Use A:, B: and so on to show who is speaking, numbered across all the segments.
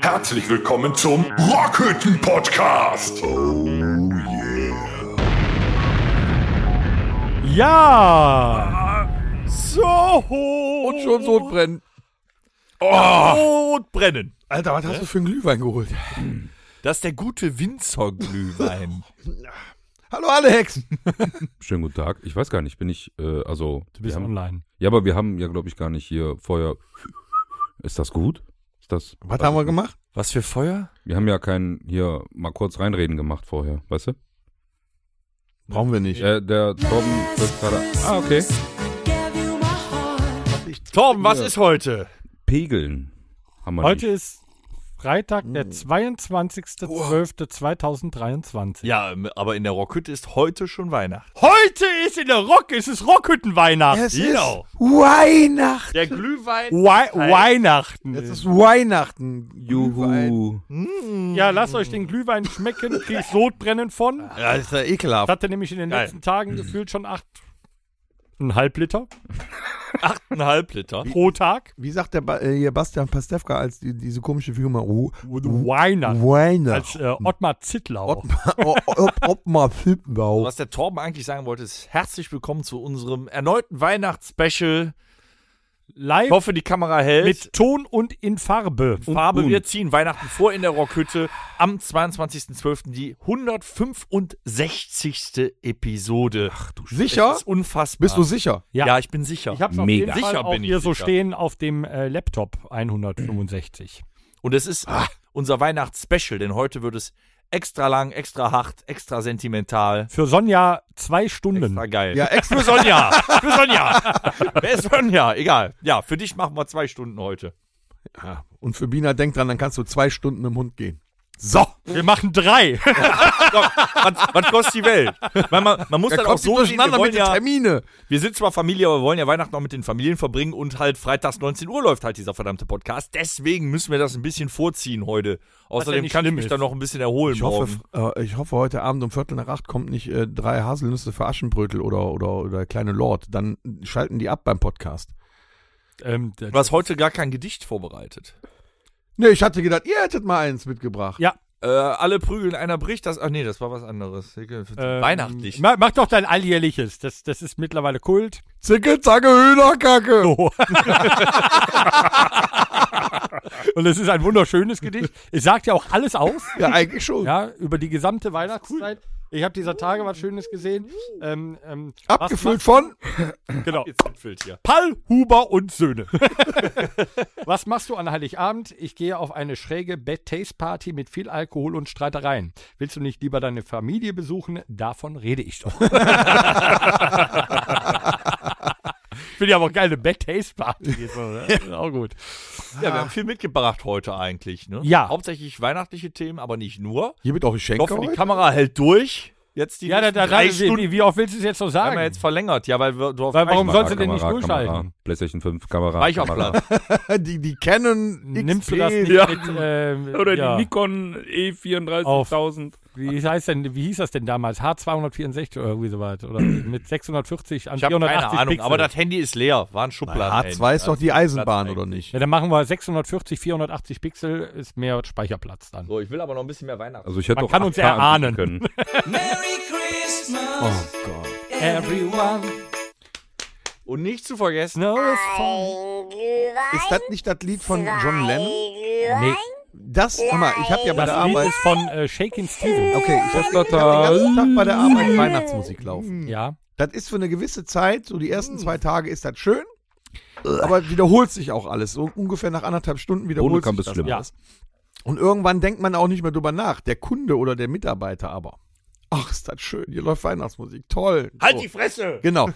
A: Herzlich willkommen zum Rockhütten Podcast. Oh
B: Ja! So!
C: Und schon Sodbrennen.
B: Sodbrennen.
C: Alter, was hast du für einen Glühwein geholt?
B: Das ist der gute Winzerglühwein.
C: Hallo alle Hexen.
D: Schönen guten Tag. Ich weiß gar nicht, bin ich, äh, also.
E: Du bist
D: wir haben,
E: online.
D: Ja, aber wir haben ja, glaube ich, gar nicht hier Feuer. Ist das gut? Ist das.
C: Was haben wir gemacht?
B: Was für Feuer?
D: Wir haben ja keinen hier mal kurz reinreden gemacht vorher, weißt du?
C: Brauchen wir nicht.
D: Äh, der Torben wird gerade. Ah, okay.
B: Torben, was
D: Ja.
B: ist heute?
D: Pegeln. Haben wir
E: Heute
D: nicht.
E: ist Freitag, der 22.12.2023.
B: Ja,
C: ähm,
B: aber in der Rockhütte ist heute schon Weihnachten. Heute ist in der Rock, es ist Rockhüttenweihnachten.
C: Es
B: Genau.
C: ist Weihnachten.
B: Der Glühwein.
E: Genau. Wei Weihnachten.
C: Es ist Weihnachten. Glühwein.
D: Juhu.
E: ja, lasst euch den Glühwein schmecken, krieg ich Sodbrennen von.
C: Ja, ist ja
E: Ich
C: ekelhaft.
E: hatte nämlich in den
B: Geil.
E: letzten
C: Mhm.
E: Tagen gefühlt schon acht, ein halb Liter
B: Achteinhalb Liter.
E: pro Tag.
C: Wie sagt der ba äh, hier Bastian Pastewka als die, diese komische Firma? Oh,
E: Weihnachten. Als
C: Weihnachten.
E: äh, Ottmar Zittlau.
C: Ottmar, oh, ob, Ottmar Fippbau.
B: Was der Torben eigentlich sagen wollte, ist herzlich willkommen zu unserem erneuten Weihnachtsspecial. Ich
E: Live
B: hoffe, die Kamera hält.
E: mit Ton und in Farbe.
B: Farbe.
D: und.
B: Wir ziehen Weihnachten vor in der Rockhütte am 22.12. die 165. Episode. Ach du
C: Sicher?
B: Das ist unfassbar.
C: Bist du sicher?
B: ja.
E: Ja.
B: ich bin sicher.
E: Ich hab's auf
D: Mega.
E: jeden Fall
B: Sicher
E: auch
B: bin ich
E: hier so
B: sicher.
E: stehen auf dem äh, Laptop 165.
B: Und es ist
C: Ah.
B: unser Weihnachtsspecial, denn heute wird es extra lang, extra hart, extra sentimental,
E: Für Sonja zwei Stunden.
B: extra geil.
C: Hm. Ja, extra.
B: Für Sonja! Für Sonja! Wer ist Sonja? Egal. Ja, für dich machen wir zwei Stunden heute.
C: Ja. Und für Bina, denk dran, dann kannst du zwei Stunden im Hund gehen. So.
B: halt
E: Wir machen drei.
B: Was, was kostet die Welt? Man, man, man muss
C: Er
B: dann auch
C: kommt
B: so sehen, wir,
C: durcheinander mit
B: wollen
C: den
B: ja,
C: Termine.
B: wir sind zwar Familie, aber wir wollen ja Weihnachten auch mit den Familien verbringen und halt freitags 19 Uhr läuft halt dieser verdammte Podcast. Deswegen müssen wir das ein bisschen vorziehen heute. Außerdem
E: nicht
B: kann ich
E: schlimm
B: mich
E: ist.
B: dann noch ein bisschen erholen
C: Ich
B: morgen.
C: hoffe, äh, ich hoffe, heute Abend um Viertel nach acht kommt nicht äh, drei Haselnüsse für Aschenbrötel oder, oder, oder kleine Lord. Dann schalten die ab beim Podcast.
E: Ähm, d-
B: Du hast heute gar kein Gedicht vorbereitet.
C: Nee, ich hatte gedacht, ihr hättet mal eins mitgebracht.
E: Ja.
B: Äh, alle prügeln, einer bricht das. Ach nee, das war was anderes.
E: ähm,
B: Weihnachtlich.
E: Ma mach doch dein alljährliches. Das, das ist mittlerweile Kult.
C: Zicke, zacke, Hühnerkacke.
E: Oh. Und es ist ein wunderschönes Gedicht. Es sagt ja auch alles aus.
C: Ja, eigentlich schon.
E: Ja, über die gesamte Weihnachtszeit. Ich habe dieser Tage was Schönes gesehen. Ähm, ähm, was
C: Abgefüllt von.
E: macht- genau.
B: Jetzt gipfelt hier.
E: Pall, Huber und Söhne. Was machst du an Heiligabend? Ich gehe auf eine schräge Bad Taste Party mit viel Alkohol und Streitereien. Willst du nicht lieber deine Familie besuchen? Davon rede ich doch. Finde ich aber auch geil, eine Bad Taste Party. ist so, ne? Ist auch gut.
B: Ja, wir haben viel mitgebracht heute eigentlich. Ne?
E: Ja.
B: Hauptsächlich weihnachtliche Themen, aber nicht nur.
C: Hier wird auch
B: Ich
C: Geschenke
B: hoffe, die
C: heute.
B: Kamera hält durch. Jetzt die
E: Ja, da,
B: nächsten
E: da, da,
B: drei
E: wie,
B: Stunden
E: wie- wie oft willst du es jetzt noch
B: haben
E: sagen?
B: wir jetzt verlängert. Ja, weil wir du auf
E: Weil warum
B: Reich-
E: sollst du denn nicht durchschalten?
D: PlayStation 5 Kamera.
B: Reicherplatz.
C: Die, die kennen.
E: Nimmst du das nicht
D: Ja.
E: mit, ähm,
D: Oder
E: ja.
D: die Nikon
B: E
D: E34000.
E: Wie heißt denn, wie hieß das denn damals? H264 oder irgendwie sowas? Oder mit 650 an
B: Ich habe keine
E: 480
B: Ahnung,
E: Pixel.
B: aber das Handy ist leer. War ein Schubladen.
C: H2 ist doch die Eisenbahn,
B: Platz
C: oder nicht?
E: ja, dann machen wir 640, 480 Pixel, ist mehr Speicherplatz dann.
B: So, ich will aber noch ein bisschen mehr Weihnachten.
D: Also ich hätte
E: Man
D: auch
E: kann uns
D: 8K anbieten
E: erahnen.
D: Können.
C: Oh Gott.
E: Everyone
B: Und nicht zu vergessen,
E: knows for
C: Ist das nicht das Lied von John Lennon?
E: nee,
C: Das, guck mal, ich habe ja bei der
E: das Lied
C: Arbeit.
E: ist von äh, Shaking Stevens.
C: Okay, ich hab ich hab den ganzen Tag bei der Arbeit Weihnachtsmusik laufen.
E: Ja,
C: Das ist für eine gewisse Zeit, so die
B: Hm.
C: ersten zwei Tage ist das schön, aber wiederholt sich auch alles. So ungefähr nach anderthalb Stunden
D: Ohne
C: wiederholt
D: kann
C: sich
D: bis
C: das.
D: schlimm.
E: ja.
C: Und irgendwann denkt man auch nicht mehr drüber nach. Der Kunde oder der Mitarbeiter aber. Ach, ist das schön. Hier läuft Weihnachtsmusik. Toll.
B: halt
C: so.
B: die Fresse!
C: Genau.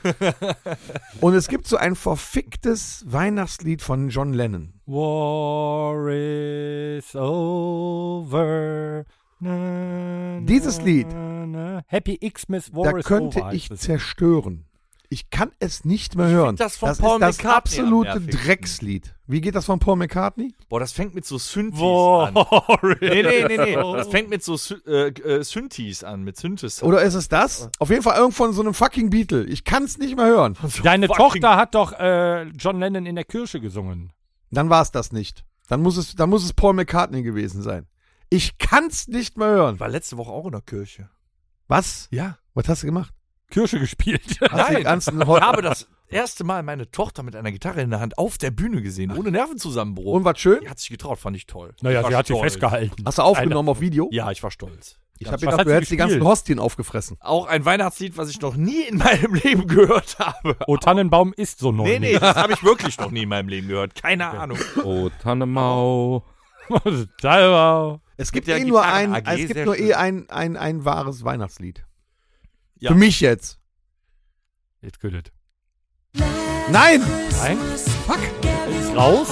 C: Und es gibt so ein verficktes Weihnachtslied von John Lennon.
E: War is over. Na, na,
C: Dieses Lied.
E: na. Happy Xmas War
C: Da
E: is
C: könnte
E: over.
C: ich
E: heißt es.
C: zerstören. Ich kann es nicht mehr hören.
B: das von
C: das
B: Paul
C: ist das
B: McCartney am
C: absolute
B: nervigsten.
C: Dreckslied. Wie geht das von Paul McCartney?
B: Boah, das fängt mit so Synthes an. Nee,
E: Sorry.
B: nee, nee, nee. Das fängt mit so Sy- äh, äh, Synthes an, mit Synthes.
C: Oder ist es das? Auf jeden Fall irgend von so einem fucking Beatle. Ich kann es nicht mehr hören.
E: Deine
B: Fucking-
E: Tochter hat doch äh, John Lennon in der Kirche gesungen.
C: Dann war es das nicht. Dann muss es, dann muss es Paul McCartney gewesen sein. Ich kann's nicht mehr hören.
B: war letzte Woche auch in der Kirche.
C: Was?
B: Ja.
C: Was hast du gemacht?
E: Kirche gespielt.
C: Hast du den ganzen Heu-
B: Ich habe das erste Mal meine Tochter mit einer Gitarre in der Hand auf der Bühne gesehen, ohne Nervenzusammenbruch.
C: Und was schön?
B: die hat sich getraut, fand ich toll.
E: Naja,
B: ich war
E: sie hat sich
B: stolz.
E: festgehalten.
C: Hast du aufgenommen auf Video?
B: Ja, ich war stolz.
C: Ich habe
E: Was hat
C: gedacht, du
E: sie
C: hättest die ganzen
E: gespielt?
C: Hostien aufgefressen.
B: Auch ein Weihnachtslied, was ich noch nie in meinem Leben gehört habe.
E: Oh, Tannenbaum ist so neu.
B: Nee, nee, das habe ich wirklich noch nie in meinem Leben gehört. Keine Ahnung.
D: Oh, Tannemau.
E: Tannenbaum.
C: Es
B: gibt
C: gibt
B: ja
C: eh nur
B: Gitarren-
C: ein,
B: AG,
C: es gibt
B: sehr
C: nur
B: schön.
C: eh ein, ein, ein wahres Weihnachtslied.
B: Ja.
C: Für mich jetzt.
E: Jetzt gültet.
C: Nein!
E: Nein?
C: Fuck!
E: Ist raus?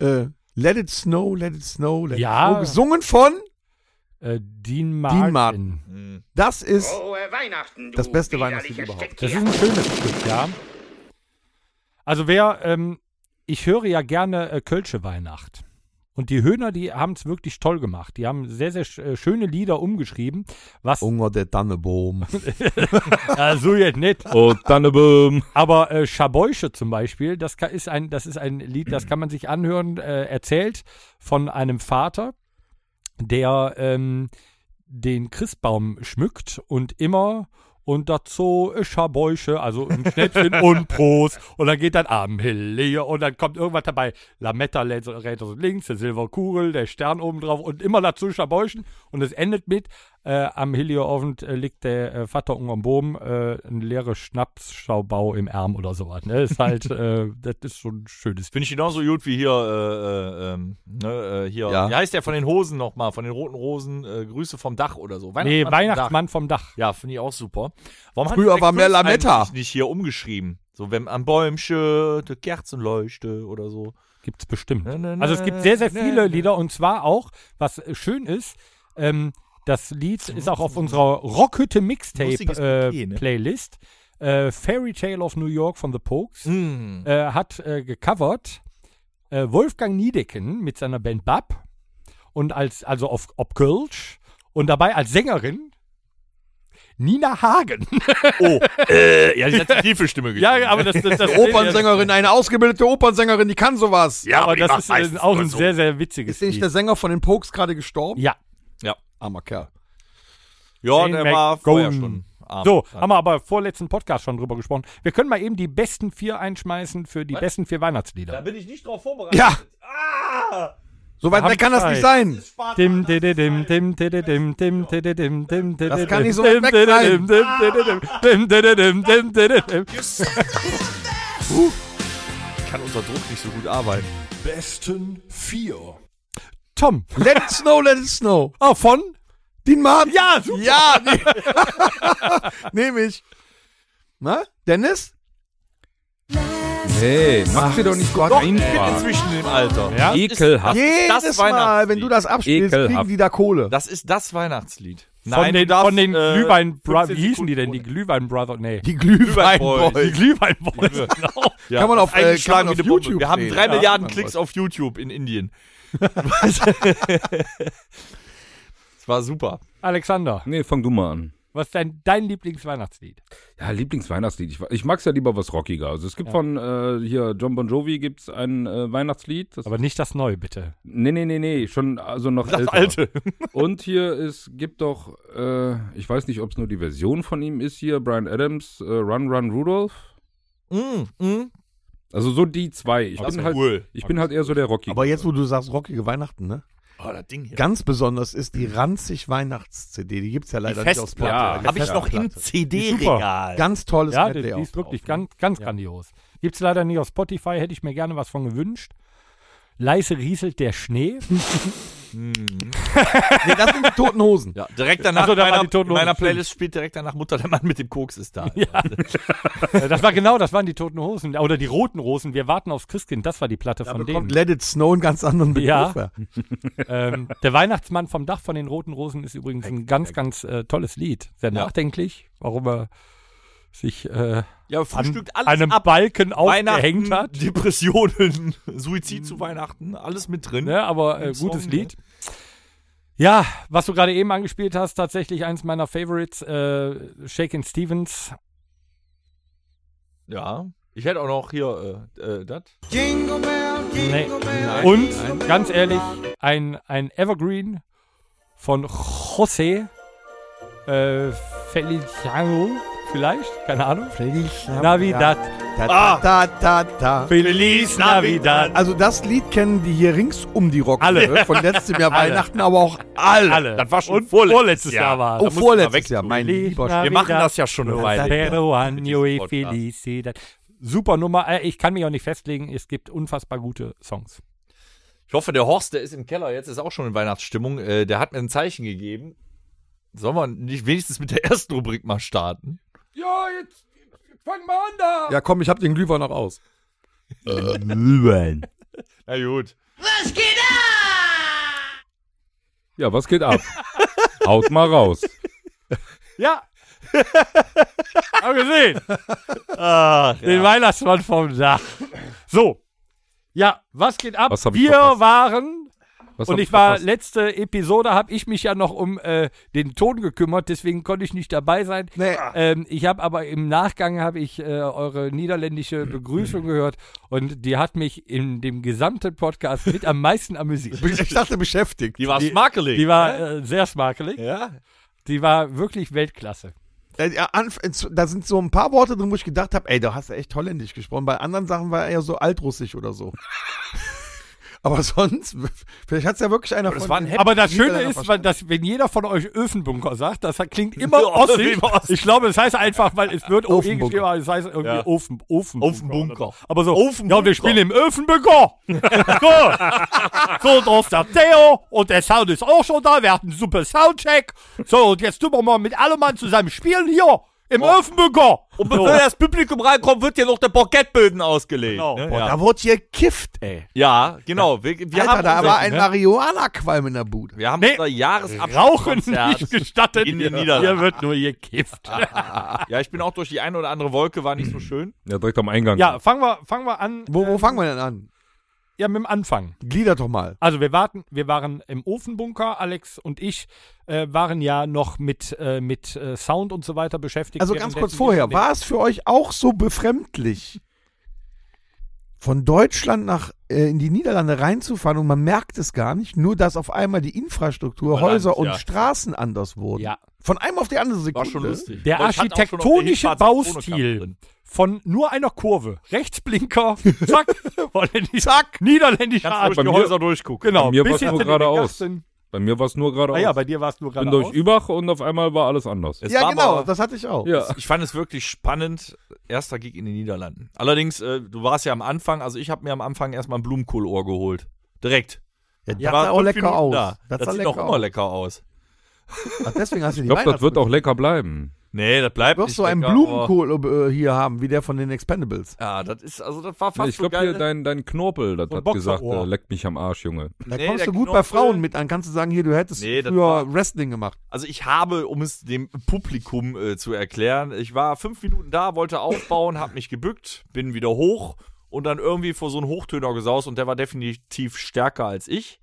C: Äh, let it snow, let it snow, let
E: Ja.
C: it snow. Gesungen von,
E: Äh, Dean Martin.
C: Martin. das ist
F: Frohe Weihnachten, du
C: das beste
F: widerlicher
C: Weihnachtslied überhaupt.
E: Das
F: Stecktier.
E: ist ein schönes Stück, ja. Also wer, ähm, ich höre ja gerne äh, Kölsche Weihnacht. Und die Höhner, die haben es wirklich toll gemacht. Die haben sehr, sehr sch äh, schöne Lieder umgeschrieben. Was,
C: Unger der Tannenbaum.
E: ja, so jetzt nicht.
D: Oh, Tanneböhm.
E: Aber äh, Schabäusche zum Beispiel, das ka- ist, ein, das ist ein Lied, das kann man sich anhören, äh, erzählt von einem Vater, der ähm, den Christbaum schmückt und immer und dazu äh, Schabäusche, also ein Schnäppchen und Prost. Und dann geht dann am Hille und dann kommt irgendwas dabei. Lametta lädt rechts und links, der Silberkugel, der Stern oben drauf und immer dazu Schabäuschen. Und es endet mit, äh, am Hillierabend äh, liegt der äh, Vater unterm Boom, äh, ein leeres Schnapsschaubau im Arm oder sowas. Ne? Ist halt, äh, das ist schon ein schönes
B: Finde ich genauso gut wie hier, äh, äh, ähm, ne, äh, hier.
C: Ja.
B: Wie heißt der von den Hosen nochmal? Von den roten Rosen, äh, Grüße vom Dach oder so.
E: Nee,
B: vom
E: Weihnachtsmann vom Dach.
B: Dach. Ja, finde ich auch super. Warum hat
C: Früher
B: Jack
C: war mehr
B: Bruce eigentlich
C: Lametta.
B: nicht hier umgeschrieben. So, wenn am Bäumchen die Kerzen leuchte oder so.
E: Gibt's bestimmt.
B: Na, na, na,
E: Also es gibt sehr, sehr
B: na,
E: viele
B: na.
E: Lieder und zwar auch, was äh, schön ist, ähm, das Lied ist auch auf unserer Rockhütte
B: Lustiges
E: Mixtape
B: Bouquet,
E: äh,
B: ne?
E: Playlist. Äh, Fairy Tale of New York von The Pokes
B: Mm.
E: äh, hat äh, gecovert äh, Wolfgang Niedecken mit seiner Band Bab und als, also auf ob Kölsch und dabei als Sängerin Nina Hagen.
B: Oh, äh, ja, die hat die tiefe Stimme gegeben.
E: aber das, das, das
C: Opernsängerin, eine ausgebildete Opernsängerin, die kann sowas.
B: Ja,
E: Aber
B: die macht
E: das ist äh,
B: meistens
E: auch
B: nur
E: ein
B: so.
E: sehr, sehr witziges
C: Ist der nicht der
E: Lied.
C: Sänger von den Pokes gerade gestorben?
E: Ja.
C: Armer Kerl.
B: Ja,
E: Shane
B: der war vorher
E: McGowan.
B: schon. arm.
E: So,
B: Dann-
E: haben wir aber vorletzten Podcast schon drüber gesprochen. Wir können mal eben die besten vier einschmeißen für die besten vier Weihnachtslieder.
B: bin ich nicht drauf vorbereitet.
C: Ja! So weit
E: Wir
C: weg kann das
E: haben
C: nicht sein.
E: Dim, di, di, dim, dim, di, di, dim, dim, di, di, dim, dim, di,
C: Das
E: di,
C: kann
E: dim,
C: nicht so weit
E: dim,
C: weg
E: di, di,
C: sein.
E: dim, dim, di, di, dim, dim, di, di, dim, dim, di, di, dim.
B: Ich kann unter Druck nicht so gut arbeiten.
G: Besten 4.
E: Tom,
C: Let it snow, let it snow.
E: ah, von?
C: Dean Martin.
E: Ja, super.
C: Ja, nee. nehme ich. Na, Dennis?
D: Hey, mach dir doch nicht so einfach.
B: Inzwischen im Alter.
E: Ja.
D: Ekelhaft.
C: Jedes
B: das
C: Mal,
B: Weihnachtslied.
C: wenn du das abspielst, kriegen
D: Ekelhaft.
C: die da Kohle.
B: Das ist das Weihnachtslied.
E: Von
B: du
E: den,
B: darfst,
E: von den
B: äh,
E: Glühwein
B: 15
E: Brothers. Wie hießen die denn?
B: Sekunden
E: Die Glühwein Brothers. Nee.
C: die Glühwein
B: Glühwein Boys.
E: Die Glühwein Brothers. genau.
B: Ja,
C: Kann man auf,
B: ist eingeschlagen
C: äh, kann man auf
B: wie eine Bombe.
C: YouTube
B: Wir haben
C: sehen.
B: drei
C: Ja,
B: Milliarden
C: mein
B: Klicks
C: Gott.
B: auf YouTube in Indien. das war super.
E: Alexander,
D: Nee, fang du mal an.
E: was ist dein, dein Lieblingsweihnachtslied?
D: Ja, Lieblingsweihnachtslied. Ich, ich mag's ja lieber was rockiger. Also es gibt von äh, hier John Bon Jovi gibt's ein äh, Weihnachtslied. Das,
E: Aber nicht das Neue, bitte.
D: nee, nee, nee, nee, schon also noch
B: Das
D: älter.
B: alte.
D: Und hier es gibt doch, äh, ich weiß nicht, ob es nur die Version von ihm ist hier, Brian Adams, äh, Run Run Rudolph.
B: Mm, mm.
D: Also so die zwei. Ich
B: Das
D: bin
B: ist
D: halt,
B: cool.
D: ich bin halt eher so der Rocky.
C: Aber jetzt, wo du sagst, rockige Weihnachten, ne?
B: Oh, das Ding hier.
C: Ganz besonders ist die ranzig Weihnachts-CD. Die gibt's ja leider nicht aus Platte.
D: Ja,
C: Die
B: Habe ich
C: Festplatte.
B: noch im CD-Regal.
C: Äh, Ganz tolles
E: Ja, die,
C: Medley
E: die
C: auch
E: ist wirklich
C: drauf.
B: ne?
E: ganz, ganz grandios. Gibt's leider nicht auf Spotify, hätte ich mir gerne was von gewünscht. Leise rieselt der Schnee.
C: Nee, das sind die Toten Hosen.
B: Ja, direkt danach
E: Ach so, da
B: in
E: waren die
B: meiner,
E: Toten
B: in meiner
E: Hosen, stimmt.
B: Playlist spielt direkt danach Mutter der Mann mit dem Koks ist da.
E: Äh, das war genau, das waren die Toten Hosen. Oder die Roten Rosen. Wir warten aufs Christkind. Das war die Platte
C: Da
E: von
C: bekommt
E: denen.
C: Let It Snow einen ganz anderen Begriff.
E: Ja.
C: her.
E: Ähm, der Weihnachtsmann vom Dach von den Roten Rosen ist übrigens ein ganz, ganz äh, tolles Lied. Sehr nachdenklich, warum er sich äh,
B: Ja,
E: an
B: frühstückt alles
E: einem
B: ab.
E: Balken aufgehängt
B: Weihnachten,
E: hat. Mhm.
B: Depressionen, Suizid zu Weihnachten, alles mit drin.
E: Ne, aber äh,
B: Im Song,
E: gutes
B: ne?
E: Lied. Ja, was du gerade eben angespielt hast, tatsächlich eins meiner Favorites, äh, Shakin' Stevens.
B: Ja. Ich hätte auch noch hier äh, äh, das.
E: Nee. Und ganz ehrlich, ein, ein Evergreen von José äh, Feliciano, vielleicht, keine Ahnung. Navidad.
C: Da,
E: Ah!
C: da, da, da, da.
E: Feliz Navidad.
C: Also das Lied kennen die hier rings um die Rock
E: Alle.
C: von letztem Jahr Weihnachten, aber auch alle.
E: Alle.
B: Das war schon
E: Und
B: vorletztes
E: vorletztes
B: Jahr.
E: Jahr war
C: Oh,
B: Da muss ich mal
C: vorletztes
B: weg-
C: Jahr, mein
E: Feliz
C: lieber
E: Navidad.
B: Wir machen das ja schon eine Weile. hier.
E: Pero año y
B: Podcast.
E: felicidad. Super Nummer. Äh, Ich kann mich auch nicht festlegen. Es gibt unfassbar gute Songs.
B: Ich hoffe, der Horst, der ist im Keller, jetzt ist auch schon in Weihnachtsstimmung. Äh, der hat mir ein Zeichen gegeben. Sollen wir nicht wenigstens mit der ersten Rubrik mal starten?
D: Ja, jetzt fang mal an da.
C: Ja komm, ich hab den Glühwein noch aus.
B: Na gut.
D: Ja, was geht ab? Haut mal raus.
E: Ja. Haben wir gesehen.
B: Ach,
E: Den Weihnachtsmann vom Dach. So. Ja, was geht ab?
D: Was hab ich
E: wir
D: verpasst?
E: waren,
D: Was
E: und
D: hab
E: ich war
D: verpasst?
E: letzte Episode, habe ich mich ja noch um äh, den Ton gekümmert, deswegen konnte ich nicht dabei sein.
C: Nee.
E: Ähm, ich habe aber im Nachgang habe ich äh, eure niederländische Begrüßung gehört und die hat mich in dem gesamten Podcast mit am meisten amüsiert.
C: Ich dachte beschäftigt.
B: Die war smakelig.
E: Die war äh, sehr smakelig.
B: ja.
E: Die war wirklich Weltklasse.
C: Äh, ja, anf- ins- Da sind so ein paar Worte drin, wo ich gedacht habe, ey, da hast du echt holländisch gesprochen. Bei anderen Sachen war er ja so altrussisch oder so. Aber sonst, vielleicht hat's ja wirklich einer
B: das
C: von
B: war ein
C: den
B: Happy-
E: Aber das Schöne
C: Niederländern
E: ist,
C: verstanden.
E: weil, dass wenn jeder von euch Öfenbunker sagt, das klingt immer
B: Ja,
E: ossig.
B: immer ossig.
E: Ich glaube, es heißt einfach, weil es wird OE
C: Ofenbunker.
E: geschrieben, aber es heißt irgendwie
B: Ja.
E: Ofen, Ofenbunker.
B: Ofenbunker.
E: Aber so,
B: Ofenbunker.
E: ja, wir spielen im Öfenbunker. Gut. so, und auf der Theo und der Sound ist auch schon da. Wir hatten einen super Soundcheck. So, und jetzt tun wir mal mit allem Mann zusammen spielen hier im Öfenbunker.
B: Und bevor das Publikum reinkommt, wird hier noch der Parkettböden ausgelegt.
E: Genau.
B: Ne?
C: Boah,
B: Ja.
C: da wurde hier gekifft, ey.
B: ja, genau. Wir, wir
C: Alter,
B: haben
C: da
B: unser,
C: war ein
E: ne?
C: Marihuana-Qualm in der Bude.
B: wir haben
E: Nee.
B: unser
E: Rauchen
B: Jahresabschlusskonzert.
E: nicht gestattet.
B: in den
E: Hier
B: Niederlanden.
E: wird nur gekifft.
B: Ja, ich bin auch durch die eine oder andere Wolke, war nicht so schön.
D: Ja, direkt am Eingang.
E: Ja, fangen wir, fangen wir an. äh,
C: Wo, wo fangen wir denn an?
E: Ja, mit dem Anfang.
C: Glieder doch mal.
E: Also wir warten, wir waren im Ofenbunker, Alex und ich äh, waren ja noch mit, äh, mit äh, Sound und so weiter beschäftigt.
C: Also ganz
E: währenddessen
C: kurz
E: wir
C: vorher,
E: den-
C: war es für euch auch so befremdlich, von Deutschland nach äh, in die Niederlande reinzufahren und man merkt es gar nicht, nur dass auf einmal die Infrastruktur,
B: Balance,
C: Häuser und
B: ja.
C: Straßen anders wurden?
E: Ja.
C: Von einem auf die andere Sekunde.
B: War schon lustig.
E: Der
B: Weil ich hatte auch schon auf
E: architektonische
B: Hinfahrt so einen Phonokamm
E: Baustil
B: drin.
E: von nur einer Kurve, Rechtsblinker, zack, holländischer, zack, niederländischer Art.
B: Kannst durch die Häuser durchgucken.
E: Genau,
D: Bei mir war's
E: bis hinten
D: nur
E: in den
D: geradeaus.
E: Garten.
D: Bei mir war es nur
E: Ah
D: geradeaus.
E: ja, bei dir warst du
D: bin
E: gerade
D: durch Übach und auf einmal war alles anders.
B: Es
C: Ja,
B: war
C: genau,
B: aber-
C: das hatte ich auch.
D: Ja.
B: Ich fand es wirklich spannend, erster Gig in den Niederlanden. Allerdings, äh, du warst ja am Anfang, also ich habe mir am Anfang erstmal ein Blumenkohlohr geholt. Direkt.
C: Ja, das
B: Ich war
C: sah auch
B: fünf
C: lecker
B: Minuten
C: aus.
B: Da. Das,
C: sah
B: sieht
C: lecker
B: doch immer
C: aus.
B: lecker aus.
C: Ach, deswegen hast du die
D: Ich glaube, das wird
C: Weihnachtsmütze.
D: auch lecker bleiben.
B: Nee, das bleibt
C: Du wirst
B: nicht
C: so einen
B: lecker,
C: Blumenkohl äh, hier haben, wie der von den Expendables.
B: aber- Ja, das ist, also das war
D: Ja,
B: fast
D: ich
B: so
D: glaube,
B: geil.
D: hier dein, dein Knorpel, das
E: So ein
D: hat gesagt,
E: Boxerohr.
D: äh, leckt mich am Arsch, Junge.
C: Da
B: Nee,
C: kommst
B: der
C: du gut
B: Knochen-
C: bei Frauen mit an, kannst du sagen, hier, du hättest
B: Nee, das
C: früher
B: war-
C: Wrestling gemacht.
B: also ich habe, um es dem Publikum äh, zu erklären, ich war fünf Minuten da, wollte aufbauen, habe mich gebückt, bin wieder hoch und dann irgendwie vor so einen Hochtöner gesaust und der war definitiv stärker als ich.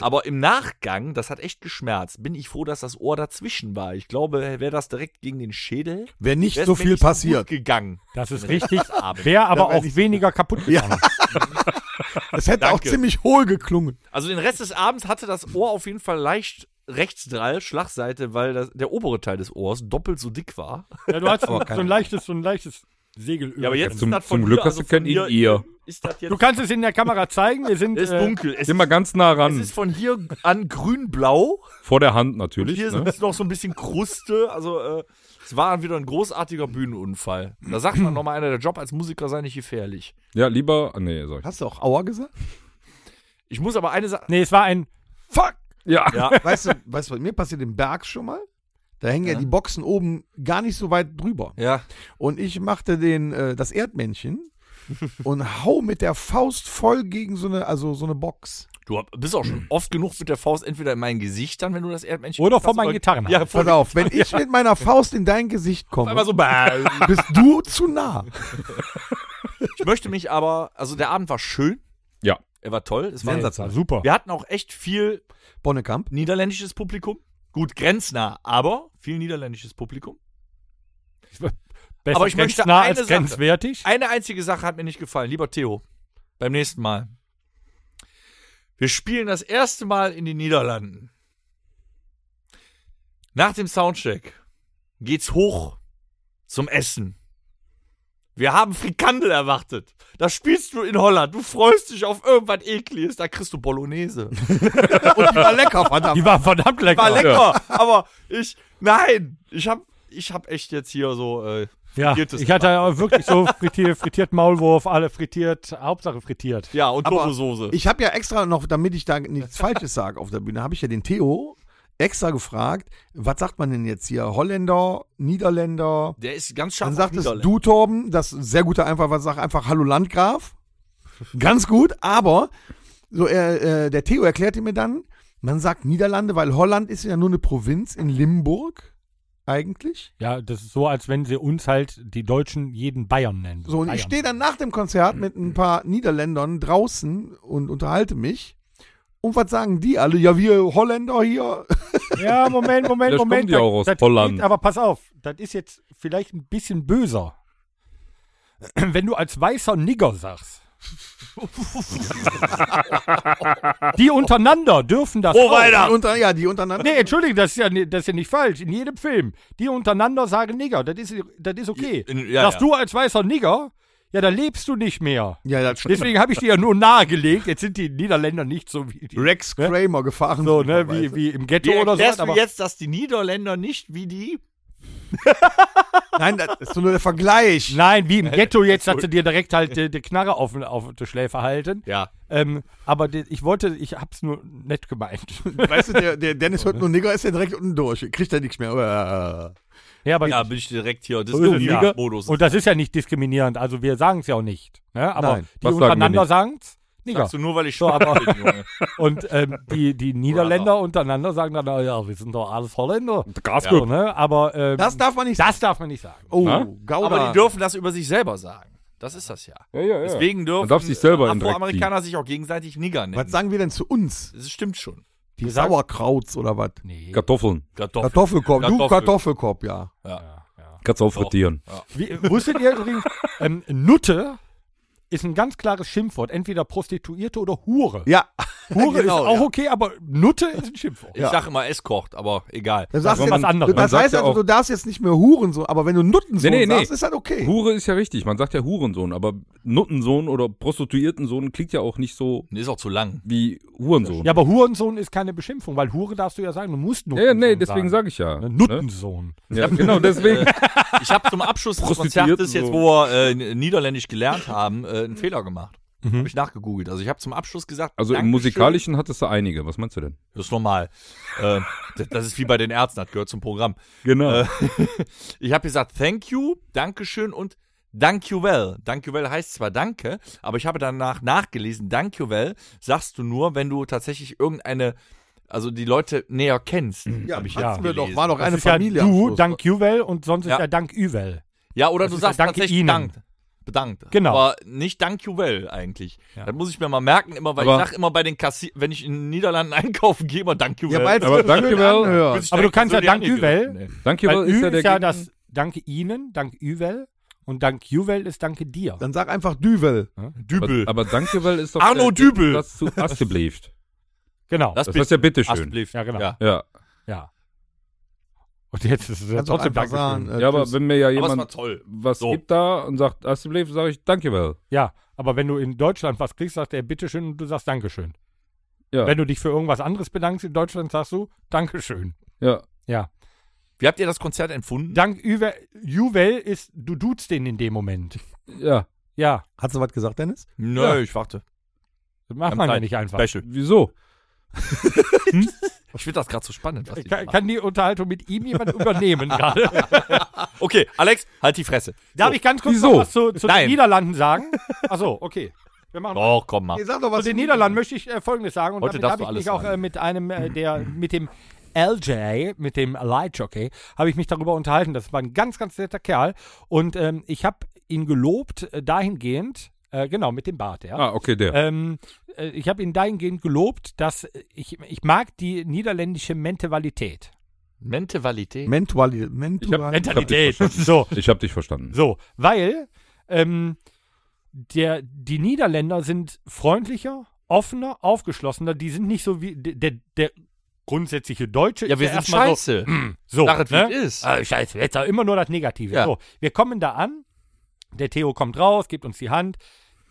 B: Aber im Nachgang, das hat echt geschmerzt, bin ich froh, dass das Ohr dazwischen war. Ich glaube, wäre das direkt gegen den Schädel,
C: Wäre nicht
B: wär's
C: so
B: mir
C: viel
B: nicht
C: passiert.
B: gut gegangen.
E: Das ist richtig, wäre
C: Da
E: aber
C: wär
E: auch weniger kaputt gegangen.
C: Es hätte auch
B: Danke.
C: ziemlich hohl geklungen.
B: Also den Rest des Abends hatte das Ohr auf jeden Fall leicht rechtsdrall, Schlagseite, weil das, der obere Teil des Ohrs doppelt so dick war.
E: Ja, du hast so
C: Aber
E: ein
C: keine-
E: leichtes, so ein leichtes Segelöl.
B: Ja, aber jetzt
D: Zum-
B: ist das von
D: zum
B: hier,
D: Glück hast du
B: von
D: kein
B: hier
D: In-Ear.
B: Ist das jetzt
E: Du kannst es in der Kamera zeigen. Wir sind
B: es ist
E: äh,
B: dunkel. Es,
D: Geh mal ganz nah
B: es
D: ran.
B: ist von hier an grün-blau.
D: Vor der Hand
B: Und
D: natürlich.
B: hier
D: Ne?
B: ist noch so ein bisschen Kruste. Also äh, es war wieder ein großartiger Bühnenunfall. Da sagt man nochmal einer, der Job als Musiker sei nicht gefährlich.
D: Ja, lieber. ah, Nee, sag ich.
C: Hast du auch Auer gesagt?
B: Ich muss aber eine Sache.
E: Nee, es war ein Fuck.
D: Ja.
B: Ja,
C: Weißt du, weißt du, was mir passiert im Berg schon mal? Da hängen ja, die Boxen oben gar nicht so weit drüber.
B: ja.
C: Und ich machte den, äh, das Erdmännchen und hau mit der Faust voll gegen so eine, also so eine Box.
B: Du hab- bist auch schon oft genug mit der Faust entweder in mein Gesicht dann, wenn du das Erdmännchen
E: Oder
B: gemacht
E: vor
B: hast,
E: meinen
B: oder-
E: Gitarren.
B: Ja, vor
C: halt. Pass auf, wenn ich mit meiner Faust in dein Gesicht komme,
B: einmal so. bäh.
C: bist du zu nah.
B: Ich möchte mich aber, also der Abend war schön.
D: Ja.
B: Er war toll. Es war
C: Sensationell.
E: Super.
B: Wir hatten auch echt viel
C: Bonnekamp.
B: niederländisches Publikum. Gut, grenznah, aber viel niederländisches Publikum.
E: Besser
B: Aber ich möchte
E: grenznah
B: eine
E: als
B: Sache.
E: grenzwertig.
B: Eine einzige Sache hat mir nicht gefallen. Lieber Theo, beim nächsten Mal. Wir spielen das erste Mal in den Niederlanden. Nach dem Soundcheck geht's hoch zum Essen. Wir haben Frikandel erwartet. Das spielst du in Holland. Du freust dich auf irgendwas Ekliges. Da kriegst du Bolognese.
C: Die war lecker, verdammt.
E: Die war verdammt lecker.
B: War lecker, aber ich, nein, ich hab, ich hab echt jetzt hier so, äh,
E: Ja,
B: Frittiertes
E: ich hatte ja wirklich so frittiert, frittiert Maulwurf, alle frittiert, Hauptsache frittiert.
B: ja, und
C: Aber
B: Tomasoße.
C: Ich habe ja extra noch, damit ich da nichts Falsches sage auf der Bühne, habe ich ja den Theo extra gefragt, was sagt man denn jetzt hier? Holländer, Niederländer?
B: Der ist ganz scharf
C: Dann
B: auf
C: sagtest
B: Niederländisch.
C: du, Torben, das ist sehr guter einfach, was sag einfach Hallo Landgraf. Ganz gut, aber so, äh, äh, der Theo erklärte mir dann, man sagt Niederlande, weil Holland ist ja nur eine Provinz in Limburg eigentlich.
E: Ja, das ist so, als wenn sie uns halt, die Deutschen, jeden Bayern nennen.
C: So, und
E: Bayern.
C: ich stehe dann nach dem Konzert mit ein paar Niederländern draußen und unterhalte mich. Und was sagen die alle? Ja, wir Holländer hier.
E: Ja, Moment, Moment, Moment.
D: Vielleicht kommen die auch aus
E: das
D: Holland.
E: Geht, aber pass auf, das ist jetzt vielleicht ein bisschen böser. Wenn du als weißer Nigger sagst. die untereinander dürfen das. auch.
C: Die unter, ja, die untereinander.
E: Nee, entschuldige, das ist, ja, ni- das ist ja nicht falsch. In jedem Film. Die untereinander sagen Nigger. Das ist, das ist okay.
B: In- ja,
E: Dass
B: ja.
E: du als weißer Nigger, ja, da lebst du nicht mehr.
C: Ja, das stimmt.
E: Deswegen habe ich dir ja nur nahegelegt. Jetzt sind die Niederländer nicht so wie die,
C: Rex Kramer gefahren.
E: so, ne, wie,
C: Weise.
E: wie im Ghetto
B: Wie
E: oder so.
B: erklärst du
E: aber-
B: jetzt, dass die Niederländer nicht wie die
C: Nein, das ist so nur der Vergleich.
E: Nein, wie im Ghetto jetzt, dass sie dir direkt halt die, die Knarre auf, auf die Schläfe halten.
B: ja.
E: Ähm, aber die, ich wollte, ich hab's nur nett gemeint.
C: Weißt du, der, der Dennis hört nur Nigger, ist ja direkt unten durch. Kriegt er nichts mehr.
E: ja, aber
B: ja, bin ich direkt hier. Das
E: so ist es ja.
B: Modus.
E: Und das ist ja nicht diskriminierend. Also wir sagen's ja auch nicht. Ne? Aber
C: Nein,
E: die
D: was sagen wir
E: untereinander
D: nicht?
E: sagen's. Nigger.
B: Sagst du nur, weil ich
E: So,
B: schwach
E: aber-
B: bin, Junge.
E: Und ähm, die, die Niederländer untereinander sagen dann, "Ah ja, wir sind doch alles Holländer.
D: Gasgruppe.
E: So, ne? Aber ähm,
C: Das darf man nicht
E: das darf man nicht sagen.
C: Oh,
D: Na?
C: Gouda.
B: Aber die dürfen das über sich selber sagen. Das ist das ja.
D: Ja, ja, ja.
B: Deswegen dürfen
D: Man darf sich selber in den Dreck
B: Afroamerikaner sich auch gegenseitig Nigger nennen.
C: was sagen wir denn zu uns?
B: Das stimmt schon.
C: Die
E: Wir sagen-
C: Sauerkrauts oder was?
E: Nee.
D: Kartoffeln.
B: Kartoffeln.
C: Kartoffelkorb. Du
B: Kartoffel.
C: Kartoffelkorb, ja.
D: Kannst du auch frittieren.
E: Wie, wusstet ihr übrigens, ähm, Nutte ist ein ganz klares Schimpfwort. Entweder Prostituierte oder Hure.
C: Ja.
E: Hure
C: Genau,
E: ist auch
C: ja.
E: okay, aber Nutte ist ein Schimpfwort.
B: Ich sag immer Escort, aber egal.
C: Das, sagst
E: war
C: du-
E: was anderes. ne?
C: das
D: Man
C: heißt
D: sagt ja
C: also,
D: auch-
C: du darfst jetzt nicht mehr Hurensohn, aber wenn du Nuttensohn
D: Nee, nee, nee.
C: sagst, ist das okay.
D: Hure ist ja richtig. Man sagt ja Hurensohn, aber Nuttensohn oder Prostituiertensohn klingt ja auch nicht so
B: Ist auch zu lang.
D: wie Hurensohn.
E: Ja, aber Hurensohn ist keine Beschimpfung, weil Hure darfst du ja sagen, du musst
D: ja,
E: Nuttensohn
D: ja, nee, deswegen sage ich ja.
E: Ne?
D: Ne?
E: Nuttensohn.
D: Ja, genau, deswegen.
B: Ich habe zum Abschluss des
D: Prostituierten
B: Konzertes, jetzt
D: so.
B: wo wir äh, N- Niederländisch gelernt haben, äh, einen Fehler gemacht. Hab ich nachgegoogelt. Also ich habe zum Abschluss gesagt,
D: Also im
B: Dankeschön.
D: Musikalischen hattest du einige. Was meinst du denn?
B: Das ist normal. äh, das, das ist wie bei den Ärzten, das gehört zum Programm.
D: Genau.
B: Äh, ich habe gesagt, thank you, Dankeschön und thank you well. Thank you well heißt zwar danke, aber ich habe danach nachgelesen, thank you well sagst du nur, wenn du tatsächlich irgendeine, also die Leute näher kennst. Ja, hab ich
E: Mhm. hatten
B: jetzt
C: wir doch,
B: gelesen.
C: war doch eine
E: ist ja
C: Familie. am
E: du,
C: Schluss.
E: dank Juwel und sonst
B: Ja.
E: ist ja dank Üwel.
B: Ja, oder du
E: ist
B: sagst
E: ja danke
B: tatsächlich
E: Ihnen.
B: dankt. Bedankt.
E: Genau.
B: Aber nicht Dank you well eigentlich. Das muss ich mir mal merken, immer, weil
D: Aber-
B: ich sag immer bei den Kassi wenn ich in den Niederlanden einkaufen gehe, immer Dank you
C: Ja,
B: well.
C: weil es
D: Aber
C: so
D: danke,
C: schön
D: Will.
C: anhört.
B: Fühlst dich
E: Aber du
B: direkt
E: kannst
B: so
E: ja
B: die
E: dank Üwel.
B: angegriffen, ey.
D: Danke,
E: Weil
D: Will ist
E: Ü
D: ja
E: ist
D: der
E: ja
D: Gegen-
E: das dank Ihnen, dank Üwel und dank Juwel ist danke dir.
C: Dann sag einfach Düvel.
B: Dübel.
D: Aber, aber Danke, Will ist doch
B: Arno
D: der-
B: Dübel.
D: Das zu Astebleeft.
E: Genau.
D: Das heißt ja bitteschön.
B: Asblief.
E: Ja, genau.
B: Ja.
D: Ja.
E: ja. Und jetzt ist es ja
C: Kannst auch
E: trotzdem
C: einfach
E: Dankeschön.
C: sagen. äh,
D: Ja, aber
C: tschüss.
D: wenn mir ja
B: Aber es war
D: jemand
B: toll.
D: was
B: So.
D: gibt da und sagt Astebleeft, sage ich Danke, Will.
E: Ja, aber wenn du in Deutschland was kriegst, sagt er bitteschön und du sagst Dankeschön.
D: Ja.
E: Wenn du dich für irgendwas anderes bedankst in Deutschland, sagst du Dankeschön.
D: Ja.
E: Ja.
B: Wie habt ihr das Konzert empfunden?
E: Dank Üwe, Juwel ist, du duzt den in dem Moment.
D: Ja.
E: Ja,
C: Hast du was gesagt, Dennis?
B: Nö,
D: Ja.
B: ich warte.
E: das macht
B: Am
E: man ja
B: Zeit.
E: nicht einfach.
B: Special.
D: Wieso?
B: Ich finde das gerade so spannend. Was die
E: Kann,
B: machen.
E: kann die Unterhaltung mit ihm jemand übernehmen gerade?
B: okay, Alex, halt die Fresse.
E: Darf ich ganz kurz
D: Wieso?
E: noch was zu, zu den
B: Nein.
E: Niederlanden sagen? Achso, okay. Wir machen
B: Doch, komm mal.
C: Ihr sagt doch
E: Zu
C: was.
E: den Niederlanden möchte ich äh, Folgendes sagen. Und
B: Heute
E: damit
B: darfst
E: habe
B: du
E: ich mich
B: alles
E: auch
B: sagen.
E: äh, mit einem, äh, der, mit dem LJ, mit dem Lightjockey, habe ich mich darüber unterhalten. Das war ein ganz, ganz netter Kerl. Und ähm, ich habe ihn gelobt äh, dahingehend, äh, genau, mit dem Bart, ja.
D: Ah, okay, der.
E: Ähm, äh, ich habe ihn dahingehend gelobt, dass ich, ich mag die niederländische Mentalität.
B: Mentalität.
C: Mentuali,
E: Mentalität. So,
D: Ich habe dich verstanden.
E: so, weil ähm, der, die Niederländer sind freundlicher, offener, aufgeschlossener. Die sind nicht so wie der, der, der grundsätzliche Deutsche.
B: Ja, wir
E: ist
B: sind
E: erstmal
B: scheiße.
E: So, so
B: Sag es, wie
E: ne?
B: es ist.
E: Ah, scheiße, jetzt aber immer nur das Negative.
B: Ja.
E: So, wir kommen da an. Der Theo kommt raus, gibt uns die Hand,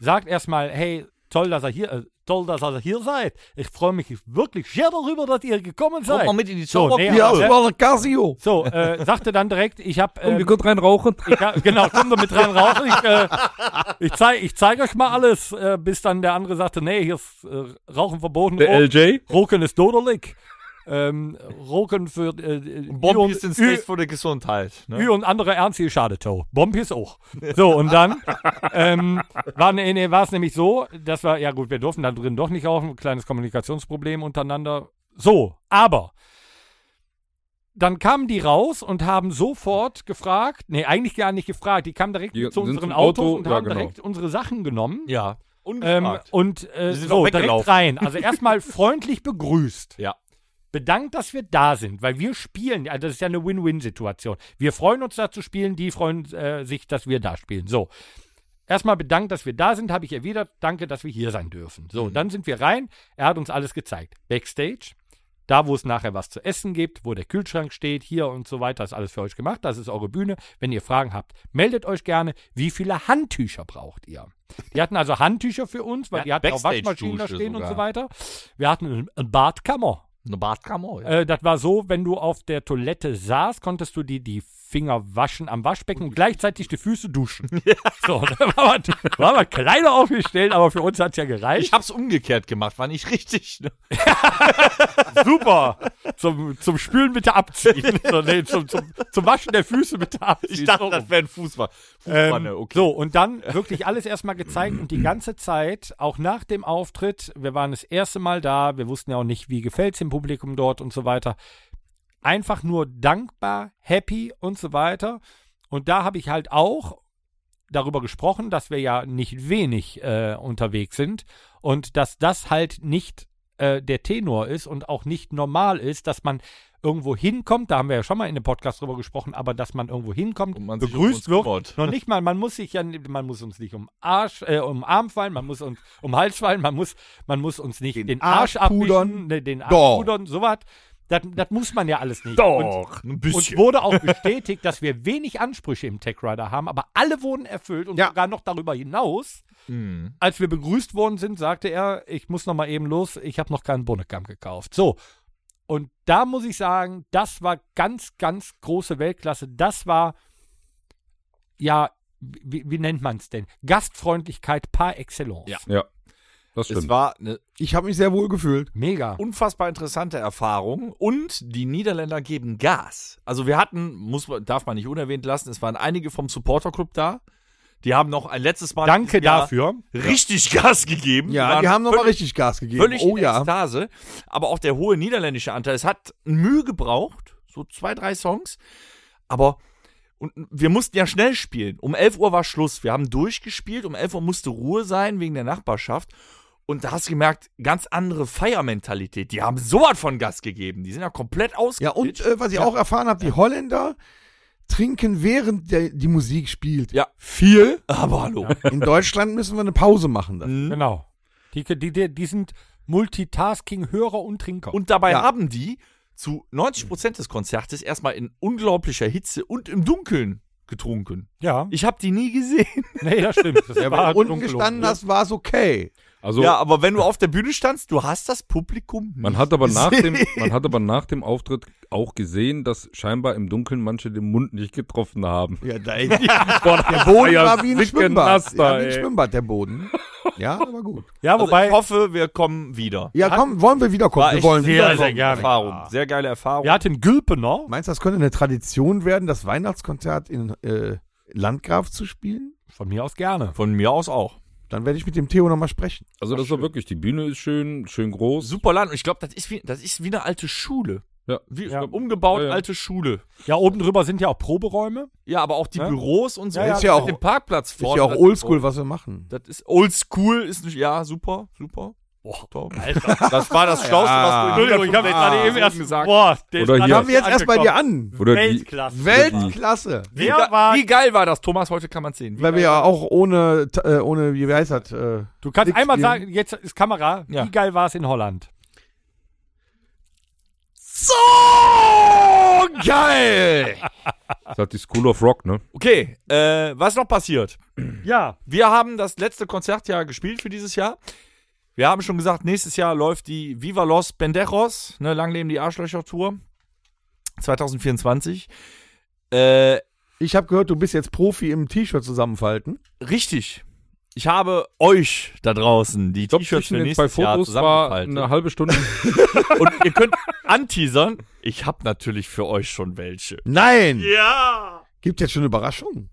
E: sagt erstmal, hey, toll, dass ihr hier, äh, toll, dass ihr hier seid. Ich freue mich wirklich sehr darüber, dass ihr gekommen
B: Kommt
E: seid.
B: mal mit in die
E: So, nee,
B: Zauberkugel.
C: Ja,
E: aber-
C: es war ein Casio.
E: So, äh, sagte dann direkt, ich habe
B: Um
E: ähm,
D: könnt rein rauchen.
E: ich hab, genau, komm doch mit rein raus. Ich, äh, ich zeige ich zeig euch mal alles, äh, bis dann der andere sagte, nee, hier ist äh, Rauchen verboten.
D: Der
E: Ro-
D: LJ?
E: Roken ist doderlich. Ähm, Roken für äh, äh,
B: Bomben
E: Ü-
B: ist
E: Ü-
B: für die Gesundheit. Ne?
E: Ü und andere ernst geschadet, Toe. Bomb ist auch. So, und dann ähm, war nee, nee, war es nämlich so, das war, ja gut, wir durften da drin doch nicht rauchen, kleines Kommunikationsproblem untereinander. So, aber dann kamen die raus und haben sofort gefragt, nee, eigentlich gar nicht gefragt, die kamen direkt
D: Die
E: zu
D: sind
E: unseren
D: zum
E: Autos
D: Auto,
E: und
D: ja,
E: haben
D: genau.
E: direkt unsere Sachen genommen.
B: Ja.
E: Ähm,
B: Ungefragt.
E: und äh,
B: Sie sind
E: so
B: auch
E: direkt
B: weggelaufen.
E: rein. Also erstmal freundlich begrüßt.
B: Ja.
E: Bedankt, dass wir da sind, weil wir spielen. Also das ist ja eine Win-Win-Situation. Wir freuen uns, da zu spielen. Die freuen äh, sich, dass wir da spielen. So. Erstmal bedankt, dass wir da sind, habe ich erwidert. Danke, dass wir hier sein dürfen. So,
B: Mhm.
E: dann sind wir rein. Er hat uns alles gezeigt. Backstage, da, wo es nachher was zu essen gibt, wo der Kühlschrank steht, hier und so weiter, ist alles für euch gemacht. Das ist eure Bühne. Wenn ihr Fragen habt, meldet euch gerne. Wie viele Handtücher braucht ihr? Die hatten also Handtücher für uns, weil
B: Ja,
E: die hatten auch
B: Backstage-Dusche
E: Waschmaschinen da stehen und
B: sogar.
E: so weiter. Wir hatten eine Badkammer.
B: Eine Badkammer. Ja.
E: Äh, das war so, wenn du auf der Toilette saßt, konntest du dir die Finger waschen am Waschbecken und gleichzeitig die Füße duschen. So, da war man, war man kleiner aufgestellt, aber für uns hat es ja
B: Ich
E: gereicht.
B: hab's umgekehrt gemacht, war nicht richtig. Ne?
E: Super. Zum, zum Spülen bitte abziehen. so, nee, zum, zum, zum Waschen der Füße bitte abziehen. So rum.
B: wäre ein Fußball.
E: Ähm,
B: Fußball, okay.
E: So, und dann wirklich alles erstmal gezeigt und die ganze Zeit, auch nach dem Auftritt, wir waren das erste Mal da, wir wussten ja auch nicht, wie gefällt es dem Publikum dort und so weiter. Einfach nur dankbar, happy und so weiter. Und da habe ich halt auch darüber gesprochen, dass wir ja nicht wenig äh, unterwegs sind und dass das halt nicht äh, der Tenor ist und auch nicht normal ist, dass man irgendwo hinkommt, da haben wir ja schon mal in dem Podcast drüber gesprochen, aber dass man irgendwo hinkommt,
B: Und man sich
E: begrüßt
B: um
E: wird,
B: uns kümmert.
E: noch nicht mal, man muss sich ja, man muss uns nicht um Arsch, äh, um Arm fallen, man muss uns um Hals fallen, man muss, man muss uns nicht den, Arsch,
C: Arsch pudern.
E: abwischen, ne, den Arsch
C: Doch.
E: pudern, sowas. Das, das muss man ja alles nicht. Und
B: Doch, ein
E: uns
B: bisschen.
E: wurde auch bestätigt, dass wir wenig Ansprüche im Tech Rider haben, aber alle wurden erfüllt und
C: Ja.
E: sogar noch darüber hinaus.
B: Hm.
E: Als wir begrüßt worden sind, sagte er, ich muss noch mal eben los, ich habe noch keinen Bonnekamp gekauft. So. Und da muss ich sagen, das war ganz, ganz große Weltklasse. Das war, ja, wie, wie nennt man es denn? Gastfreundlichkeit par excellence.
B: Ja.
D: Ja, das
B: es
D: stimmt.
B: war eine
C: Ich habe mich sehr wohl gefühlt.
E: Mega.
B: unfassbar interessante Erfahrung und die Niederländer geben Gas. Also wir hatten, muss man, darf man nicht unerwähnt lassen, es waren einige vom Supporter Club da. Die haben noch ein letztes Mal
E: Danke
B: dieses Jahr
E: dafür.
B: richtig Gas gegeben.
C: Ja,
B: waren
C: die haben nochmal
B: völlig-
C: richtig Gas gegeben.
B: völlig
C: oh
B: in
C: ja.
B: Ekstase. Aber auch der hohe niederländische Anteil. Es hat Mühe gebraucht, so zwei, drei Songs. Aber und wir mussten ja schnell spielen. Um 11 Uhr war Schluss. Wir haben durchgespielt. Um 11 Uhr musste Ruhe sein wegen der Nachbarschaft. Und da hast du gemerkt, ganz andere Feiermentalität. Die haben sowas von Gas gegeben. Die sind ja komplett aus.
C: Ja, und äh, was ich auch erfahren habe, die Holländer trinken während der, die Musik spielt.
B: Ja.
C: äh, Viel.
B: aber hallo.
C: In Deutschland müssen wir eine Pause machen. Dann.
B: Mhm.
E: Genau. Die, die, die, die sind Multitasking-Hörer und Trinker.
B: Und dabei
C: Ja.
B: haben die zu 90 Prozent des Konzertes erstmal in unglaublicher Hitze und im Dunkeln getrunken.
E: ja.
B: Ich habe die nie gesehen.
E: Nee, das stimmt. Das halt
C: Ja, wenn du unten
E: dunkel
C: gestanden
E: und-
C: hast, war es okay.
D: Also,
B: Ja, aber wenn du auf der Bühne standst, du hast das Publikum.
D: man,
B: nicht
D: hat aber nach
B: gesehen.
D: dem, man hat aber nach dem Auftritt auch gesehen, dass scheinbar im Dunkeln manche den Mund nicht getroffen haben.
C: Ja, da,
D: Boah, der
C: Boden war wie ein Schwimmbad.
D: Nass da,
C: ja, wie ein
D: ey.
C: Schwimmbad, der Boden. Ja, das war gut.
E: Ja,
B: Also
E: wobei.
B: ich hoffe, wir kommen wieder.
C: Ja, komm, wollen wir wiederkommen? Wir wollen
B: sehr, sehr
C: wiederkommen.
B: gerne. Erfahrung. Sehr geile Erfahrung.
E: wir hatten Gülpener.
C: Meinst du, das könnte eine Tradition werden, das Weihnachtskonzert in äh, Landgraf zu spielen?
E: Von mir aus gerne.
B: Von mir aus auch.
C: Dann werde ich mit dem Theo nochmal sprechen.
D: Also das war wirklich, die Bühne ist schön, schön groß.
B: Super Land. Und ich glaube, das ist, wie, das ist wie eine alte Schule.
D: Ja.
B: Wie,
E: Ja.
B: Umgebaut,
D: Ja, ja.
B: alte Schule.
E: Ja, oben drüber sind ja auch Proberäume.
B: Ja, aber auch die
E: Ja.
B: Büros und so.
E: Ja, ja,
C: ist ja
B: mit
C: auch-
B: dem Parkplatz
C: Ist
B: vorne.
C: ja auch
B: Das-
C: oldschool, was wir machen.
B: Das ist oldschool, ist nicht. Ja, super, super. Boah, top. Das war das Schlauste, was du in Ah,
E: Entschuldigung, ich habe gerade eben erst gesagt. Boah, den
D: Oder hier.
C: Fangen wir jetzt erst bei dir an.
D: Oder die,
E: Weltklasse.
C: Weltklasse.
B: Wie,
E: Wer
B: ge-
E: war-
B: wie geil war das, Thomas? Heute kann man sehen. Wie
C: Weil wir ja auch ohne, t- äh, ohne wie heißt das? Äh,
E: Du kannst
C: Nix
E: einmal
C: gegen-
E: sagen, jetzt ist Kamera,
B: Ja.
E: wie geil war es in Holland?
B: so geil!
D: das hat die School of Rock, ne?
B: Okay, äh, was noch passiert?
E: Ja.
B: Wir haben das letzte Konzert ja gespielt für dieses Jahr. Wir haben schon gesagt, nächstes Jahr läuft die Viva Los Pendejos, ne, lang leben die Arschlöcher-Tour 2024. Äh,
C: ich habe gehört, du bist jetzt Profi im T-Shirt zusammenfalten.
B: richtig. Ich habe euch da draußen die T-Shirts für
D: den zwei
B: nächstes Jahr
D: Fotos war
B: zusammengefaltet.
D: eine halbe Stunde.
B: Und ihr könnt anteasern, ich habe natürlich für euch schon welche.
C: Nein! Ja! Gibt jetzt schon Überraschungen.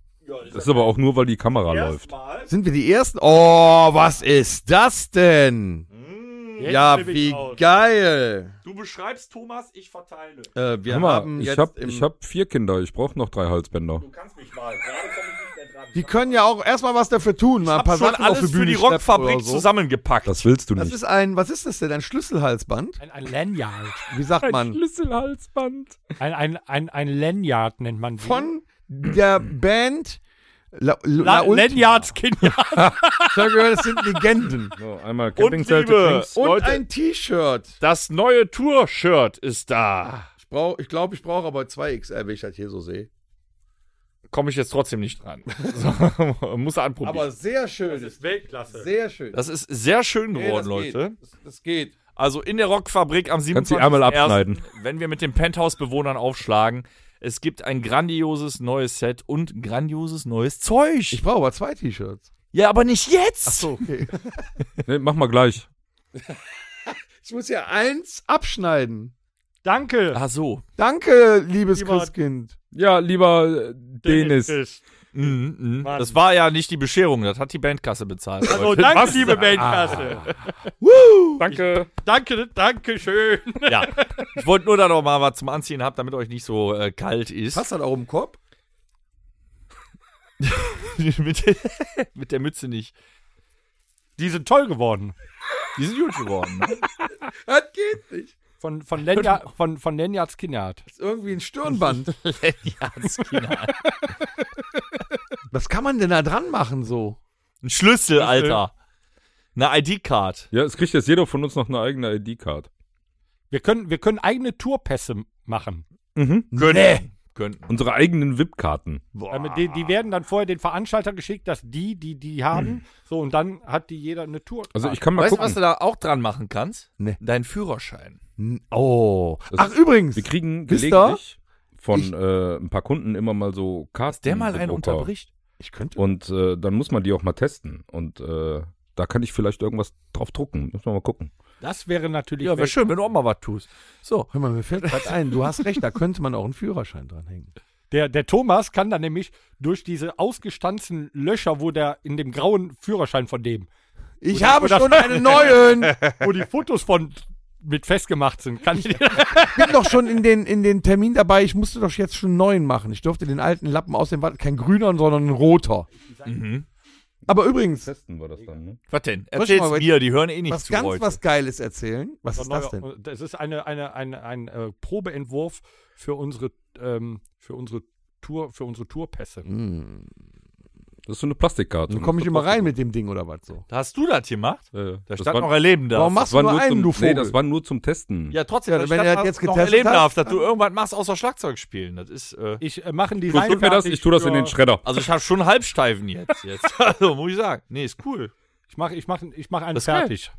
D: Das ist aber auch nur, weil die Kamera läuft.
C: Sind wir die Ersten? Oh, was ist das denn?
B: Hm,
C: ja, wie geil.
B: Du beschreibst Thomas, ich verteile.
C: Äh, wir
D: Hör mal,
C: haben
D: ich
C: jetzt
D: habe
C: im-
D: hab vier Kinder, ich brauche noch drei Halsbänder.
B: Du kannst mich mal. Gerade komme ich nicht mehr dran.
C: die können ja auch erstmal was dafür tun. Mal ein
B: hab
C: paar
B: schon
C: Sachen auf die
B: alles
C: Bühne
B: für die
C: schleppen oder
B: Rockfabrik
C: so.
B: zusammengepackt.
D: Das willst du
C: Das
D: nicht.
C: ist ein, was ist das denn? Ein Schlüsselhalsband?
E: Ein, ein Lanyard.
C: Wie sagt man?
D: Schlüsselhalsband.
E: Ein, ein, ein, ein Lanyard nennt man die.
C: Von der Band La,
E: La
C: La, La Ultima.
E: Lanyards Kinder.
C: Ich habe gehört, das sind Legenden.
D: So, einmal
B: Und
D: Campingzelte
B: liebe-
E: Oh,
D: links.
C: Und
B: Leute.
C: ein T-Shirt.
B: Das neue Tour-Shirt ist da.
C: Ich glaube, ich, glaub, ich brauche aber 2XL, wenn ich das hier so sehe.
B: Komme ich jetzt trotzdem nicht dran. So, muss er anprobieren.
C: Aber sehr schön. Das ist
E: Weltklasse.
C: sehr schön.
B: das ist sehr schön
C: Nee,
B: geworden,
C: das geht.
B: Leute.
C: Das, das geht.
B: Also in der Rockfabrik am 27.
D: Kannst die Ärmel abschneiden.
B: Wenn wir mit den Penthouse-Bewohnern aufschlagen, es gibt ein grandioses neues Set und grandioses neues Zeug.
C: Ich brauche aber zwei T-Shirts.
B: ja, aber nicht jetzt. Ach so.
C: Okay.
D: Nee, mach mal gleich.
C: Ich muss ja eins abschneiden.
E: Danke.
B: Ach so.
C: Danke, liebes
E: Lieber-
C: Christkind.
D: Ja, lieber äh, Dennis.
B: Mhm, mhm.
E: Mann.
B: Das war ja nicht die Bescherung, das hat die Bandkasse bezahlt.
E: Also danke, liebe Bandkasse.
C: Woo!
B: danke.
E: Danke, danke schön.
B: Ja, ich wollte nur da noch mal was zum Anziehen habt, damit euch nicht so äh, kalt ist.
C: Passt das auch im Kopf?
B: mit, mit der Mütze nicht.
E: Die sind toll geworden.
B: Die sind gut geworden. ne?
C: Das geht nicht.
E: Von, von, Lanyard, von, von Lanyards Kinnard.
C: Das ist irgendwie ein Stirnband.
B: ja, das Kind hat-
C: Was kann man denn da dran machen so?
B: Ein Schlüssel, Alter. Eine ID-Card.
D: Ja, es kriegt jetzt jeder von uns noch eine eigene ID-Card.
E: Wir können, wir können eigene Tourpässe machen.
B: Könnten. Könnten.
D: Unsere eigenen VIP-Karten.
E: Ähm, die, die werden dann vorher den Veranstalter geschickt, dass die, die die haben, so und dann hat die jeder eine Tour.
D: Also ich kann mal
B: Weißt du, was du
D: gucken.
B: da auch dran machen kannst?
C: Nee.
B: Dein Führerschein.
C: Oh.
D: Das
C: Ach
D: ist-
C: übrigens.
D: Wir kriegen
C: Wisst ihr?
D: gelegentlich von äh, ein paar Kunden immer mal so Karten.
C: Hm,
B: Der mal einen unterbricht.
C: Ich könnte.
D: Und äh, dann muss man die auch mal testen. Und äh, da kann ich vielleicht irgendwas drauf drucken. Müssen wir mal gucken.
E: das wäre natürlich.
B: Ja, wäre schön, wenn du auch mal was tust. So.
C: Hör mal, mir fällt was ein. Du hast recht, da könnte man auch einen Führerschein dranhängen.
E: Der, der Thomas kann dann nämlich durch diese ausgestanzten Löcher, wo der in dem grauen Führerschein von dem,
C: Ich habe schon einen neuen. Ich
E: wo die Fotos von mit festgemacht sind, kann ich
C: bin doch schon in den, in den Termin dabei. Ich musste doch jetzt schon einen neuen machen. Ich durfte den alten Lappen aus dem Watt, kein grüner, sondern ein roter.
B: Mhm.
C: Aber übrigens,
D: Testen wir das dann, ne?
B: Was denn?
C: Soll ich
B: Erzähl's
C: mal was-
B: mir, die hören eh nicht
C: was
B: zu
C: ganz
B: heute.
C: was Geiles erzählen. Was ist das denn?
E: Das ist eine, eine, ein, ein äh, Probeentwurf für unsere, ähm, für unsere Tour, für unsere Tourpässe.
D: Das ist so eine Plastikkarte.
C: Dann komme ich immer rein mit dem Ding oder was so.
B: Hast du das gemacht?
D: Äh,
B: Da
D: das
B: stand
D: war-
B: noch erleben darf.
C: Warum
D: das
C: machst du
D: war
C: nur
D: nur
C: einen,
D: zum,
C: du Vogel?
D: Nee, das war nur zum Testen.
B: Ja, trotzdem.
C: Ja,
B: da
C: wenn
B: stand
C: er
B: noch-
C: jetzt
B: noch
C: getestet
B: erleben
C: hat,
B: darf, dass
C: dann-
B: du irgendwas machst außer Schlagzeug spielen. Das ist. Äh,
E: Ich äh, mache ein
D: Du
E: Design.
D: tut mir das,
E: fertig
D: ich tue das in
E: für-
D: den Schredder.
B: also ich habe schon Halbsteifen jetzt. jetzt. Also muss ich sagen. Nee, ist cool.
E: Ich mache ich mach, ich mach einen
B: Das ist geil.
E: fertig.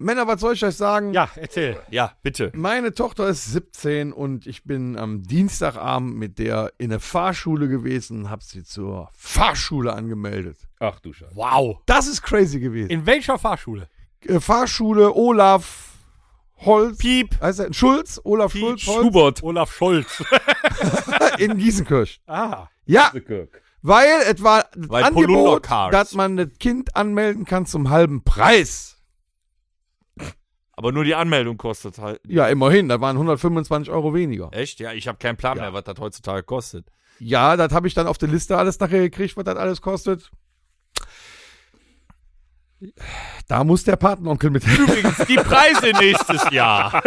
C: Männer, was soll ich euch sagen?
E: Ja, erzähl.
B: Ja, bitte.
C: Meine Tochter ist 17 und ich bin am Dienstagabend mit der in der Fahrschule gewesen, habe sie zur Fahrschule angemeldet.
D: Ach du Scheiße.
E: Wow.
C: Das ist crazy gewesen.
E: In welcher Fahrschule?
C: äh, Fahrschule Olaf Holz.
B: Piep.
C: Heißt er, Schulz, Olaf Schulz, Holz
D: Schubert.
E: Olaf Scholz.
C: in Gießenkirch.
E: ah.
C: Ja, Weil es war das
B: Weil
C: Angebot,
B: Polundercards.
C: dass man das Kind anmelden kann zum halben Preis.
B: Aber nur die Anmeldung kostet halt.
C: Ja, immerhin, da waren 125 Euro weniger.
B: Echt? Ja, ich habe keinen Plan mehr, was das heutzutage kostet.
C: Ja, das habe ich dann auf der Liste alles nachher gekriegt, was das alles kostet. Da muss der Patenonkel mit.
B: Übrigens, die Preise nächstes Jahr.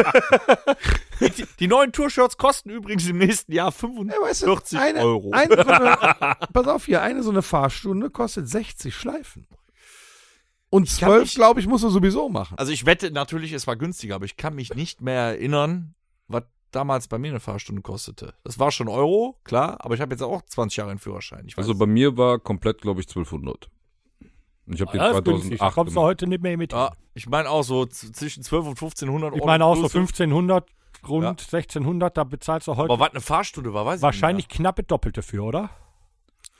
B: die, die neuen Tour-Shirts kosten übrigens im nächsten Jahr
C: Ja, weißt du,
B: 45
C: eine,
B: Euro.
C: Eine, so eine, pass auf hier, eine so eine Fahrstunde kostet 60 Schleifen. Und
B: kann
C: 12,
B: mich-
C: glaube ich, musst du sowieso machen.
B: also ich wette natürlich, es war günstiger, aber ich kann mich nicht mehr erinnern, was damals bei mir eine Fahrstunde kostete. Das war schon Euro, klar, aber ich habe jetzt auch 20 Jahre einen Führerschein. Ich weiß.
D: Also bei mir war komplett, glaube ich, 1200. Und ich habe den
E: Das ist günstig. Da
D: 2008
E: kommst du
D: gemacht.
E: heute nicht mehr mit.
D: Ah,
B: ja, Ah, ich meine auch so z- zwischen 12 und 1500
E: ich meine auch so
B: plus.
E: 1500, rund
B: Ja.
E: 1600, da bezahlst du heute
B: Aber was eine Fahrstunde war, weiß ich
E: wahrscheinlich
B: nicht.
E: knappe Doppelte für, oder?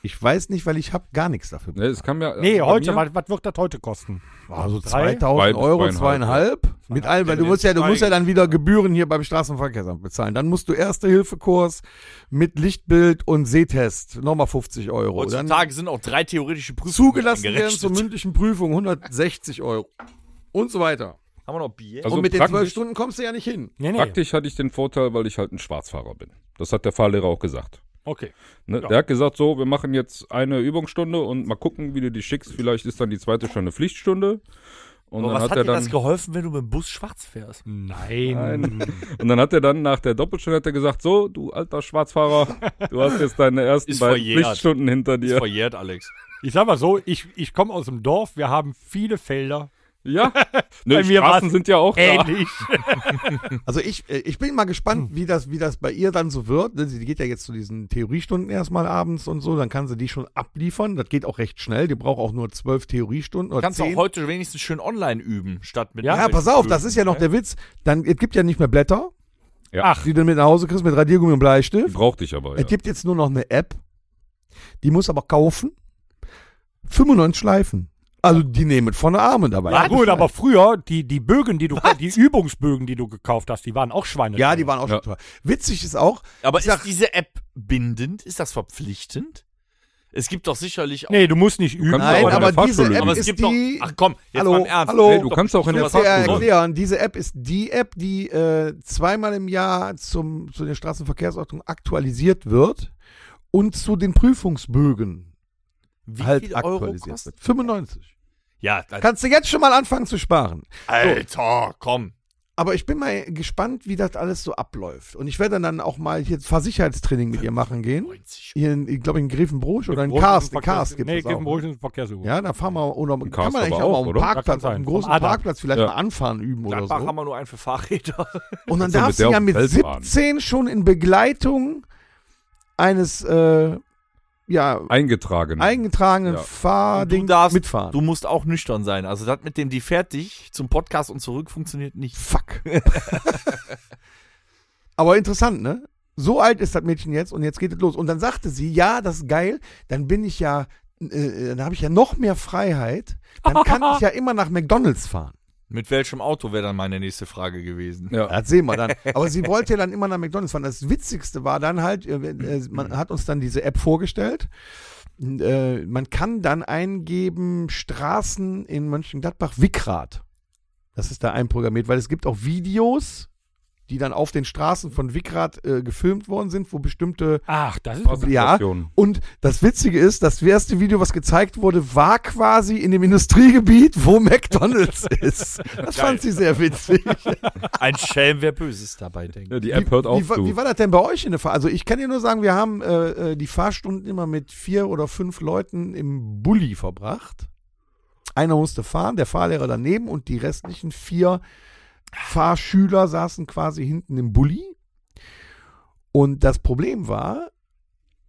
C: Ich weiß nicht, weil ich habe gar nichts dafür.
D: Ne, es kam ja,
E: Nee,
D: bei
E: heute,
D: mir- Also
E: was, was wird das heute kosten?
C: War so
E: Drei?
C: 2000 Euro,
D: Beiden- zweieinhalb,
C: zweieinhalb. Mit allem, weil du musst ja, du musst ja dann wieder Gebühren hier beim Straßenverkehrsamt bezahlen. Dann musst du Erste-Hilfe-Kurs mit Lichtbild und Sehtest. Nochmal 50
B: mehr.
C: Euro. Dann
B: Heutzutage sind auch drei theoretische Prüfungen
C: zugelassen werden
B: gerechnet.
C: zur mündlichen Prüfung 160 Euro. Und so weiter.
B: Haben wir noch Bier?
D: Also
C: und mit den
D: praktisch-
C: 12 Stunden kommst du ja nicht hin.
E: Nee,
D: Praktisch hatte ich den Vorteil, weil ich halt ein Schwarzfahrer bin. Das hat der Fahrlehrer auch gesagt.
E: Okay.
D: Ne? Der hat gesagt, so, wir machen jetzt eine Übungsstunde und mal gucken, wie du die schickst. Vielleicht ist dann die zweite schon eine Pflichtstunde. Und dann
B: Aber was
D: hat,
B: hat
D: er
B: dir
D: dann,
B: das geholfen, wenn du mit dem Bus schwarz fährst?
E: Nein.
D: und dann hat er dann nach der Doppelstunde hat er gesagt, so, du alter Schwarzfahrer, du hast jetzt deine ersten
B: Ist
D: beiden
B: verjährt.
D: Pflichtstunden hinter
B: Ist
D: dir.
B: verjährt, Alex.
E: Ich sag mal so, ich, ich komme aus dem Dorf, wir haben viele Felder.
D: Ja, ne,
E: Bei mir
D: Straßen
E: war's
D: sind ja auch da.
E: Ähnlich.
C: Also ich, äh, ich bin mal
B: Hm.
C: gespannt, wie das, wie das bei ihr dann so wird. Ne, Sie geht ja jetzt zu diesen Theoriestunden erstmal abends und so, dann kann sie die schon abliefern. Das geht auch recht schnell. Die braucht auch nur zwölf Theoriestunden oder
B: Kannst du auch
C: zehn.
B: heute wenigstens schön online üben, statt mit.
E: Ja,
C: Ja, pass auf, das ist ja noch der Witz. Dann, es gibt ja nicht mehr Blätter,
D: Ja.
C: die du mit nach Hause kriegst mit Radiergummi und Bleistift.
D: Brauchte ich aber. Ja.
C: Es gibt jetzt nur noch eine App. Die muss aber kaufen. 95 Schleifen. Also die nehmen vorne Arme dabei.
E: Ja, gut, aber früher, die, die Bögen, die du, die Übungsbögen, die du gekauft hast, die waren auch Schweine.
C: Ja, die waren auch schon
D: Ja.
C: teuer. Witzig ist auch,
B: Aber
C: Ich
B: ist
C: sag-
B: diese App bindend? Ist das verpflichtend? Es gibt doch sicherlich auch.
E: Nee, du musst nicht üben.
D: kannst
C: nein,
D: auch in
C: aber
D: der
C: diese
D: Fahrschule
C: App
D: üben.
B: aber es
C: ist
B: gibt
C: die...
B: doch. Ach komm, jetzt
C: Hallo,
B: mal im Ernst.
C: hallo.
D: Nee, du kannst auch in der
C: Ich muss dir
D: Fahrschule.
C: erklären, diese App ist die App, die äh, zweimal im Jahr zum, zu den Straßenverkehrsordnungen aktualisiert wird und zu den Prüfungsbögen
B: Wie
C: halt
B: viel Euro
C: aktualisiert
B: kostet-
C: wird. 95.
B: Ja, das,
C: Kannst du jetzt schon mal anfangen zu sparen. Oh,
B: Alter, komm.
C: Aber ich bin mal gespannt, wie das alles so abläuft. Und ich werde dann auch mal hier Fahrsicherheitstraining mit ihr machen gehen.
B: 90.
C: Hier in, ich glaube, in Grevenbroich oder in
E: Großen
C: Karst. In
E: Verkehrs-
C: Karst gibt
E: Nee,
C: es auch. ne?
E: Griffenbruch ist ein Verkehrsübung.
C: Ja, da fahren wir, oder kann
D: Karst
C: man eigentlich
D: aber
C: auch mal
D: auch,
C: auf einem
D: oder?
E: Ja, kann
C: Parkplatz, auf
E: sein.
C: einem großen
E: Am Adam.
C: Parkplatz vielleicht
D: Ja.
C: mal anfahren üben oder
B: Gladbach
C: so.
B: haben wir nur einen für Fahrräder.
C: Und dann
D: Kannst du
C: darfst du
D: Also mit der
C: ja
D: auf
C: mit
D: den Feld fahren.
C: 17 schon in Begleitung eines, äh, ja,
D: Eingetragen.
C: eingetragenen
D: Hm. Ja.
C: Fahrding
B: Du darfst-
C: mitfahren.
B: Du musst auch nüchtern sein. Also das mit dem die fertig zum Podcast und zurück funktioniert nicht.
C: Fuck. Aber interessant, ne? So alt ist das Mädchen jetzt und jetzt geht es los. Und dann sagte sie, ja, das ist geil, dann bin ich ja, äh, dann habe ich ja noch mehr Freiheit, dann kann ich ja immer nach McDonalds fahren.
B: Mit welchem Auto wäre dann meine nächste Frage gewesen?
D: Ja.
C: Das sehen wir dann. Aber sie wollte ja dann immer nach McDonalds fahren. Das Witzigste war dann halt, äh, äh, man hat uns dann diese App vorgestellt. Und, äh, man kann dann eingeben Straßen in Mönchengladbach, Wickrad. Das ist da einprogrammiert, weil es gibt auch Videos, die dann auf den Straßen von Wickrad äh, gefilmt worden sind, wo bestimmte
E: Ach, das ist.
C: ja,
D: Situation.
C: und das Witzige ist, das erste Video, was gezeigt wurde, war quasi in dem Industriegebiet, wo McDonalds ist. Das fand sie sehr witzig.
B: Ein Schelm, wer Böses dabei denkt.
D: Ja, die App hört auf,
C: wie, wa-
D: du.
C: wie war das denn bei euch in der Fahr Also ich kann dir nur sagen, wir haben äh, äh, die Fahrstunden immer mit vier oder fünf Leuten im Bulli verbracht. Einer musste fahren, der Fahrlehrer daneben und die restlichen vier Fahrschüler saßen quasi hinten im Bulli. Und das Problem war,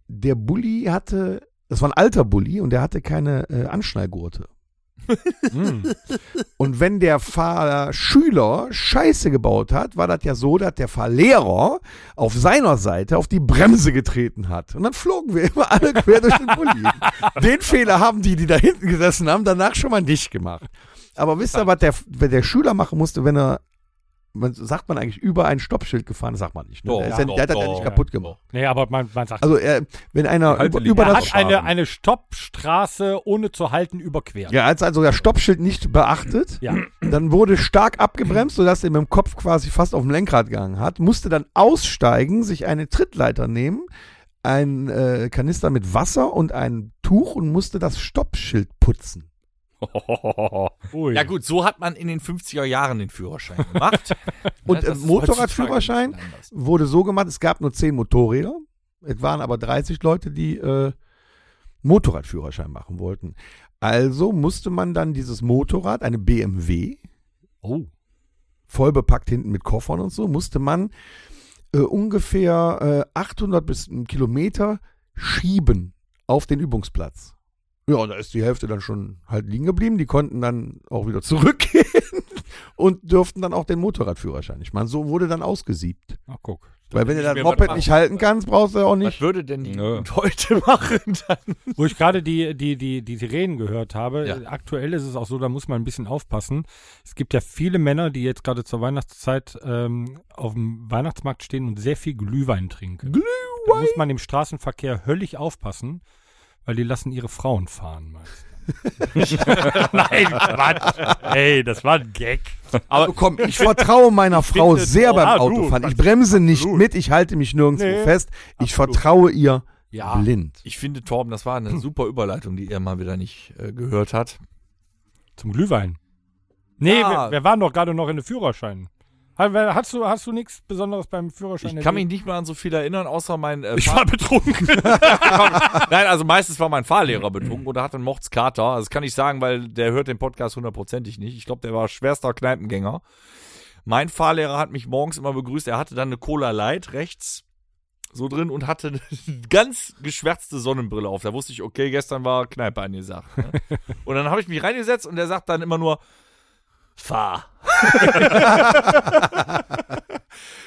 C: der Bulli hatte, das war ein alter Bulli und der hatte keine äh, Anschnallgurte.
E: hm.
C: Und wenn der Fahrschüler Scheiße gebaut hat, war das ja so, dass der Fahrlehrer auf seiner Seite auf die Bremse getreten hat. Und dann flogen wir immer alle quer durch den Bulli. Den Fehler haben die, die da hinten gesessen haben, danach schon mal nicht gemacht. Aber wisst ihr, was der, was der Schüler machen musste, wenn er man, sagt man eigentlich über ein Stoppschild gefahren? Das sagt man nicht. Ne?
B: Doch,
C: der, ist
B: ja,
C: ja, der hat das ja
B: doch,
C: nicht
B: doch. Halt
C: kaputt gemacht.
E: Nee, aber man, man sagt,
C: Also er, wenn einer
D: Halte
C: über, über
D: lieber.
E: er
C: das
E: hat eine,
D: Schaden.
E: eine Stoppstraße ohne zu halten überquert.
C: Ja, als also das Stoppschild nicht beachtet,
E: Ja.
C: dann wurde stark abgebremst, sodass er mit dem Kopf quasi fast auf dem Lenkrad gegangen hat, musste dann aussteigen, sich eine Trittleiter nehmen, einen äh, Kanister mit Wasser und ein Tuch und musste das Stoppschild putzen.
E: Ui.
B: Ja gut, so hat man in den 50er Jahren den Führerschein gemacht.
C: Und
B: das
C: äh,
B: ist
C: Motorradführerschein
B: heutzutage nicht anders.
C: wurde so gemacht, es gab nur 10 Motorräder, es waren aber 30 Leute, die äh, Motorradführerschein machen wollten. Also musste man dann dieses Motorrad, eine BMW,
E: Oh.
C: voll bepackt hinten mit Koffern und so, musste man äh, ungefähr äh, 800 bis einen Kilometer schieben auf den Übungsplatz. Ja, und da ist die Hälfte dann schon halt liegen geblieben. Die konnten dann auch wieder zurückgehen und dürften dann auch den Motorradführerschein. Ich meine, so wurde dann ausgesiebt.
E: Ach, guck.
C: Weil wenn du
B: mehr
C: das
B: was
C: Moped
B: machen.
C: nicht halten kannst, brauchst du ja auch
B: Was
C: nicht.
B: würde denn die
D: Nö.
B: Jugend heute machen? Dann?
E: Wo ich gerade die, die, die, die Sirenen gehört habe,
B: Ja.
E: äh, aktuell ist es auch so, da muss man ein bisschen aufpassen. Es gibt ja viele Männer, die jetzt gerade zur Weihnachtszeit ähm, auf dem Weihnachtsmarkt stehen und sehr viel Glühwein trinken. Da muss man im Straßenverkehr höllisch aufpassen, weil die lassen ihre Frauen fahren meist. Nein, Quatsch. Ey, das war ein Gag.
C: Also komm, ich vertraue meiner Frau
B: finde-
C: sehr beim
B: Ah, du,
C: Autofahren. Ich bremse nicht mit, ich halte mich nirgendwo
E: Nee.
C: fest. Ich vertraue ihr
E: Ja.
C: blind.
B: Ich finde, Torben, das war eine super Überleitung, die er mal wieder nicht äh, gehört hat.
E: Zum Glühwein. Nee,
B: Ah.
E: wir, wir waren doch gerade noch in den Führerschein. Ha- wer- Hast du, hast du nichts Besonderes beim Führerschein
B: Ich kann mich
E: erlebt?
B: nicht mehr an so viel erinnern, außer mein äh,
E: Ich
B: Fahr-
E: war betrunken.
B: Nein, also meistens war mein Fahrlehrer betrunken oder hat einen Mordskater. Also das kann ich sagen, weil der hört den Podcast hundertprozentig nicht. Ich glaube, der war schwerster Kneipengänger. Mein Fahrlehrer hat mich morgens immer begrüßt. Er hatte dann eine Cola Light rechts so drin und hatte eine ganz geschwärzte Sonnenbrille auf. Da wusste ich, okay, gestern war Kneipe angesagt. Ne? Und dann habe ich mich reingesetzt und der sagt dann immer nur, fahr.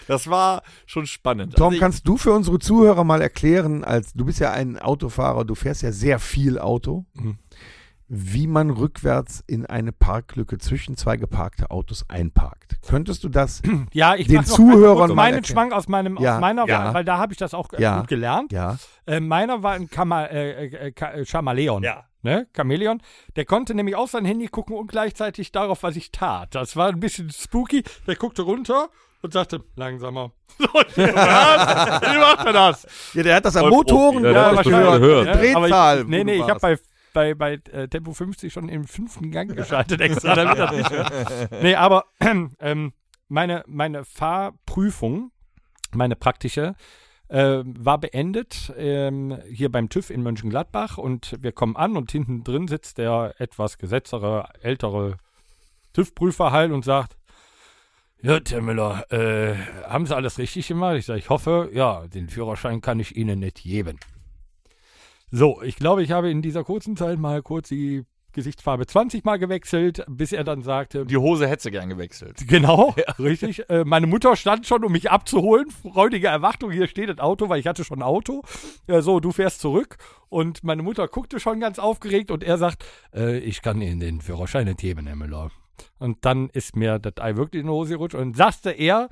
B: das war schon spannend.
C: Tom,
B: Also ich-
C: kannst du für unsere Zuhörer mal erklären, als du bist ja ein Autofahrer, du fährst ja sehr viel Auto,
E: Mhm.
C: wie man rückwärts in eine Parklücke zwischen zwei geparkte Autos einparkt. Könntest du das?
E: Ja, ich
C: Den
E: mach noch
C: Zuhörern
E: kurz
C: mal
E: meinen
C: erklären.
E: Schwank aus meinem
C: Ja,
E: aus meiner
C: ja.
E: war, weil da habe ich das auch äh,
C: Ja.
E: gut gelernt.
C: ja.
E: Äh, meiner war ein Chama äh, äh, Ka- äh, Chamaleon.
B: Ja.
E: Ne? Chamäleon. Der konnte nämlich auf sein Handy gucken und gleichzeitig darauf, was ich tat. Das war ein bisschen spooky. Der guckte runter und sagte, langsamer. So, was? Wie macht er das?
C: ja, der hat das am
B: Voll Profi.
C: Motoren
D: Ja, der hat das
C: gehört.
D: bestimmt gehört.
E: Ne? Aber
C: Drehzahl.
E: ich, nee,
C: wo
E: nee,
C: du
E: ich habe
C: warst.
E: bei, bei, bei äh, Tempo 50 schon im fünften Gang geschaltet extra, damit das nicht hört. Nee, aber ähm, meine, meine Fahrprüfung, meine praktische, äh, war beendet ähm, hier beim TÜV in Mönchengladbach und wir kommen an und hinten drin sitzt der etwas gesetztere, ältere TÜV-Prüfer halt und sagt, ja, Herr Müller, äh, haben Sie alles richtig gemacht? Ich sage, ich hoffe, ja, den Führerschein kann ich Ihnen nicht geben. So, ich glaube, ich habe in dieser kurzen Zeit mal kurz die Gesichtsfarbe 20 Mal gewechselt, bis er dann sagte,
B: die Hose hätte sie gern gewechselt.
E: Genau, richtig. Äh, meine Mutter stand schon, um mich abzuholen. Freudige Erwartung, hier steht das Auto, weil ich hatte schon ein Auto. Ja, so, du fährst zurück. Und meine Mutter guckte schon ganz aufgeregt und er sagt, äh, ich kann Ihnen den Führerschein nicht geben, Herr Müller. Und dann ist mir das Ei wirklich in die Hose gerutscht und sagte er,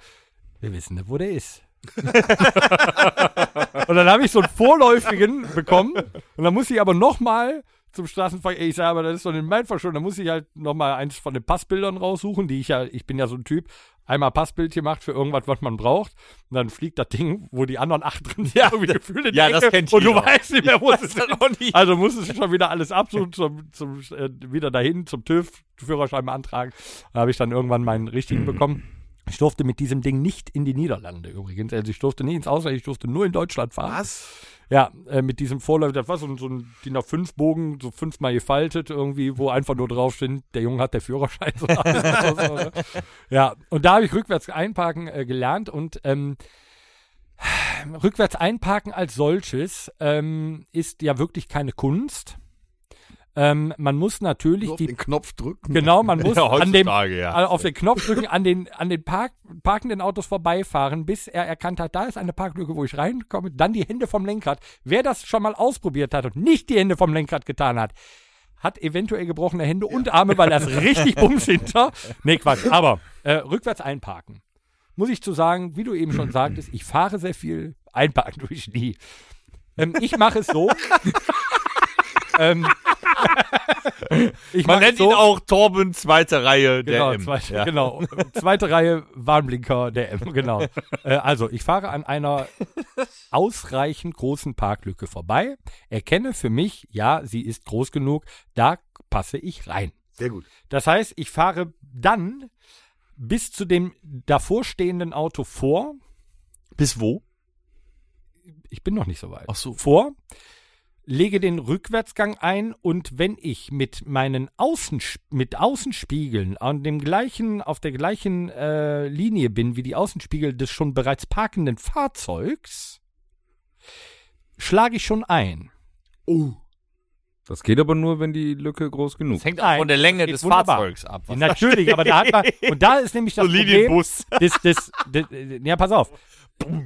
E: wir wissen nicht, wo der ist. und dann habe ich so einen vorläufigen bekommen und dann muss ich aber nochmal zum Straßenverkehr, ich sage aber, das ist doch in mein Verschulden, da muss ich halt nochmal eins von den Passbildern raussuchen, die ich ja, ich bin ja so ein Typ, einmal Passbild gemacht für irgendwas, was man braucht und dann fliegt das Ding, wo die anderen acht drin sind, ja, irgendwie gefühlt in die
B: ja, das
E: Ecke
B: kennt
E: und du
B: jeder.
E: weißt nicht mehr, wo es ist.
B: auch nicht.
E: Also muss es schon wieder alles absuchen, zum, zum, äh, wieder dahin, zum TÜV, Führerschein beantragen. Da habe ich dann irgendwann meinen richtigen bekommen. Ich durfte mit diesem Ding nicht in die Niederlande übrigens. Also ich durfte nicht ins Ausland, ich durfte nur in Deutschland fahren.
B: Was?
E: Ja, äh, mit diesem Vorläufer, das war so, ein- so ein DIN A5-Bogen, so fünfmal gefaltet irgendwie, wo einfach nur drauf steht, der Junge hat der Führerschein. So ja, und da habe ich rückwärts einparken äh, gelernt und ähm, rückwärts einparken als solches ähm, ist ja wirklich keine Kunst. Ähm, man muss natürlich
C: Auf
E: die
C: den Knopf drücken.
E: Genau, man muss an dem,
B: heutzutage, ja.
E: also auf den Knopf drücken, an den, an den Park, parkenden Autos vorbeifahren, bis er erkannt hat, da ist eine Parklücke, wo ich reinkomme, dann die Hände vom Lenkrad. Wer das schon mal ausprobiert hat und nicht die Hände vom Lenkrad getan hat, hat eventuell gebrochene Hände und Arme, weil er ist richtig bums hinter. Nee, Quatsch, aber äh, rückwärts einparken. muss ich zu sagen, wie du eben schon sagtest, ich fahre sehr viel, einparken tue ich nie. Ähm, ich mache es so. ähm, ich
B: Man
E: mache es
B: nennt ihn auch Torben zweite Reihe
E: Genau,
B: der M.
E: zweite,
B: ja.
E: genau. zweite Reihe Warnblinker der M, genau. äh, also, ich fahre an einer ausreichend großen Parklücke vorbei, erkenne für mich, ja, sie ist groß genug, da passe ich rein.
C: Sehr gut.
E: Das heißt, ich fahre dann bis zu dem davorstehenden Auto vor.
B: Bis wo?
E: Ich bin noch nicht so weit.
B: Ach so.
E: Vor, lege den Rückwärtsgang ein und wenn ich mit meinen Außens mit Außenspiegeln an dem gleichen, auf der gleichen äh, Linie bin wie die Außenspiegel des schon bereits parkenden Fahrzeugs, schlage ich schon ein.
D: Das geht aber nur, wenn die Lücke groß genug
B: Das hängt auch
E: Nein,
B: von der Länge
E: geht
B: des
E: wunderbar.
B: Fahrzeugs ab. was
E: Natürlich, aber da hat man, und da ist nämlich das
B: So
E: Problem,
B: Linienbus.
E: des, des, des, ja, pass auf.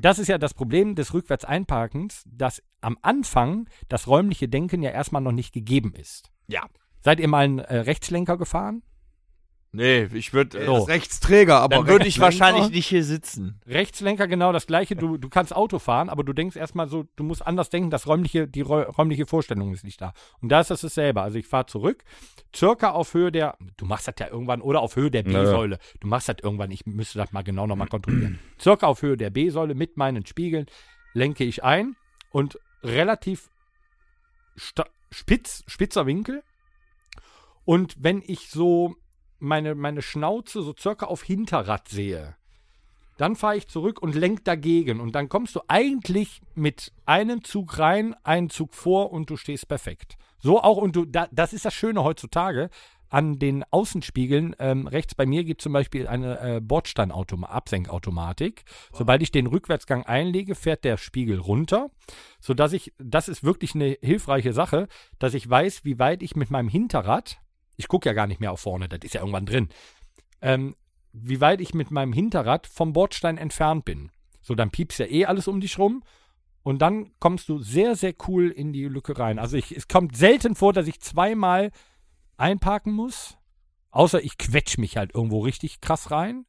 E: Das ist ja das Problem des rückwärts Einparkens, dass am Anfang das räumliche Denken ja erstmal noch nicht gegeben ist.
B: Ja.
E: Seid ihr mal einen äh, Rechtslenker gefahren?
B: Nee, ich äh, würde.
E: So.
C: Rechtsträger, aber
B: Dann würde ich
C: Rechtslenker?
B: wahrscheinlich nicht hier sitzen.
E: Rechtslenker genau das gleiche. Du, du kannst Auto fahren, aber du denkst erstmal so, du musst anders denken, das räumliche, die räu- räumliche Vorstellung ist nicht da. Und da ist das dasselbe. Also ich fahre zurück, circa auf Höhe der, du machst das ja irgendwann, oder auf Höhe der
D: Naja.
E: B-Säule. Du machst das irgendwann, ich müsste das mal genau nochmal kontrollieren. circa auf Höhe der B-Säule mit meinen Spiegeln lenke ich ein und relativ sta- spitz, spitzer Winkel. Und wenn ich so meine, meine Schnauze so circa auf Hinterrad sehe, dann fahre ich zurück und lenk dagegen. Und dann kommst du eigentlich mit einem Zug rein, einen Zug vor und du stehst perfekt. So auch, und du, da, das ist das Schöne heutzutage. An den Außenspiegeln, ähm, rechts bei mir gibt zum Beispiel eine äh, Bordsteinautomatik, Absenkautomatik. Sobald ich den Rückwärtsgang einlege, fährt der Spiegel runter, sodass ich, das ist wirklich eine hilfreiche Sache, dass ich weiß, wie weit ich mit meinem Hinterrad, ich gucke ja gar nicht mehr auf vorne, das ist ja irgendwann drin, ähm, wie weit ich mit meinem Hinterrad vom Bordstein entfernt bin. So, dann piepst ja eh alles um dich rum. Und dann kommst du sehr, sehr cool in die Lücke rein. Also ich, es kommt selten vor, dass ich zweimal einparken muss. Außer ich quetsch mich halt irgendwo richtig krass rein.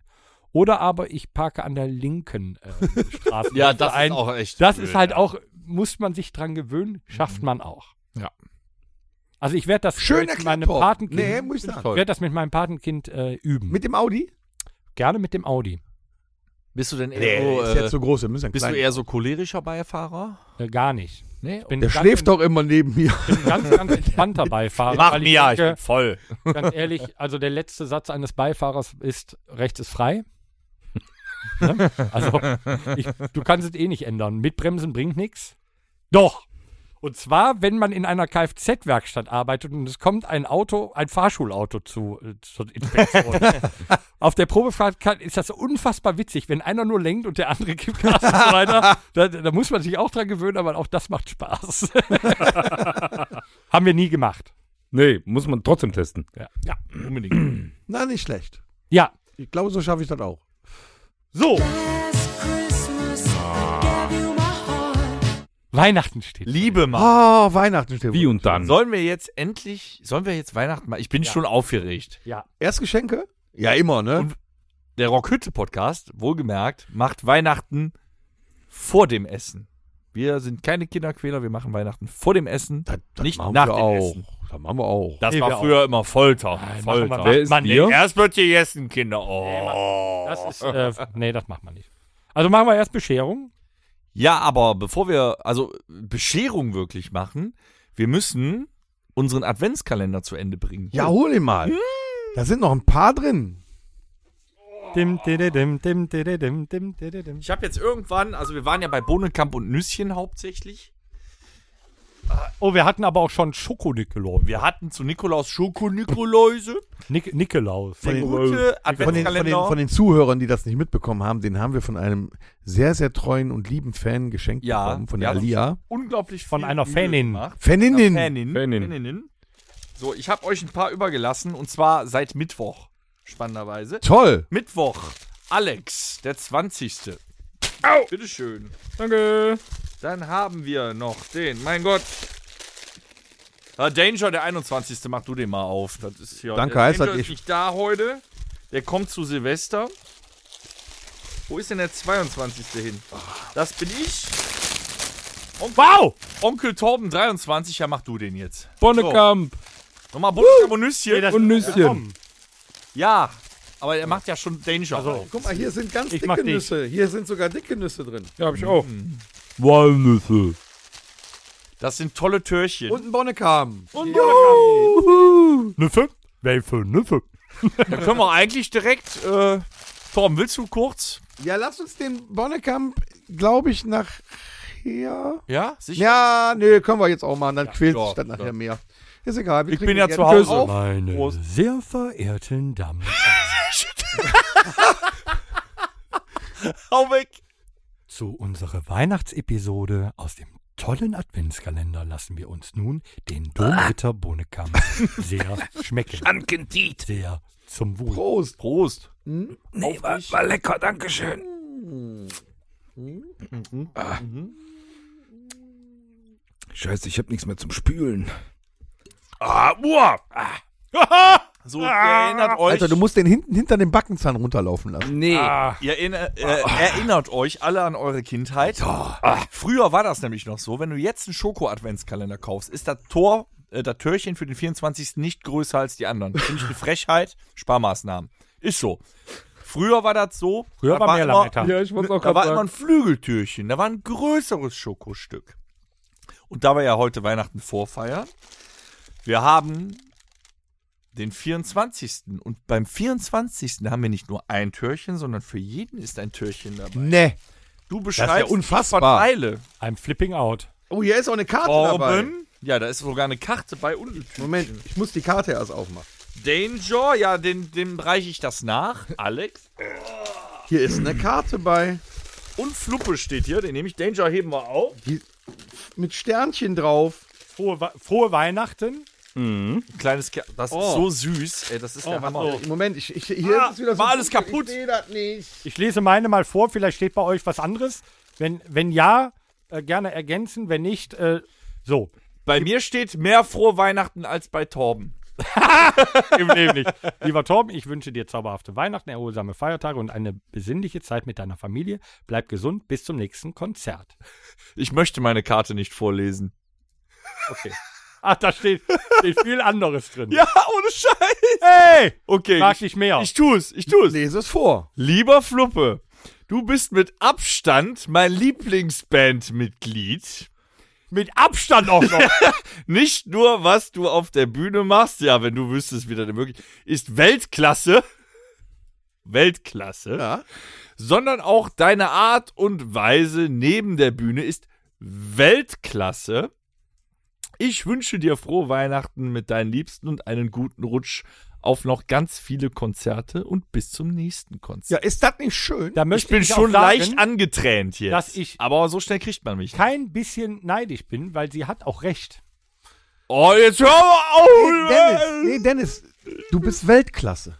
E: Oder aber ich parke an der linken äh, Straße.
B: Ja, das
E: ein.
B: ist auch echt.
E: Das
B: blöd,
E: ist halt
B: ja. Mhm.
E: auch, muss man sich dran gewöhnen, schafft man auch.
B: Ja.
E: Also ich werde das
C: Schön
E: mit
C: erklärt,
E: meinem
C: Torben.
E: Patenkind,
C: Nee, muss ich
E: ich
C: sagen.
E: werde das mit meinem Patenkind äh, üben.
C: Mit dem Audi?
E: Gerne mit dem Audi.
B: Bist du denn eher,
C: Nee,
B: so,
C: ist
B: äh,
C: jetzt so groß, wir müssen ja
B: bist du
C: klein-
B: eher so cholerischer Beifahrer?
E: Äh, gar nicht.
B: Nee.
E: Bin
C: Der
E: ganz,
C: schläft doch immer neben mir.
E: Bin ganz, ganz entspannter Beifahrer.
B: Mach
E: weil
B: mir ja, ich bin
E: denke,
B: voll.
E: ganz ehrlich, also der letzte Satz eines Beifahrers ist, rechts ist frei. ne? Also, ich, du kannst es eh nicht ändern. Mitbremsen bringt nichts. Doch. Und zwar, wenn man in einer Kfz-Werkstatt arbeitet und es kommt ein Auto, ein Fahrschulauto zu, äh, zur Inspektion. Auf der Probefahrt kann, ist das unfassbar witzig, wenn einer nur lenkt und der andere gibt Gas und so weiter. Da, da muss man sich auch dran gewöhnen, aber auch das macht Spaß. Haben wir nie gemacht.
D: Nee, muss man trotzdem testen.
E: Ja. ja.
B: Unbedingt.
C: Na, nicht schlecht.
E: Ja,
C: Ich glaube, so schaffe ich das auch.
B: So,
E: Weihnachten steht.
B: liebe Mann.
C: Oh, Weihnachten steht.
D: Wie und dann?
B: Sollen wir jetzt endlich, sollen wir jetzt Weihnachten machen? Ich bin schon aufgeregt.
E: Ja.
C: Erst Geschenke? Ja, immer, ne?
B: Und- Der Rockhütte-Podcast, wohlgemerkt, macht Weihnachten vor dem Essen. Wir sind keine Kinderquäler, wir machen Weihnachten vor dem Essen.
C: das, das
B: nicht
C: machen
B: nach
C: wir
B: dem
C: auch.
B: Essen.
C: Das machen wir auch.
B: Das
E: Nee, wir
B: war
E: auch.
B: früher immer Folter.
E: machen wir
B: Folter.
E: Weihnachten.
D: Wer ist ihr?
B: Erst wird gegessen, Kinder. Oh.
E: Das ist, äh, nee, das macht man nicht. Also machen wir erst Bescherung.
B: Ja, aber bevor wir also Bescherung wirklich machen, wir müssen unseren Adventskalender zu Ende bringen.
C: Ja, hol ihn
B: Hm.
C: mal. Da sind noch ein paar drin.
E: Dim, dididim, dim, dididim, dim, dididim.
B: Ich habe jetzt irgendwann, also wir waren ja bei Bohnenkamp und Nüsschen hauptsächlich.
E: Oh, wir hatten aber auch schon Schoko-Nikolaus.
B: Wir hatten zu Nikolaus Schoko-Nikoläuse.
E: Nik Nikolaus.
B: Der gute
C: Von den, von, den,
B: Adventskalender.
C: von den Zuhörern, die das nicht mitbekommen haben, den haben wir von einem sehr, sehr treuen und lieben Fan geschenkt
B: Ja,
C: bekommen, von der
B: ja.
C: Alia.
B: Unglaublich
E: Von
B: viel
E: einer
B: Mühe
E: Fanin.
B: gemacht.
C: Faninnin.
B: Fanin.
D: Fanin.
B: Faninin. So, ich habe euch ein paar übergelassen und zwar seit Mittwoch. Spannenderweise.
C: Toll.
B: Mittwoch, Alex, der 20. Bitteschön.
D: Danke.
B: Dann haben wir noch den, mein Gott. Ah, Danger, der 21. Mach du den mal auf. Das ist hier.
C: Danke,
B: der
C: heißt
B: Danger
C: das,
B: ist
C: ich-
B: nicht da heute. Der kommt zu Silvester. Wo ist denn der 22. hin? Das bin ich. Onkel, wow! Onkel Torben 23, ja mach du den jetzt.
D: Bonnekamp
B: Nochmal Bundeskampf und Nüsschen.
D: und Nüsschen.
B: Ja, aber er macht ja schon Danger. Also,
C: Guck mal, hier sind ganz
E: Ich mach
C: dicke
E: nicht.
C: Nüsse. Hier sind sogar dicke Nüsse drin.
D: Ja, hab ich auch. Walnüsse.
B: das sind tolle Türchen.
C: Und ein Bonnekam.
E: Nüffe? Wer für Nüffe?
B: da können wir eigentlich direkt. Äh, Torben, willst du kurz?
C: Ja, lass uns den Bonnekamp, glaube ich, nachher.
B: Ja, sicher.
C: Ja, nee, können wir jetzt auch machen. Dann quält
B: klar,
C: sich das nachher
B: klar.
C: mehr. Ist egal. wir
B: Ich
C: trinken
B: bin ja
C: gerne
B: zu Hause.
C: auf.
E: Meine
B: Prost.
E: sehr verehrten Damen.
B: Hau weg.
E: Zu unserer Weihnachtsepisode aus dem tollen Adventskalender lassen wir uns nun den
F: Ah.
E: Domritter Bohnekamp sehr schmecken. Schankentit. Sehr zum Wohl.
C: Prost.
B: Prost.
F: Nee, war, war lecker, Dankeschön. Ah. Scheiße, ich habe nichts mehr zum Spülen. Ah, uah.
B: So, ihr erinnert euch.
C: Alter, du musst den hinten hinter dem Backenzahn runterlaufen lassen.
F: Nee.
B: Ihr erinner, äh, erinnert euch alle an eure Kindheit. Ah. Früher war das nämlich noch so, wenn du jetzt einen Schoko-Adventskalender kaufst, ist das Tor, äh, das Türchen für den 24. nicht größer als die anderen. Finde ich eine Frechheit, Sparmaßnahmen. Ist so. Früher war das so.
E: Früher
B: da
E: war mehr
B: immer-
E: Lametta.
D: Ja, ich
C: Hm.
D: wollte auch
B: Da war
D: gerade sagen.
B: immer ein Flügeltürchen, da war ein größeres Schokostück. Und da wir ja heute Weihnachten vorfeiern, wir haben den 24. Und beim 24. haben wir nicht nur ein Türchen, sondern für jeden ist ein Türchen dabei.
C: Nee.
B: Du
C: Ne. Das ist
B: beschreibst
C: ja unfassbar.
B: Eile.
E: I'm flipping out.
C: Oh, hier ist auch eine Karte dabei.
B: Torben. Ja, da ist sogar eine Karte bei unten.
C: Moment, ich muss die Karte erst aufmachen.
B: Danger, ja, dem, dem reiche ich das nach. Alex.
C: Hier ist eine Karte bei.
B: Und Fluppe steht hier, den nehme ich. Danger heben wir auf.
C: Mit Sternchen drauf.
E: Frohe, Wei- frohe Weihnachten.
B: Ein kleines Ke Das ist so süß. Ey, das ist der Hammer.
C: Moment, ich, ich, hier
B: Ah,
C: ist es wieder so.
B: war alles kaputt.
C: Ich seh das nicht.
E: Ich lese meine mal vor, vielleicht steht bei euch was anderes. Wenn, wenn ja, äh, gerne ergänzen, wenn nicht, äh, so.
B: Bei mir steht mehr frohe Weihnachten als bei Torben.
E: Im Leben nicht. Lieber Torben, ich wünsche dir zauberhafte Weihnachten, erholsame Feiertage und eine besinnliche Zeit mit deiner Familie. Bleib gesund, bis zum nächsten Konzert.
B: Ich möchte meine Karte nicht vorlesen.
E: Okay. Ach, da steht, steht viel anderes drin.
B: Ja, ohne Scheiß.
E: Hey!
B: Okay.
E: Mag
B: Ich,
E: dich mehr.
B: ich tu's, ich tu's.
C: Lese es vor.
B: Lieber Fluppe, du bist mit Abstand mein Lieblingsbandmitglied.
E: mit Abstand auch noch.
B: Nicht nur, was du auf der Bühne machst, ja, wenn du wüsstest, wie das denn möglich ist, Weltklasse. Weltklasse.
C: Ja.
B: Sondern auch deine Art und Weise neben der Bühne ist Weltklasse. Ich wünsche dir frohe Weihnachten mit deinen Liebsten und einen guten Rutsch auf noch ganz viele Konzerte und bis zum nächsten
C: Ja,
B: Konzert.
C: ist das nicht schön?
E: Da
B: ich
E: möchte
B: bin
E: auch sagen,
B: schon leicht angetränt jetzt.
E: dass ich-
B: aber so schnell kriegt man mich.
E: kein bisschen neidisch bin, weil sie hat auch recht.
B: Oh, jetzt hör mal auf!
C: Dennis, nee, Dennis, du bist Weltklasse.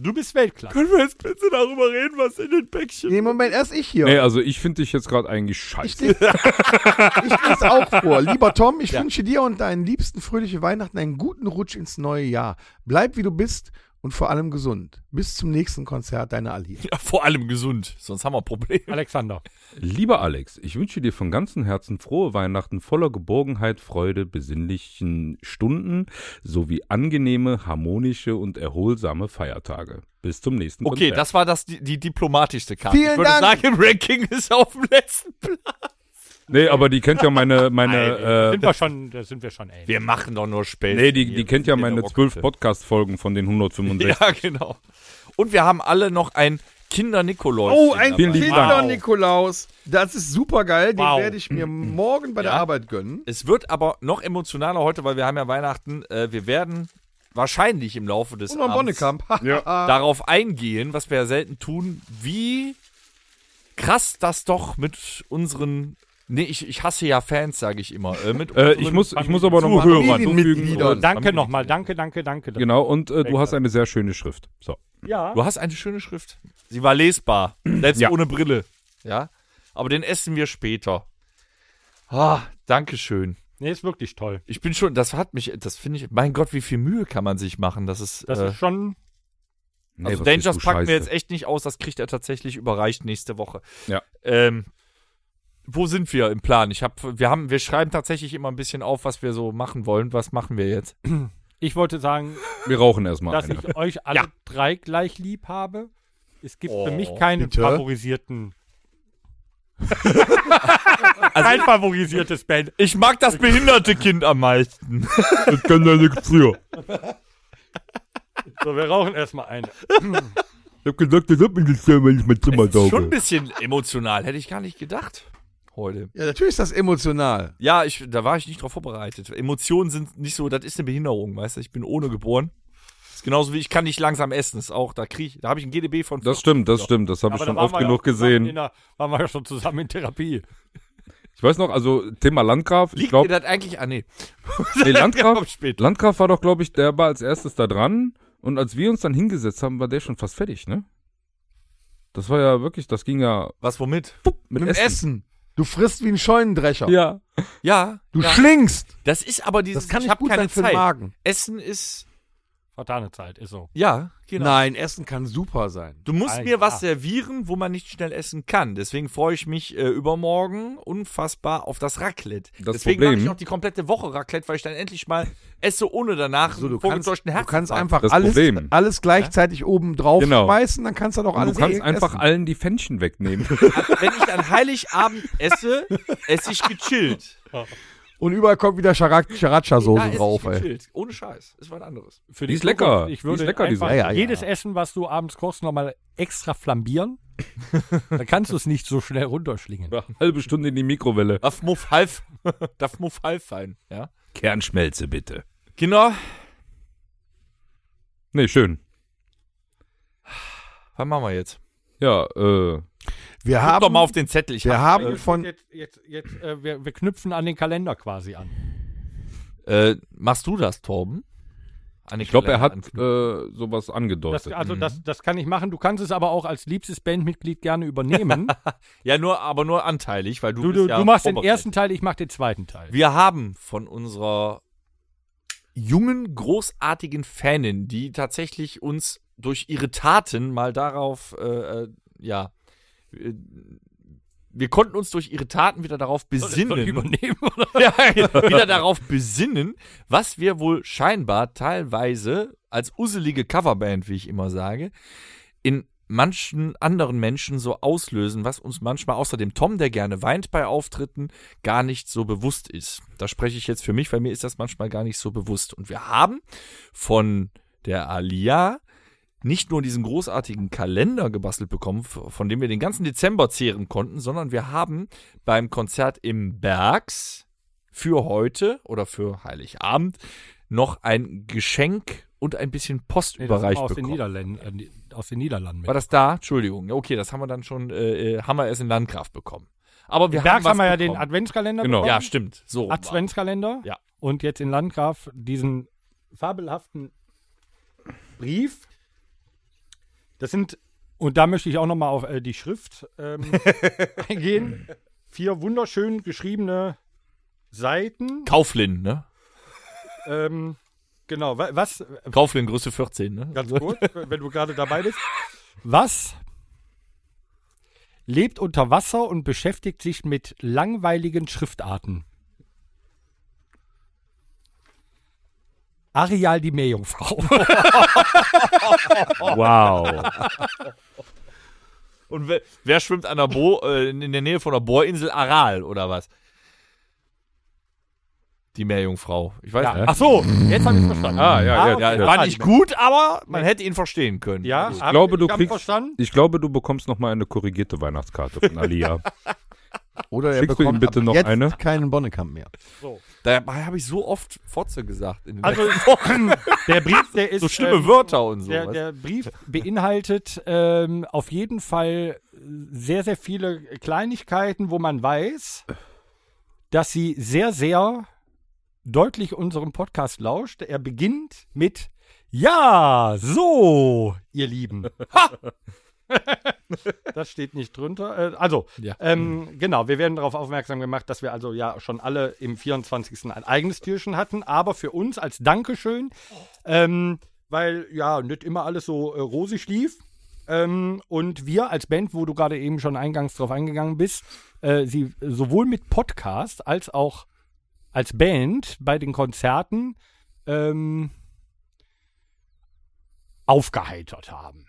E: Du bist Weltklasse.
B: Können wir jetzt bitte darüber reden, was in den Päckchen
C: Nee, Moment, erst ich hier.
D: Nee, also ich finde dich jetzt gerade eigentlich
C: Ich
D: scheiße.
C: lese es auch vor. Lieber Tom, ich wünsche dir und deinen Liebsten fröhliche Weihnachten, einen guten Rutsch ins neue Jahr. Bleib wie du bist und vor allem gesund. Bis zum nächsten Konzert deiner Allier.
B: Ja, vor allem gesund, sonst haben wir Probleme.
E: Alexander.
D: Lieber Alex, ich wünsche dir von ganzem Herzen frohe Weihnachten voller Geborgenheit, Freude, besinnlichen Stunden sowie angenehme, harmonische und erholsame Feiertage. Bis zum nächsten
B: Okay,
D: Konzert.
B: das war das, die, die diplomatischste Karte.
C: Vielen
B: ich würde
C: Dank.
B: sagen, im Ranking ist er auf dem letzten Platz.
D: Nee, aber die kennt ja meine, meine, äh,
E: sind wir schon, da sind wir schon ähnlich.
B: Wir machen doch nur Späße.
D: nee, die, die
B: hier.
D: kennt ja
B: Wir sind
D: meine
B: doch
D: zwölf
B: Rockhütte.
D: Podcast-Folgen von den 165.
B: Ja, genau. Und wir haben alle noch ein Kinder-Nikolaus.
C: Oh,
D: Vielen lieben Dank.
C: Nikolaus. Das ist super geil. Den
E: Wow.
C: werde ich mir
B: Mhm.
C: morgen bei der Arbeit gönnen.
B: Es wird aber noch emotionaler heute, weil wir haben ja Weihnachten. Äh, wir werden wahrscheinlich im Laufe des
C: Und noch ein
B: Abends
C: Bonnekamp.
B: darauf eingehen, was wir ja selten tun, wie krass das doch mit unseren. Nee, ich, ich hasse ja Fans, sage ich immer. Äh, mit
D: Äh, ich
B: unseren
D: muss, ich muss aber noch mal
C: Zuhörern.
D: hinzufügen.
C: Familienmitgliedern.
E: danke nochmal, danke, danke, danke.
D: Genau, und äh, du hast eine sehr schöne Schrift. So.
E: Ja.
B: Du hast eine schöne Schrift. Sie war lesbar, selbst
D: Ja.
B: ohne Brille. Ja, aber den essen wir später. Ah, Dankeschön.
E: Nee, ist wirklich toll.
B: Ich bin schon, das hat mich, das finde ich, mein Gott, wie viel Mühe kann man sich machen, dass es,
E: Das
B: äh,
E: ist schon
D: Nee,
B: Also
D: was bist
B: Dangers
D: du
B: packen wir
D: Scheiße?
B: jetzt echt nicht aus, das kriegt er tatsächlich überreicht nächste Woche.
D: Ja.
B: Ähm, wo sind wir im Plan? Ich hab, wir, haben, wir schreiben tatsächlich immer ein bisschen auf, was wir so machen wollen. Was machen wir jetzt?
E: Ich wollte sagen,
D: Wir rauchen erstmal
E: dass
D: eine.
E: ich euch alle
B: Ja.
E: drei gleich lieb habe. Es gibt für
B: Oh,
E: mich keinen
C: bitte?
E: favorisierten. Kein favorisiertes Band.
B: Ich mag das behinderte Kind am meisten.
D: Das kann ja nichts für.
E: So, wir rauchen erstmal eine.
D: Ich hab gesagt, das hat mir nicht wenn ich mein Zimmer
B: Schon ein bisschen emotional, hätte ich gar nicht gedacht. Heute.
C: Ja, natürlich ist das emotional.
B: Ja, ich, da war ich nicht drauf vorbereitet. Emotionen sind nicht so, das ist eine Behinderung, weißt du? Ich bin ohne geboren. Das ist genauso wie ich kann nicht langsam essen. Ist auch, da krieg ich, da habe ich ein GDB von.
D: Das stimmt, das stimmt. Das habe ich
E: da
D: schon
E: waren
D: oft
E: wir ja
D: genug
E: auch zusammen
D: gesehen.
E: in Der, waren wir ja schon zusammen in Therapie.
D: Ich weiß noch, also Thema Landgraf. Ich
B: Liegt
D: glaube,
B: mir das eigentlich an? Nee.
D: nee, Landgraf,
B: Kommt später.
D: Landgraf war doch, glaube ich, der war als erstes da dran. Und als wir uns dann hingesetzt haben, war der schon fast fertig, ne? Das war ja wirklich, das ging ja
B: Was womit?
D: mit,
C: Mit dem
D: Essen.
C: Essen. Du frisst wie ein Scheunendrescher.
D: Ja.
B: Ja.
C: Du
B: ja.
C: schlingst.
B: Das ist aber dieses,
C: Das kann
B: ich
C: nicht
B: habe
C: gut
B: keine
C: sein für den
B: Zeit.
C: Magen.
B: Essen ist,
E: Vertane Zeit, ist so.
B: ja, genau.
C: Nein, Essen kann super sein.
B: Du musst
E: Ah,
B: mir was
E: ja.
B: servieren, wo man nicht schnell essen kann. Deswegen freue ich mich äh, übermorgen unfassbar auf das Raclette.
D: Das
B: Deswegen
D: Problem-
B: mache ich auch die komplette Woche Raclette, weil ich dann endlich mal esse, ohne danach
C: So, du,
B: einen
C: kannst,
B: vorgetäuschten
C: du kannst
B: Herzinfarkt.
C: einfach
D: Das
C: alles,
D: Problem.
C: alles gleichzeitig oben drauf
D: Genau.
C: schmeißen, dann kannst du doch
D: Und
C: alles
D: du kannst
C: eh
D: einfach
C: essen.
D: allen die Fännchen wegnehmen.
B: Wenn ich dann Heiligabend esse, esse ich gechillt.
C: Und überall kommt wieder
B: Da
C: Sriracha-Soße
B: esse
C: drauf,
B: ich
C: ey.
B: gechillt. Ohne Scheiß. Ist was anderes.
E: Für
D: Die ist lecker.
E: Zukunft,
D: Die
E: Ich würde
D: ist lecker, die
E: einfach
D: Soße.
C: Ja, ja, ja.
E: jedes Essen, was du abends kochst, nochmal extra flambieren. Dann kannst du es nicht so schnell runterschlingen.
B: Äh,
D: Oder halbe Stunde in die Mikrowelle.
B: Darf Muff half, darf Muff half sein, ja?
D: Kernschmelze bitte.
B: Kinder,
D: Nee, schön.
B: was machen wir jetzt?
D: Ja, äh,
C: Wir
B: Guck doch
C: haben,
B: mal auf Äh, den Zettel. Ich
C: wir
B: hab-
C: haben von.
E: Also Jetzt, jetzt, jetzt, äh, wir, wir knüpfen an den Kalender quasi an.
B: äh, machst du das, Torben? An den
D: ich glaube, er
B: Kalender
D: hat
B: anknüpfen.
D: äh, sowas
E: Das,
D: angedeutet.
B: Mhm.
E: also das, das kann ich machen. Du kannst es aber auch als liebstes Bandmitglied gerne übernehmen.
B: Ja, nur, aber nur anteilig, weil du
E: Du,
B: bist
E: du,
B: ja
E: du machst den
B: vorbereitet.
E: ersten Teil, ich mach den zweiten Teil.
B: Wir haben von unserer jungen, großartigen Fanin, die tatsächlich uns durch ihre Taten mal darauf, äh, äh, ja, äh, wir konnten uns durch ihre Taten wieder darauf
E: Soll ich
B: besinnen,
E: übernehmen, oder?
B: ja, wieder darauf besinnen, was wir wohl scheinbar teilweise als uselige Coverband, wie ich immer sage, in manchen anderen Menschen so auslösen, was uns manchmal außer dem Tom, der gerne weint bei Auftritten, gar nicht so bewusst ist. Da spreche ich jetzt für mich, weil mir ist das manchmal gar nicht so bewusst. Und wir haben von der Alia nicht nur diesen großartigen Kalender gebastelt bekommen, f- von dem wir den ganzen Dezember zehren konnten, sondern wir haben beim Konzert im Bergs für heute oder für Heiligabend noch ein Geschenk und ein bisschen Post
E: Nee, das haben wir
B: überreicht
E: aus den
B: bekommen.
E: Niederlanden. Äh, die- aus den Niederlanden mit.
B: War das da? Entschuldigung. Ja, Okay, das haben wir dann schon, äh, äh, haben wir erst in Landgraf bekommen. Aber wir
E: In Bergs
B: was
E: haben wir ja den
B: bekommen.
E: Adventskalender
D: Genau.
E: bekommen.
B: Ja, stimmt. So.
E: Adventskalender.
B: Ja.
E: Und jetzt in Landgraf diesen fabelhaften Brief. Das sind, und da möchte ich auch nochmal auf äh, die Schrift ähm, eingehen. Vier wunderschön geschriebene Seiten.
B: Kauflin, ne?
E: Ähm, genau, wa- was,
B: Kauflin, Größe 14, ne?
E: ganz kurz, wenn du gerade dabei bist. Was lebt unter Wasser und beschäftigt sich mit langweiligen Schriftarten? Arial die Meerjungfrau.
D: wow.
B: Und wer, wer schwimmt an der Bo, äh, in der Nähe von der Bohrinsel Aral oder was? Die Meerjungfrau. Ich weiß
E: Ja.
B: nicht.
E: Ach so, jetzt habe ich verstanden.
D: Ah, ja, ja,
E: okay.
D: ja.
B: Ja, war nicht gut, aber man hätte ihn verstehen können.
E: Ja,
D: Ich
E: hab-
D: glaube, du
E: hab
D: kriegst-
E: verstanden.
D: Ich glaube, du bekommst nochmal eine korrigierte Weihnachtskarte von Alia.
C: Oder er
D: Schickst du ihm
C: bekommt
D: bitte
C: ab
D: noch
C: jetzt
D: eine?
C: keinen Bonnekamp mehr.
B: Dabei habe ich so oft Fotze gesagt. In den
E: Also,
B: letzten Wochen.
E: der Brief, der ist
B: so schlimme
E: ähm,
B: Wörter und so.
E: Der,
B: weißt
E: der Brief beinhaltet ähm, auf jeden Fall sehr, sehr viele Kleinigkeiten, wo man weiß, dass sie sehr, sehr deutlich unserem Podcast lauscht. Er beginnt mit Ja, so, ihr Lieben. Ha! Das steht nicht drunter. Äh, Also,
B: Ja.
E: ähm, genau, wir werden darauf aufmerksam gemacht, dass wir also ja schon alle im 24. ein eigenes Türchen hatten. Aber für uns als Dankeschön ähm, weil ja nicht immer alles so äh, rosig lief. Ähm, und wir als Band, wo du gerade eben schon eingangs drauf eingegangen bist, äh, sie sowohl mit Podcast als auch als Band bei den Konzerten ähm, aufgeheitert haben.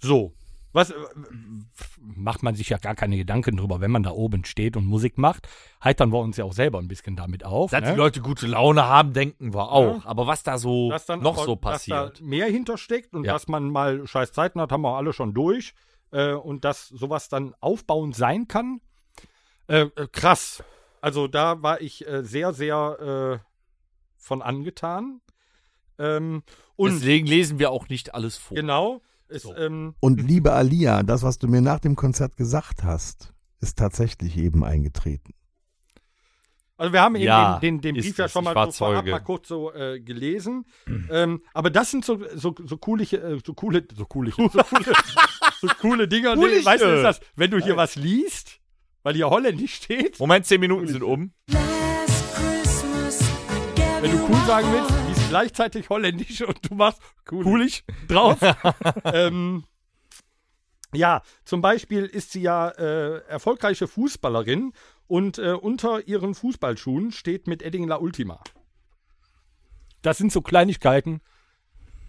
E: So. Was äh, macht man sich ja gar keine Gedanken drüber, wenn man da oben steht und Musik macht, heitern wir uns ja auch selber ein bisschen damit auf.
B: Dass
E: ne?
B: die Leute gute Laune haben, denken wir auch. Aber was da so
E: dass dann
B: noch
E: auch-
B: so
E: Dass
B: passiert.
E: da mehr hintersteckt und
B: Ja.
E: dass man mal scheiß Zeiten hat, haben wir alle schon durch. Äh, und dass sowas dann aufbauend sein kann. Äh, äh, krass. Also da war ich äh, sehr, sehr äh, von angetan. Ähm, und
B: Deswegen lesen wir auch nicht alles vor.
E: genau. Ist,
B: So.
E: ähm,
C: Und liebe Alia, das, was du mir nach dem Konzert gesagt hast, ist tatsächlich eben eingetreten.
E: Also wir haben eben
B: Ja,
E: den, den, den
B: ist
E: Brief ja
B: es.
E: schon mal
B: Ich war
E: so vorab
B: Zeuge.
E: mal kurz so äh, gelesen. ähm, aber das sind so, so, so coole, äh, so coole, so coole, so coole, so coole Dinger.
B: Coolige.
E: weißt du, ist das, wenn du hier was liest, weil hier Holländisch steht,
B: Moment, zehn Minuten sind um.
E: wenn du cool sagen willst, liest gleichzeitig Holländisch und du machst coolig drauf. ähm, ja, zum Beispiel ist sie ja äh, erfolgreiche Fußballerin und äh, unter ihren Fußballschuhen steht mit Edding La Ultima. Das sind so Kleinigkeiten.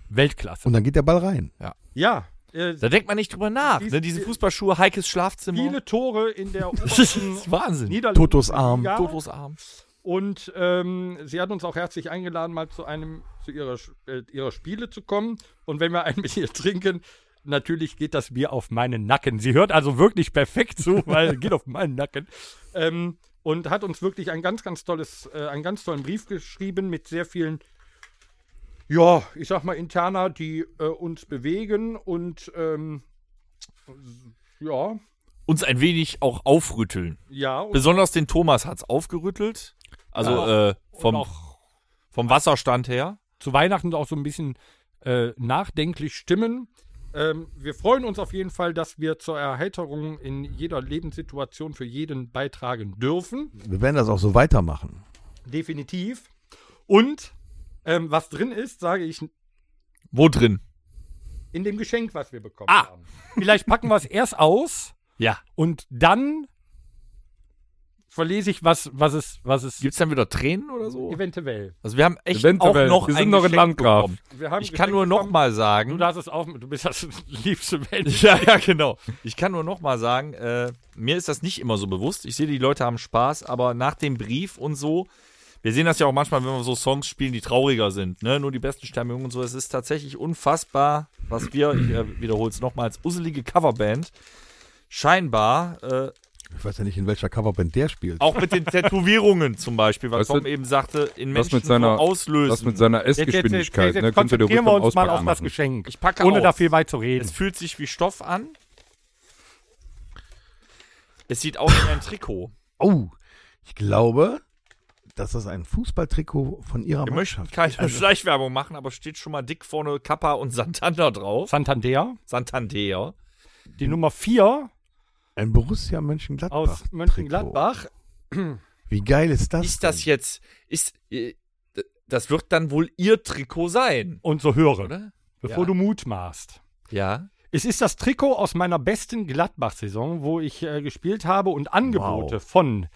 E: Weltklasse.
C: Und dann geht der Ball rein.
E: Ja, äh,
B: Da denkt man nicht drüber nach.
E: Dies-
B: ne? Diese Fußballschuhe, Heikes Schlafzimmer.
E: viele Tore in der
B: das
E: obersten
B: ist Wahnsinn.
E: Niederlande.
C: Totos Arm.
E: Ja.
B: Totos Arm.
E: Und ähm, sie hat uns auch herzlich eingeladen, mal zu einem zu ihrer, Sch- äh, ihrer Spiele zu kommen. Und wenn wir ein mit ihr trinken, natürlich geht das Bier auf meinen Nacken. Sie hört also wirklich perfekt zu, weil geht auf meinen Nacken. Ähm, und hat uns wirklich ein ganz, ganz tolles, äh, einen ganz tollen Brief geschrieben mit sehr vielen, ja, ich sag mal, Interna, die äh, uns bewegen und ähm, ja,
B: Uns ein wenig auch aufrütteln.
E: ja, und,
B: Besonders den Thomas hat's aufgerüttelt. Also äh,
E: und
B: vom,
E: auch
B: vom Wasserstand her.
E: zu Weihnachten auch so ein bisschen äh, nachdenklich stimmen. Ähm, wir freuen uns auf jeden Fall, dass wir zur Erheiterung in jeder Lebenssituation für jeden beitragen dürfen.
C: Wir werden das auch so weitermachen.
E: Definitiv. Und ähm, was drin ist, sage ich
B: Wo drin?
E: in dem Geschenk, was wir bekommen
B: Ah.
E: haben. Vielleicht packen wir es erst aus
B: Ja.
E: und dann verlese ich, was, was es, was es
B: Gibt's dann wieder Tränen oder so?
E: eventuell.
B: Also wir haben echt
D: Eventuell.
B: auch noch
D: Wir
B: ein
D: sind noch in
B: Geschenk
D: Landgraf.
B: bekommen.
E: Wir haben
B: Ich kann
E: Geschenk
B: nur noch
E: bekommen.
B: mal
E: Du
B: sagen,
E: darfst es auf, du bist das liebste Mensch.
B: Ja, ja, genau. Ich kann nur noch mal sagen, äh, mir ist das nicht immer so bewusst. Ich sehe, die Leute haben Spaß, aber nach dem Brief und so, wir sehen das ja auch manchmal, wenn wir so Songs spielen, die trauriger sind, ne? Nur die besten sterben jung und so. Es ist tatsächlich unfassbar, was wir, ich äh, wiederhole es nochmals, usselige Coverband, scheinbar, äh,
C: Ich weiß ja nicht, in welcher Coverband der spielt.
B: auch mit den Tätowierungen zum Beispiel, was
D: Was
B: Tom
D: mit-
B: eben sagte, in
D: was
B: Menschen
D: mit seiner-
B: so auslösen.
D: Das mit seiner Essgeschwindigkeit, ne? Könnt ihr dir ruhig
E: konzentrieren wir
D: beim
E: uns mal auf
D: Auspacken
E: das
D: machen.
E: Geschenk.
B: ich packe
E: ohne
B: auf.
E: da viel weit zu
B: Es
E: reden.
B: fühlt sich wie Stoff an. Es sieht aus wie ein Trikot.
C: Oh, ich glaube, dass das ein Fußballtrikot von ihrer
B: Wir möchten
C: Mannschaft Also
B: keine Schleichwerbung machen, aber steht schon mal dick vorne Kappa und Santander drauf.
E: Santander,
B: Santander.
E: die Nummer 4
C: Ein Borussia Mönchengladbach.
E: aus Mönchengladbach.
C: Wie geil ist das?
B: Ist das jetzt, ist, äh, d- das wird dann wohl ihr Trikot sein,
E: Und so höre,
B: oder?
E: bevor
B: Ja.
E: du mutmaßt.
B: Ja.
E: Es ist das Trikot aus meiner besten Gladbach-Saison, wo ich äh, gespielt habe und Angebote von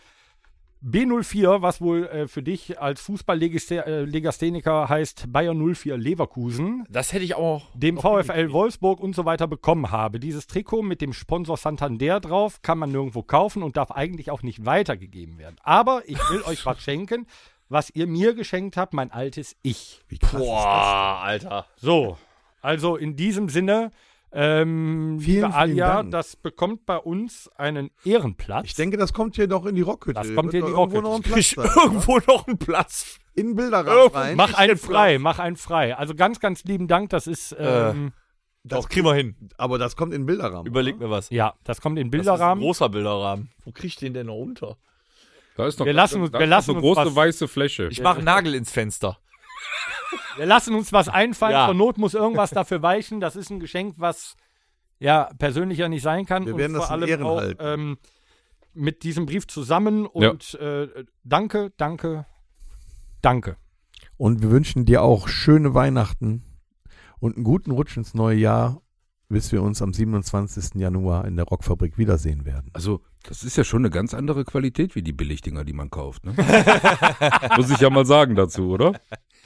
E: B04, was wohl äh, für dich als Fußball-Legastheniker heißt Bayern 04 Leverkusen,
B: Das hätte ich auch.
E: dem VfL Wolfsburg und so weiter bekommen habe. Dieses Trikot mit dem Sponsor Santander drauf kann man nirgendwo kaufen und darf eigentlich auch nicht weitergegeben werden. Aber ich will euch was schenken, was ihr mir geschenkt habt, mein altes Ich.
B: Boah, Alter.
E: So, also in diesem Sinne, ähm,
C: Vielen,
E: liebe
C: vielen
E: Alia,
C: Dank.
E: das bekommt bei uns einen Ehrenplatz.
C: Ich denke, das kommt hier doch in die Rockhütte.
E: Das kommt hier in die
C: Wird doch
E: Rockhütte.
B: Ich,
C: Irgendwo noch ein Platz sein.
B: irgendwo noch ein Platz.
C: In Bilderrahmen
B: Irgendwo-
C: rein.
E: mach einen frei, mach einen frei. Also ganz, ganz lieben Dank. Das ist,
C: Äh.
E: ähm,
B: Doch, kriegen wir hin.
C: Aber das kommt in Bilderrahmen.
B: Überleg mir was.
E: ja, das kommt in
B: Das ist ein
E: Bilderrahmen.
B: großer Bilderrahmen. Wo krieg ich den denn noch unter?
D: Da ist noch,
E: Wir lassen
D: da-
E: uns-
D: da
E: wir
D: ist noch
E: lassen
D: eine
E: uns
D: große
E: was-
D: weiße Fläche.
B: Ich mache einen Nagel ins Fenster.
E: Wir lassen uns was einfallen.
B: Ja.
E: Zur Not muss irgendwas dafür weichen. Das ist ein Geschenk, was ja persönlicher nicht sein kann.
C: Wir werden das in Ehren
E: auch,
C: halten.
E: Ähm, mit diesem Brief zusammen und äh, danke, danke, danke.
C: Und wir wünschen dir auch schöne Weihnachten und einen guten Rutsch ins neue Jahr, bis wir uns am 27. Januar in der Rockfabrik wiedersehen werden.
D: Also, das ist ja schon eine ganz andere Qualität wie die Billigdinger, die man kauft. Ne? Muss ich ja mal sagen dazu, oder?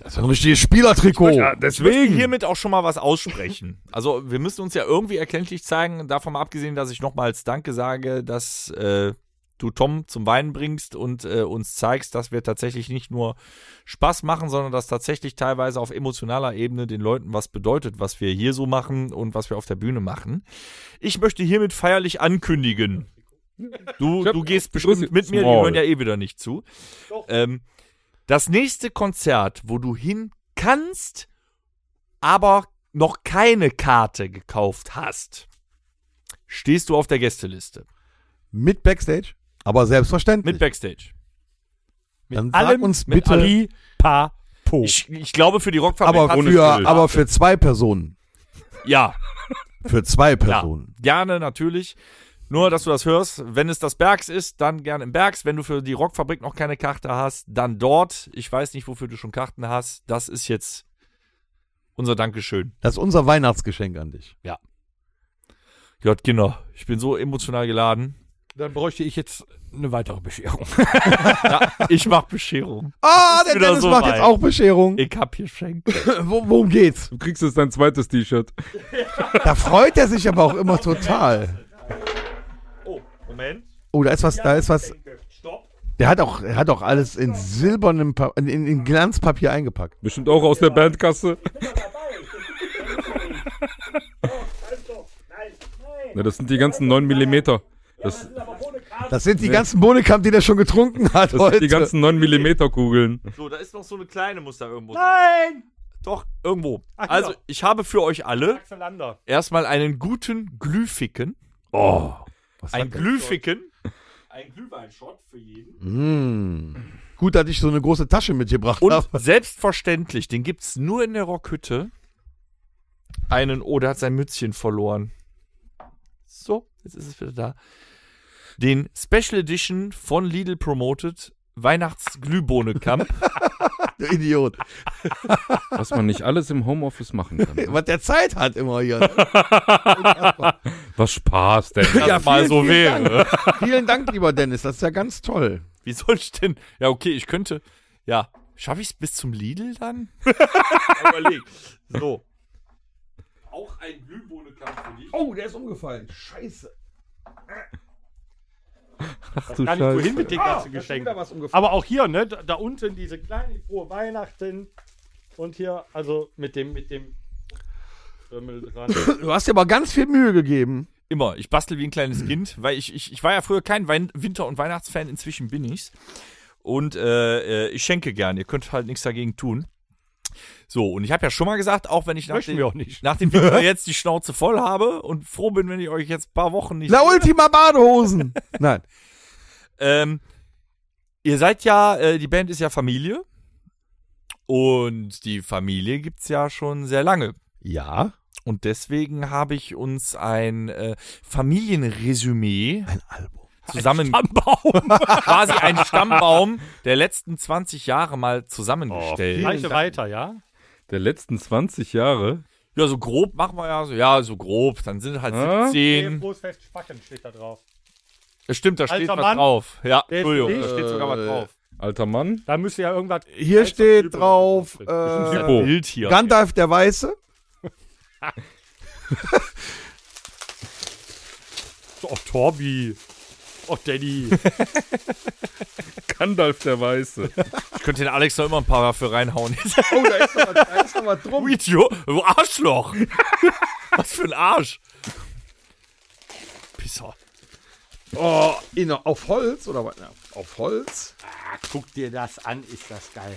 C: Das ist ein richtiges Spielertrikot.
B: Ja, deswegen. hiermit auch schon mal was aussprechen. Also, wir müssen uns ja irgendwie erkenntlich zeigen, davon mal abgesehen, dass ich nochmals Danke sage, dass äh, du Tom zum Weinen bringst und äh, uns zeigst, dass wir tatsächlich nicht nur Spaß machen, sondern dass tatsächlich teilweise auf emotionaler Ebene den Leuten was bedeutet, was wir hier so machen und was wir auf der Bühne machen. Ich möchte hiermit feierlich ankündigen. Du,
D: hab-
B: du gehst bestimmt
D: Grüße.
B: mit mir, die
D: Small.
B: hören ja eh wieder nicht zu. Ähm, das nächste Konzert, wo du hin kannst, aber noch keine Karte gekauft hast, stehst du auf der Gästeliste
C: Mit Backstage, aber selbstverständlich.
B: mit Backstage.
E: Mit
C: Dann sag uns
E: mit
C: bitte-
E: Ali Papo.
B: Ich, ich glaube für die Rockfabrik
C: aber,
B: hat
C: für,
B: es-
C: aber für zwei Personen.
B: ja,
C: Für zwei
B: ja,
C: Personen.
B: gerne natürlich. Nur, dass du das hörst, wenn es das Bergs ist, dann gerne im Bergs. Wenn du für die Rockfabrik noch keine Karte hast, dann dort. Ich weiß nicht, wofür du schon Karten hast. Das ist jetzt unser Dankeschön.
C: Das ist unser Weihnachtsgeschenk an dich.
B: Jörg Kinder, ich bin so emotional geladen.
E: Dann bräuchte ich jetzt eine weitere Bescherung.
B: Ich mach Bescherung.
C: Ah, der
B: wieder
C: Dennis
B: so
C: macht
B: weit.
C: jetzt auch Bescherung.
B: Ich hab hier Schenk.
C: Wo- Worum geht's?
D: Du kriegst jetzt dein zweites T-Shirt.
C: Da freut er sich aber auch immer total.
B: Oh, Moment.
C: Oh, da ist was, da ist was.
B: Stopp.
C: Der hat auch, er hat auch alles in silbernem, pa in, in, in Glanzpapier eingepackt.
D: Bestimmt auch aus der Bandkasse. Na, Ne, das sind die ganzen 9 Millimeter. Das,
C: Das sind die ganzen Bohnenkamp, die der schon getrunken hat
D: das
C: heute.
D: sind die ganzen 9 Millimeter Kugeln.
B: So, da ist noch so eine kleine, muss da irgendwo Nein! Doch, irgendwo. also, ich habe für euch alle erstmal einen guten Glühficken.
C: oh, was
B: Ein
C: ein
B: Glühficken. Ein Glühweinshot für jeden.
C: Hm. Gut, dass ich so eine große Tasche mitgebracht
B: Und
C: habe.
B: selbstverständlich, den gibt's nur in der Rockhütte. Einen, oh, der hat sein Mützchen verloren. So, jetzt ist es wieder da. Den Special Edition von Lidl Promoted Weihnachtsglühbohnenkamp.
C: Du Idiot.
D: Was man nicht alles im Homeoffice machen kann. ne?
C: Was der Zeit hat immer hier.
D: Was Spaß denn?
B: ja, mal
C: Also
B: so wäre.
C: Vielen Dank, lieber Dennis. Das ist ja ganz toll.
B: Wie soll ich denn? Ja, okay, ich könnte. Ja, schaffe ich es bis zum Lidl dann? Überleg. So. Auch ein Glühbohnenkampf für dich.
C: Oh, der ist umgefallen. Scheiße.
D: Ach du
E: Gar nicht wohin mit den
C: Oh,
E: ganzen Geschenken.
C: was umgefallen.
E: Aber auch hier, ne, da, da unten diese kleine frohe Weihnachten und hier, also mit dem, mit dem Rümmel dran.
C: Du hast dir aber ganz viel Mühe gegeben.
B: Immer. Ich bastel wie ein kleines Kind, weil ich, ich, ich war ja früher kein Wein Winter- und Weihnachtsfan, inzwischen bin ich's. Und äh, äh, ich schenke gern. Ihr könnt halt nichts dagegen tun. So, und ich habe ja schon mal gesagt, auch wenn ich nach
E: Möchten
B: dem,
E: wir auch nicht.
B: nach dem Video jetzt die Schnauze voll habe und froh bin, wenn ich euch jetzt ein paar Wochen nicht
C: La Ultima Badehosen. Nein.
B: Ähm, ihr seid ja, äh, die Band ist ja Familie. Und die Familie gibt's ja schon sehr lange.
C: Ja.
B: Und deswegen habe ich uns ein äh, Familienresümee
C: Ein Album.
B: zusammen. Stammbaum. quasi ein Stammbaum der letzten 20 Jahre mal zusammengestellt.
E: Reiche weiter, ja?
D: Der letzten 20 Jahre.
B: ja, so grob machen wir ja so. Ja, so grob. Dann sind halt
D: Ah.
B: 17.
E: Großfest Spacken steht da drauf.
B: Das Stimmt, da steht
E: Alter
B: was
E: Mann.
B: drauf. Ja,
E: Der ist
B: Entschuldigung. Äh,
E: nicht.
B: Da steht sogar was drauf.
D: Alter Mann.
E: Da müsste ja irgendwas.
C: Hier
E: Also,
C: steht
E: Übrigens.
C: drauf
D: Das ist ein
C: äh,
D: Typo.
B: Bild hier.
C: Gandalf der Weiße.
E: Oh, Torbi. Oh, Daddy.
D: Gandalf der Weiße.
B: Ich könnte den Alex noch immer ein paar dafür reinhauen.
C: Oh, da ist noch was, da ist noch was
B: Du
C: drum.
B: Idiot, du Arschloch. Was für ein Arsch. Pisser.
C: Oh, in, auf Holz oder was? Ja, Auf Holz?
E: Guck dir das an, ist das geil.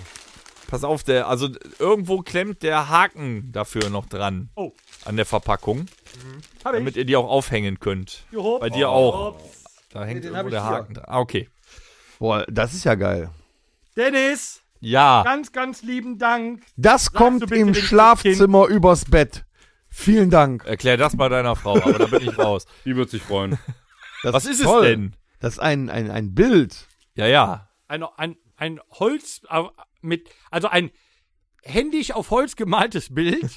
B: Pass auf, der, also irgendwo klemmt der Haken dafür noch dran.
E: Oh.
B: An der Verpackung.
E: Hab
B: Damit ihr die auch aufhängen könnt.
E: Juhu.
B: Bei dir auch. Da hängt
C: den hab
B: irgendwo
C: ich
B: der
C: hier.
B: Haken dran. Ah, okay.
C: Boah, das ist ja geil.
E: Dennis,
B: Ja.
E: ganz, ganz lieben Dank.
C: Das
E: du
C: kommt
E: bitte
C: im
E: dem
C: Schlafzimmer übers Bett. Vielen Dank.
B: Erklär das mal deiner Frau, aber da bin ich raus.
D: Die wird sich freuen.
C: Das
B: Was ist es
C: toll.
B: denn?
C: Das ist ein, ein, ein Bild.
B: Ja, ja.
E: Ein, ein, ein Holz äh, mit, also ein händisch auf Holz gemaltes Bild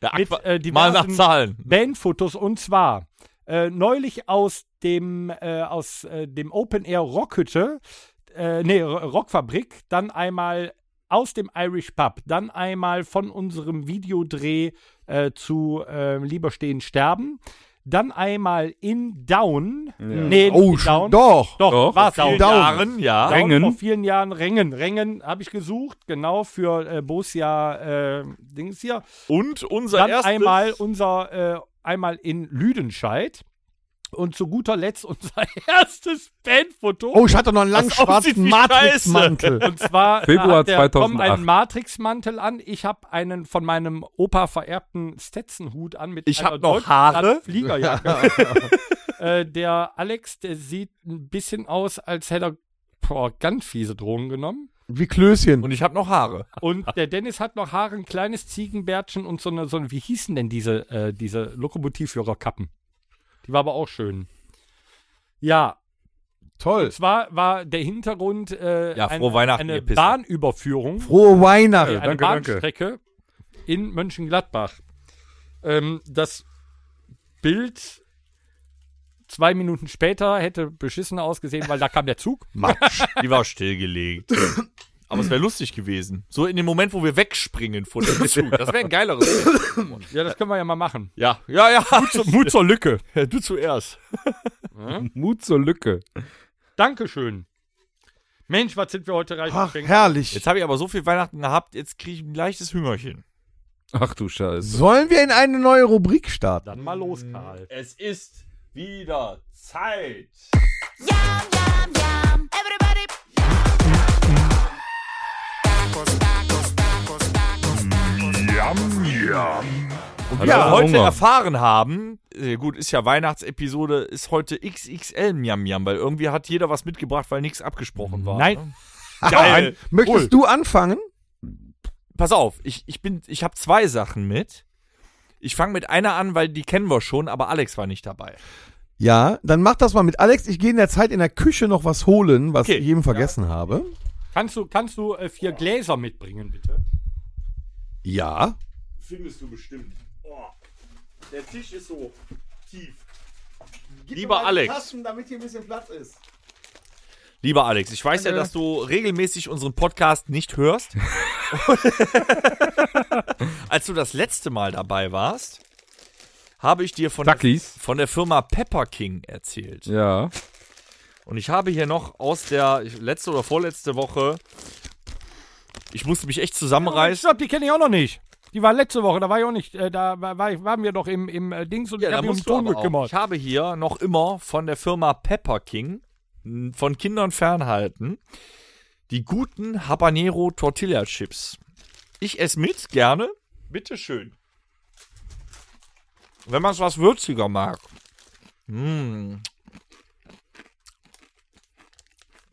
B: Der
E: mit
B: Aqua
E: äh,
B: Mal nach
E: diversen
B: Zahlen.
E: Bandfotos und zwar äh, neulich aus dem äh, aus äh, dem Open Air Rockhütte, äh, nee R- Rockfabrik, dann einmal aus dem Irish Pub, dann einmal von unserem Videodreh äh, zu äh, Lieber stehen sterben, dann einmal in Down, nee
C: Oh,
E: nicht Down,
C: schon, doch.
E: doch,
D: Doch.
E: war's
B: Vielen
E: Down.
B: Jahren, ja.
E: Down
D: Rengen.
E: Vor vielen Jahren Rengen. Rengen habe ich gesucht, genau für äh, Borussia äh, Dings hier.
B: Und unser
E: Dann
B: erstes.
E: einmal unser äh, einmal in Lüdenscheid und zu guter Letzt unser erstes Bandfoto.
C: Oh, ich hatte noch einen langen
B: Das aussieht
C: schwarzen
B: wie
C: Matrixmantel.
E: Und zwar da
D: Februar
E: hat der Tom
D: 2008.
E: einen Matrix-Mantel an. Ich habe einen von meinem Opa vererbten Stetson-Hut an mit
B: Ich
E: einer
B: hab noch
E: deutschen
B: Haare.
E: Fliegerjacke. äh, der Alex, der sieht ein bisschen aus, als hätte er boah, ganz fiese Drogen genommen.
C: Wie Klößchen.
B: Und ich habe noch Haare.
E: Und der Dennis hat noch Haare, ein kleines Ziegenbärtchen und so eine, so eine wie hießen denn diese, äh, diese Lokomotivführerkappen? Die war aber auch schön. Ja,
C: Toll.
E: zwar war der Hintergrund äh,
B: Ja,
E: ein-
B: frohe Weihnachten,
E: eine
B: ihr Pisser.
E: Bahnüberführung,
C: Frohe Weihnachten.
E: äh, eine
D: danke, danke.
E: Bahnstrecke in Mönchengladbach. Ähm, das Bild zwei Minuten später hätte beschissener ausgesehen, weil da kam der Zug.
B: Die war stillgelegt. Aber es wäre lustig gewesen. So in dem Moment, wo wir wegspringen vor dem Zug. Das wäre ein geileres. Bild.
E: Ja, das können wir ja mal machen.
B: ja, ja, ja. Mut zur, Mut zur
E: Lücke.
B: Du zuerst.
D: Mut zur Lücke.
E: Dankeschön. Mensch, was sind wir heute reich
C: Ach,
E: beschenkt.
C: herrlich.
B: Jetzt habe ich aber so viel Weihnachten gehabt, jetzt kriege ich ein leichtes Hüngerchen.
D: Ach du Scheiße.
C: Sollen wir in eine neue Rubrik starten?
E: Dann mal los,
B: Mhm.
E: Karl.
B: Es ist wieder Zeit.
H: Yum, yum, yum. Everybody.
A: Yum, yum.
B: Und
D: Hat
B: wie wir
D: alle
B: heute
D: Hunger.
B: erfahren haben, äh, gut, ist ja Weihnachtsepisode, ist heute XXL Miam Miam, weil irgendwie hat jeder was mitgebracht, weil nichts abgesprochen war.
E: Nein.
B: Ne?
C: Nein. Möchtest
B: Cool.
C: du anfangen?
B: pass auf, ich, ich bin, ich habe zwei Sachen mit. Ich fange mit einer an, weil die kennen wir schon, aber Alex war nicht dabei.
C: Ja, dann mach das mal mit Alex. Ich gehe in der Zeit in der Küche noch was holen, was
B: Okay.
C: ich eben vergessen habe.
E: Kannst du, kannst du äh, vier Gläser mitbringen, bitte?
C: Ja.
B: Findest du bestimmt. der Tisch ist so tief. Lieber Alex.
C: damit hier ein bisschen Platz ist.
B: Lieber Alex, ich weiß ja, dass du regelmäßig unseren Podcast nicht hörst. Als du das letzte Mal dabei warst, habe ich dir von, der,
D: Duckies.
B: von der Firma Pepper King erzählt.
D: Ja.
B: Und ich habe hier noch aus der letzte oder vorletzte Woche, ich musste mich echt
E: Reis.
B: zusammenreißen.
E: Stopp, die kenne ich auch noch nicht. Die war letzte Woche, da war ich auch nicht, äh, da war, war ich, waren wir doch im, im äh, Dings und ich
B: Ja,
E: hab
B: da
E: mich um den
B: musst du
E: Ton
B: aber auch.
E: gekümmert.
B: Ich habe hier noch immer von der Firma Pepper King m, von Kindern fernhalten die guten Habanero Tortilla Chips. Ich esse mit gerne. Bitte schön. Wenn man es was würziger mag. Mm.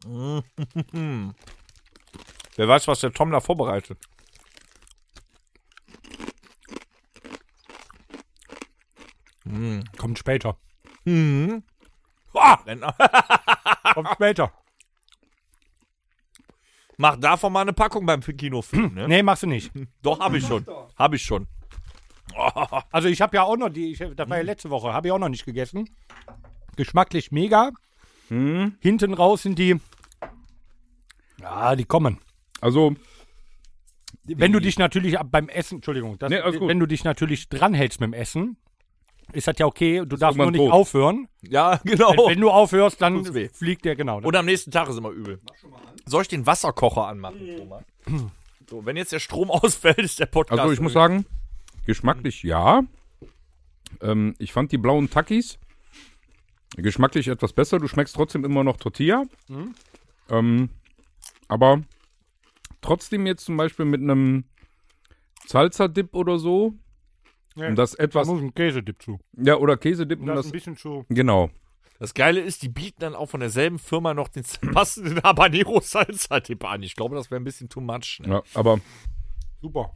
B: Mm. Wer weiß, was der Tom da vorbereitet.
E: Kommt später.
B: Ah!
E: Kommt später.
B: Mach davon mal eine Packung beim Kinofilm, ne?
E: Nee, machst du nicht.
B: Doch, habe ich schon. Habe ich schon.
E: Also ich habe ja auch noch die, ich, das
B: Hm.
E: war ja letzte Woche, habe ich auch noch nicht gegessen. Geschmacklich mega.
B: Hm.
E: Hinten raus sind die. Ja, die kommen.
D: Also,
E: Wenn du dich natürlich ab- beim Essen, Entschuldigung, das,
D: Nee, alles gut.
E: wenn du dich natürlich dranhältst mit dem Essen, ist das ja okay. Du darfst nur
D: irgendwann
E: nicht
D: tot.
E: aufhören.
B: Ja, genau.
E: Wenn, wenn du aufhörst, dann
B: Tut's weh.
E: fliegt der genau.
B: Und am nächsten Tag ist immer übel. Soll ich den Wasserkocher anmachen, Thomas? So, wenn jetzt der Strom ausfällt, ist der Podcast.
D: also ich muss sagen, geschmacklich ja. Ähm, ich fand die blauen Takis geschmacklich etwas besser. Du schmeckst trotzdem immer noch Tortilla. Ähm, aber trotzdem jetzt zum Beispiel mit einem Salsa-Dip oder so.
E: Ja.
D: Und das
E: da
D: etwas.
E: muss ein Käsedip zu.
D: Ja, oder Käsedip. Und
E: Da ist
D: Um das,
E: ein bisschen zu.
D: genau.
B: Das Geile ist, die bieten dann auch von derselben Firma noch den passenden Habanero Salsa Tipp an. Ich glaube, das wäre ein bisschen too much. Ne?
D: Ja, aber
E: Super.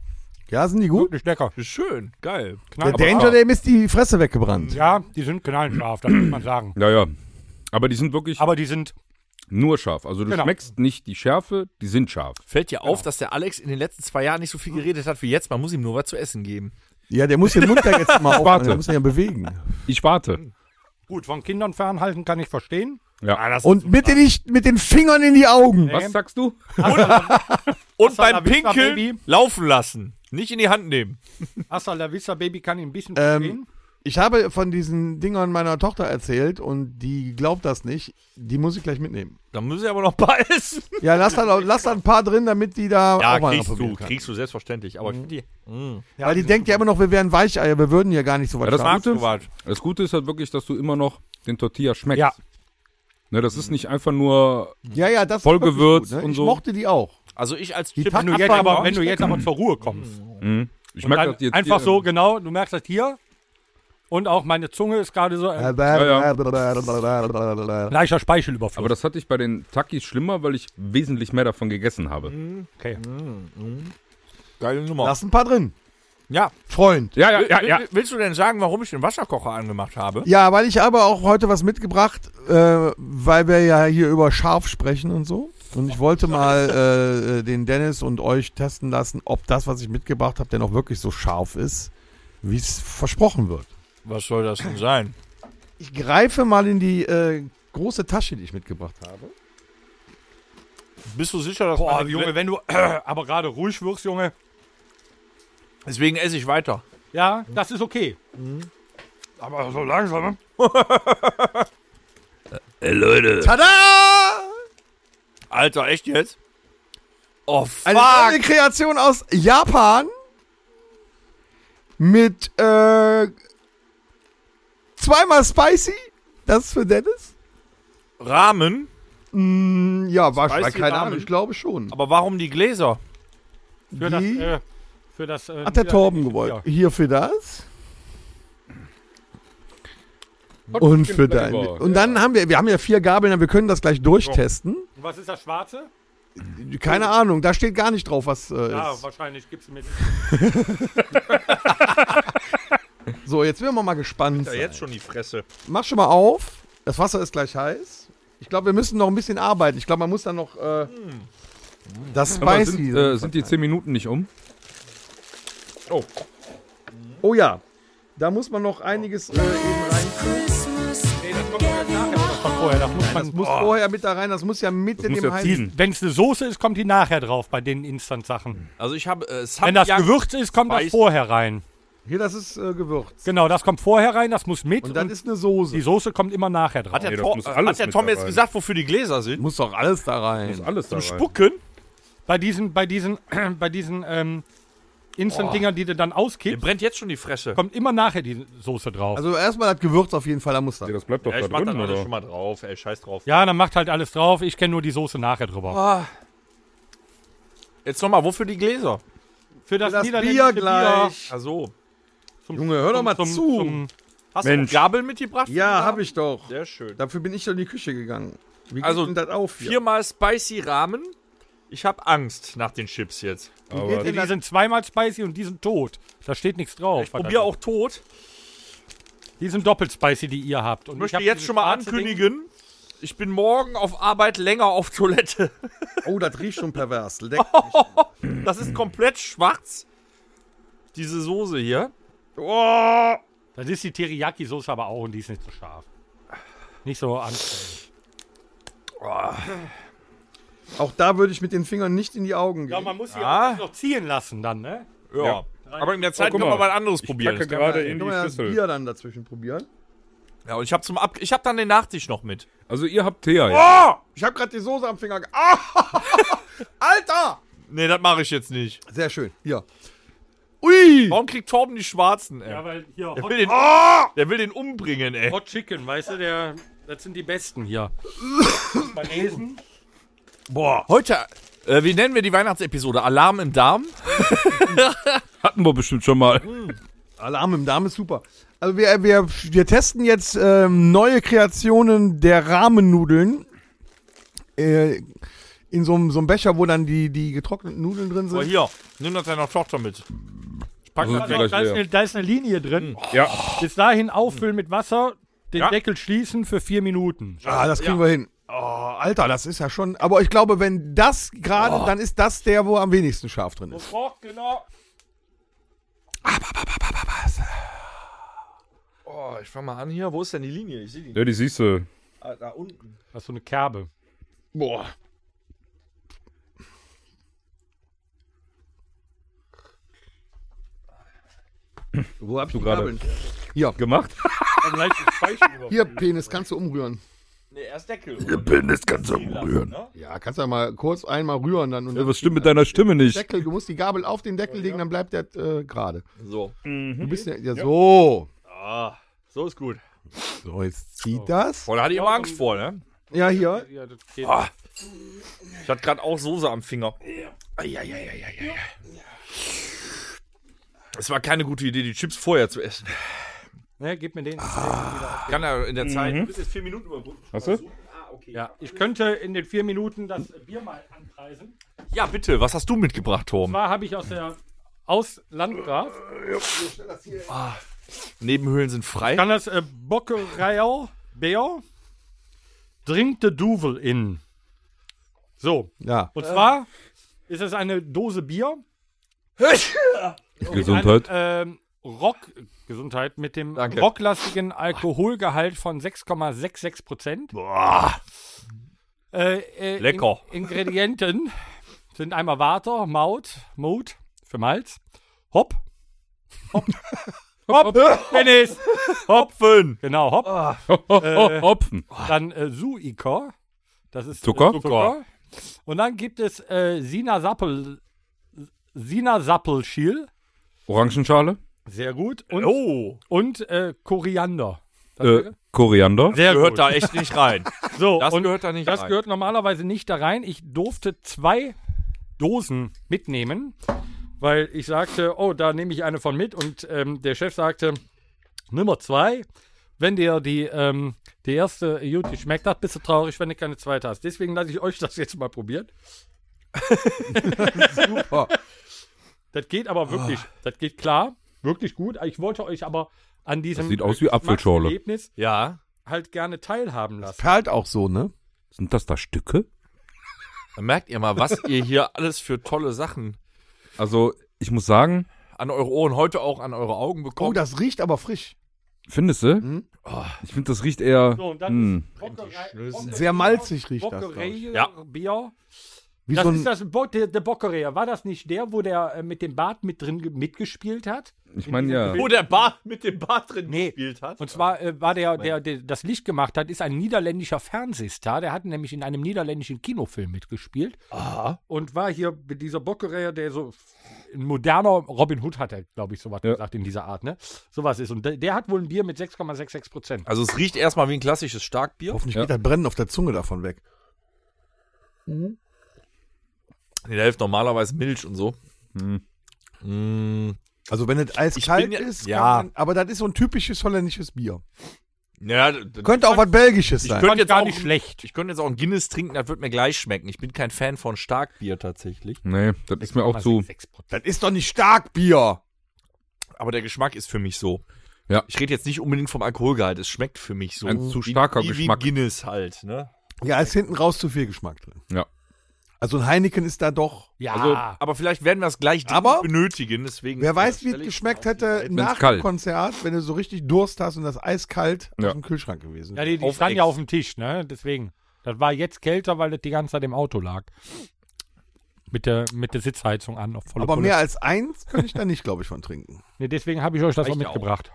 C: Ja, sind die gut?
E: Wirklich lecker. ne?
B: Schön, geil.
E: Knall.
C: Der Danger Dame ist die Fresse weggebrannt.
E: Ja, die sind knallenscharf, das muss man sagen.
D: ja, ja. Aber die sind wirklich.
E: Aber die sind
D: Nur scharf. Also du
E: Genau.
D: schmeckst nicht die Schärfe, die sind scharf.
B: Fällt ja auf, dass der Alex in den letzten zwei Jahren nicht so viel geredet hat wie jetzt. Man muss ihm nur was zu essen geben.
C: Ja, der muss den Mund da jetzt mal aufmachen.
D: Warte.
C: Der muss den ja bewegen.
D: Ich warte.
E: Gut, von Kindern fernhalten kann ich verstehen.
B: Ah,
D: Ja.
C: Und bitte nicht mit den Fingern in die Augen.
D: Was sagst du?
B: Und
E: Hasta la
B: beim
E: vista,
B: Pinkeln
E: Baby.
B: laufen lassen. Nicht in die Hand nehmen.
E: Hasta la vista, Baby, kann ich ein bisschen
C: Ähm,
E: verstehen.
C: Ich habe von diesen Dingern meiner Tochter erzählt und die glaubt das nicht. Die muss ich gleich mitnehmen.
B: Da müssen wir aber noch ein paar essen.
C: Ja, lass da, lass da ein paar drin, damit die da
B: Ja,
C: auch mal
B: kriegst
C: probieren
B: du,
C: kann.
B: kriegst du selbstverständlich. Aber ich finde die.
C: Weil die denkt ja immer noch, wir wären Weicheier, wir würden ja gar nicht so weit
D: Ja, das
C: schaffen.
D: mag-
B: Magst du was?
D: Das Gute ist halt wirklich, dass du immer noch den Tortilla schmeckst.
E: Ja.
D: Ne, das ist nicht einfach nur
C: Ja, ja, das ist
D: Vollgewürzt
C: wirklich gut, ne?
D: und
C: Ich
D: so.
C: mochte die auch.
B: Also ich als
C: Die
B: Chip.
C: Tack-
E: Wenn du jetzt aber, wenn du jetzt aber zur Ruhe kommst.
D: Ich merke
E: Dann
D: das jetzt
E: einfach
D: hier.
E: so, genau, du merkst das hier. Und auch meine Zunge ist gerade so
D: Äh,
E: ein
C: ja.
E: leichter Speichelüberfluss.
D: Aber das hatte ich bei den Takis schlimmer, weil ich wesentlich mehr davon gegessen habe.
E: okay.
B: Geile Nummer.
C: Lass ein paar drin.
B: Ja.
C: Freund.
D: Ja, ja, ja, ja.
B: Will- Willst du denn sagen, warum ich den Wasserkocher angemacht habe?
C: Ja, weil ich habe auch heute was mitgebracht, äh, weil wir ja hier über scharf sprechen und so. Und ich wollte mal äh, den Dennis und euch testen lassen, ob das, was ich mitgebracht habe, denn auch wirklich so scharf ist, wie es versprochen wird.
B: Was soll das denn sein?
C: Ich greife mal in die äh, große Tasche, die ich mitgebracht habe.
B: Bist du sicher, dass
E: Boah,
B: meine-
E: Junge, wenn du aber gerade ruhig wirst, Junge.
B: Deswegen esse ich weiter.
E: Ja, das ist okay.
G: Aber so
B: ne?
G: langsam.
F: Ey, Leute.
C: Tada!
B: Äh, Alter, echt jetzt? Oh,
C: Also Eine
B: fuck.
C: neue Kreation aus Japan mit äh, zweimal spicy. Das ist für Dennis.
B: Rahmen?
C: Mm, ja, wahrscheinlich.
B: Spicy
C: Keine
B: Ramen.
C: Ahnung, ich glaube schon.
B: Aber warum die Gläser?
E: Für das,
C: Die
E: äh, für das, äh,
C: hat der Torben gewollt.
E: Ja.
C: Hier für das. Und für dein.
D: Flavor.
C: Und dann haben wir, wir haben ja vier Gabeln, aber wir können das gleich durchtesten.
E: Was ist das Schwarze?
C: Keine Ahnung, da steht gar nicht drauf, was äh,
E: Ja,
C: ist.
E: wahrscheinlich gibt's mit.
C: So, jetzt werden wir mal gespannt. sein.
B: schon die Fresse.
C: Mach schon mal auf. Das Wasser ist gleich heiß. Ich glaube, wir müssen noch ein bisschen arbeiten. Ich glaube, man muss dann noch äh, das
D: Aber
C: Spicy.
D: sind, äh, sind die 10 Minuten nicht um?
C: oh ja, da muss man noch einiges äh, eben rein.
E: Vorher, das muss
C: Das
E: man.
C: muss vorher mit da rein. Das muss ja mit in
D: muss
C: dem
D: ja
C: heißen.
D: ziehen.
E: Wenn es eine Soße ist, kommt die nachher drauf bei den
C: Hm.
E: Instant-Sachen.
B: Also ich habe äh,
E: Wenn das
B: Samyang-
E: Gewürz ist, kommt das
B: Weiß-
E: vorher rein.
C: Hier, das ist äh, Gewürz.
E: Genau, das kommt vorher rein, das muss mit.
C: Und dann
E: und
C: ist eine
E: die
C: Soße.
E: Soße kommt immer nachher drauf.
B: Hat der,
D: Nee, das
B: Tor,
D: muss
B: äh,
D: alles
B: hat der
D: mit
B: Tom jetzt
D: dabei.
B: gesagt, wofür die Gläser sind?
C: Muss doch alles da rein.
D: Alles da rein.
B: Spucken?
E: bei diesen, bei diesen, bei diesen ähm, Instant-Dingern, die du dann
B: Mir
E: auskippst,
B: brennt jetzt schon die Fresse.
E: kommt immer nachher die Soße drauf.
C: Also erstmal das Gewürz auf jeden Fall, da muss das.
D: Ja, das bleibt doch
B: Ja,
D: da
B: ich mach
D: drin,
B: dann alles
D: oder?
B: schon mal drauf, ey, scheiß drauf.
E: ja, dann macht halt alles drauf. Ich kenne nur die Soße nachher drüber.
B: Jetzt nochmal, wofür die Gläser?
E: Für das,
C: Das
E: niederländische
C: Bier gleich.
B: Also,
C: Junge, hör doch mal zu.
B: hast
D: Mensch.
B: du Gabel mitgebracht?
C: ja, habe ich doch.
B: Sehr schön.
C: Dafür bin ich doch in die Küche gegangen. Wie geht
B: Also,
C: denn das auf hier?
B: Viermal Spicy Ramen. Ich habe Angst nach den Chips jetzt.
D: Aber
E: Die sind zweimal spicy und die sind tot. Da steht nichts drauf.
B: Ich probiere auch tot.
E: Die sind doppelt spicy, die ihr habt. Und
B: Ich möchte
E: hab
B: jetzt
E: dieses
B: schon mal
E: schwarze Ding-
B: ankündigen, ich bin morgen auf Arbeit länger auf Toilette.
C: Oh, das riecht schon pervers. Leck.
B: Das ist komplett schwarz. Diese Soße hier. Oh.
E: Das ist die Teriyaki-Soße aber auch und die ist nicht so scharf. Nicht so anstrengend.
C: Auch da würde ich mit den Fingern nicht in die Augen
E: Ja,
C: gehen.
E: man muss die
B: Ah.
E: auch noch ziehen lassen dann, ne?
B: Ja. Aber in der Zeit
D: guck
B: können wir
D: mal.
B: mal ein anderes
D: ich
B: probieren.
D: packe gerade
C: Dann
D: in die
C: können wir das
D: Schüssel.
C: Bier dann dazwischen probieren.
B: Ja, und ich habe zum Ab ich habe dann den Nachtisch noch mit.
D: Also ihr habt Thea jetzt.
C: Ich habe gerade die Soße am Finger. ge- Ah! Alter!
B: Nee, das mache ich jetzt nicht.
C: Sehr schön. Hier. Ui!
B: Warum kriegt Torben die Schwarzen, ey?
E: weil Ah! Oh. hier
B: der, will den, der will den umbringen, ey.
E: Hot Chicken, weißt du, der, das sind die besten hier. Chinesen.
B: Boah. Heute, äh, wie nennen wir die Weihnachtsepisode? Alarm im Darm?
D: Hatten wir bestimmt schon mal.
C: Alarm im Darm ist super. Also wir, wir, wir testen jetzt ähm, neue Kreationen der Rahmennudeln. Äh, in so einem, so einem Becher, wo dann die, die getrockneten Nudeln drin
D: Oh,
B: Boah,
C: sind.
B: hier, nimm doch deine Tochter mit. Ich packe
D: Also
B: das Hm.
D: vielleicht-
B: noch.
E: Da ist, eine, da ist eine Linie drin.
D: Ja.
E: Bis dahin auffüllen mit Wasser, den
B: Ja.
E: Deckel schließen für vier Minuten.
C: Ah, das kriegen wir hin. Oh, Alter, das ist ja schon. Aber ich glaube, wenn das gerade,
D: Oh.
C: dann ist das der, wo am wenigsten scharf drin ist.
B: Oh, ich fange mal an hier. Wo ist denn die Linie? Ich sehe die.
D: Ja, die siehst du.
B: Ah, da unten.
E: Das ist so eine Kerbe.
B: Boah.
F: Wo hab ich
D: Du gerade gemacht?
C: Hier, Penis, kannst du umrühren.
B: Ne, erst Deckel. ne?
F: Bündnis ganz umrühren.
C: Ja, kannst ja mal kurz einmal rühren dann und
D: Ja, was stimmt mit deiner Stimme nicht?
C: Deckel, du musst die Gabel auf den Deckel legen, dann bleibt der äh, gerade.
B: So.
C: Du bist ja, ja so.
B: Ah, so ist gut.
C: So, jetzt zieht das.
B: Boah, Oh, da hatte ich immer Angst vor, ne?
C: Ja, hier.
E: Ja, das geht.
B: Ich hatte gerade auch Soße am Finger. Es war keine gute Idee, die Chips vorher zu essen.
E: Ne, gib mir den.
B: Ich kann ja in der Zeit.
E: Mhm.
B: Du bist jetzt vier Minuten überbrücken.
D: Hast du?
E: Ja, ich könnte in den vier Minuten das Bier mal anpreisen.
B: Ja, bitte. Was hast du mitgebracht,
E: Und
B: Torben?
E: zwar habe ich aus der aus Landgraf.
B: Nebenhöhlen sind frei.
E: Kann das äh, Bockerau Bär dringt de Duvel in. So,
C: Ja.
E: und zwar ist es eine Dose Bier.
D: Gesundheit.
E: Einem, ähm, Rock Gesundheit mit dem
B: halt Danke.
E: rocklastigen Alkoholgehalt von 6,66 Prozent. Äh, äh,
B: Lecker.
E: In Ingredienten sind einmal Water, Maut, Mut für Malz, Hopp, Hopp, Hopp, Dennis,
B: Hopfen!
E: genau Hopp,
B: Ah.
E: äh,
D: Hopfen.
E: dann äh, Suiker, das ist äh,
D: Zucker?
E: Zucker. Und dann gibt es äh, Sinasappel, Sinasappelschiel,
D: Orangenschale.
E: sehr gut, und,
B: Oh,
E: und äh, Koriander. Das
D: Äh,
E: wäre-
D: Koriander.
E: sehr
B: gehört
E: gut.
B: da echt nicht rein.
E: So,
B: Das
E: und
B: gehört da nicht
E: das
B: rein.
E: gehört normalerweise nicht da rein. Ich durfte zwei Dosen mitnehmen, weil ich sagte, oh, da nehme ich eine von mit. Und ähm, der Chef sagte, Nummer zwei, wenn dir die, ähm, die erste gut schmeckt hat, bist du traurig, wenn du keine zweite hast. Deswegen lasse ich euch das jetzt mal probieren. Super. Das geht aber wirklich, das geht klar, wirklich gut. Ich wollte euch aber an diesem
D: sieht aus wie Apfelschorle.
E: Erlebnis
B: ja.
E: halt gerne teilhaben lassen.
C: Perlt auch so, ne?
D: Sind das da Stücke?
B: Dann merkt ihr mal, was ihr hier alles für tolle Sachen
D: Also, ich muss sagen,
B: an eure Ohren, heute auch an eure Augen
C: Oh,
B: bekommt.
C: das riecht aber frisch.
D: findest du?
C: Mhm.
D: Oh, ich finde, das riecht eher.
E: So, und dann
D: Hm.
E: ist Bockerei, Bockerei-
C: Sehr malzig riecht das. glaub ich.
E: Bockerei,
B: Ja.
E: Bier.
C: Wie
E: das
C: so
E: ist
C: ein,
E: das Bo der, der Bockerei. War das nicht der, wo der äh, mit dem Bart mit drin ge- mitgespielt hat?
D: Ich meine ja.
B: Wo der Bar mit dem Bart drin
E: Nee.
B: gespielt hat.
E: Und zwar äh, war der, der, der das Licht gemacht hat, ist ein niederländischer Fernsehstar. Der hat nämlich in einem niederländischen Kinofilm mitgespielt. Und war hier mit dieser Bockerei, der so ein moderner Robin Hood hat er, glaube ich, sowas
D: Ja.
E: gesagt in dieser Art, ne? Sowas ist. Und der, der hat wohl ein Bier mit 6,66 Prozent.
B: Also es riecht erstmal wie ein klassisches Starkbier.
C: hoffentlich
D: Ja.
C: geht das Brennen auf der Zunge davon weg.
B: Nee, da hilft normalerweise Milch und so. Mm.
C: Also wenn es eiskalt
B: bin ja-
C: ist,
B: ja.
C: kann man, aber das ist so ein typisches holländisches Bier.
B: Ja, d- d-
C: Könnte auch was Belgisches
B: ich
C: sein.
B: könnte jetzt
E: gar
B: auch
E: nicht
B: schlecht. Ich könnte jetzt auch ein Guinness trinken, das wird mir gleich schmecken. Ich bin kein Fan von Starkbier tatsächlich.
D: Nee, das ist mir auch zu.
E: 6,66 Prozent.
C: das ist doch nicht stark Bier.
B: Aber der Geschmack ist für mich so.
D: Ja.
B: Ich rede jetzt nicht unbedingt vom Alkoholgehalt. Es schmeckt für mich so.
D: Ein zu starker
B: wie,
D: Geschmack.
B: Wie Guinness halt. Ne?
C: Ja, ist hinten raus zu viel Geschmack drin.
D: Ja.
C: Also ein Heineken ist da doch.
E: Ja,
B: Also, aber vielleicht werden wir es gleich dringend
C: Aber-
B: benötigen. Deswegen.
C: Wer weiß,
B: äh,
C: wie es
B: stelle ich-
C: geschmeckt hätte nach dem
D: kalt.
C: Konzert, wenn du so richtig Durst hast und das eiskalt
D: Ja.
C: aus dem Kühlschrank gewesen
E: Ja,
C: wäre.
E: die, die
B: Auf
E: stand
B: Ex.
E: ja auf dem Tisch, ne? Deswegen. Das war jetzt kälter, weil das die ganze Zeit im Auto lag. Mit der, mit der Sitzheizung an. Auf volle
C: Aber
E: Pulle.
C: mehr als eins könnte ich da nicht, glaube ich, von trinken.
E: Nee, deswegen habe ich euch das auch
B: Reicht ja auch.
E: mitgebracht.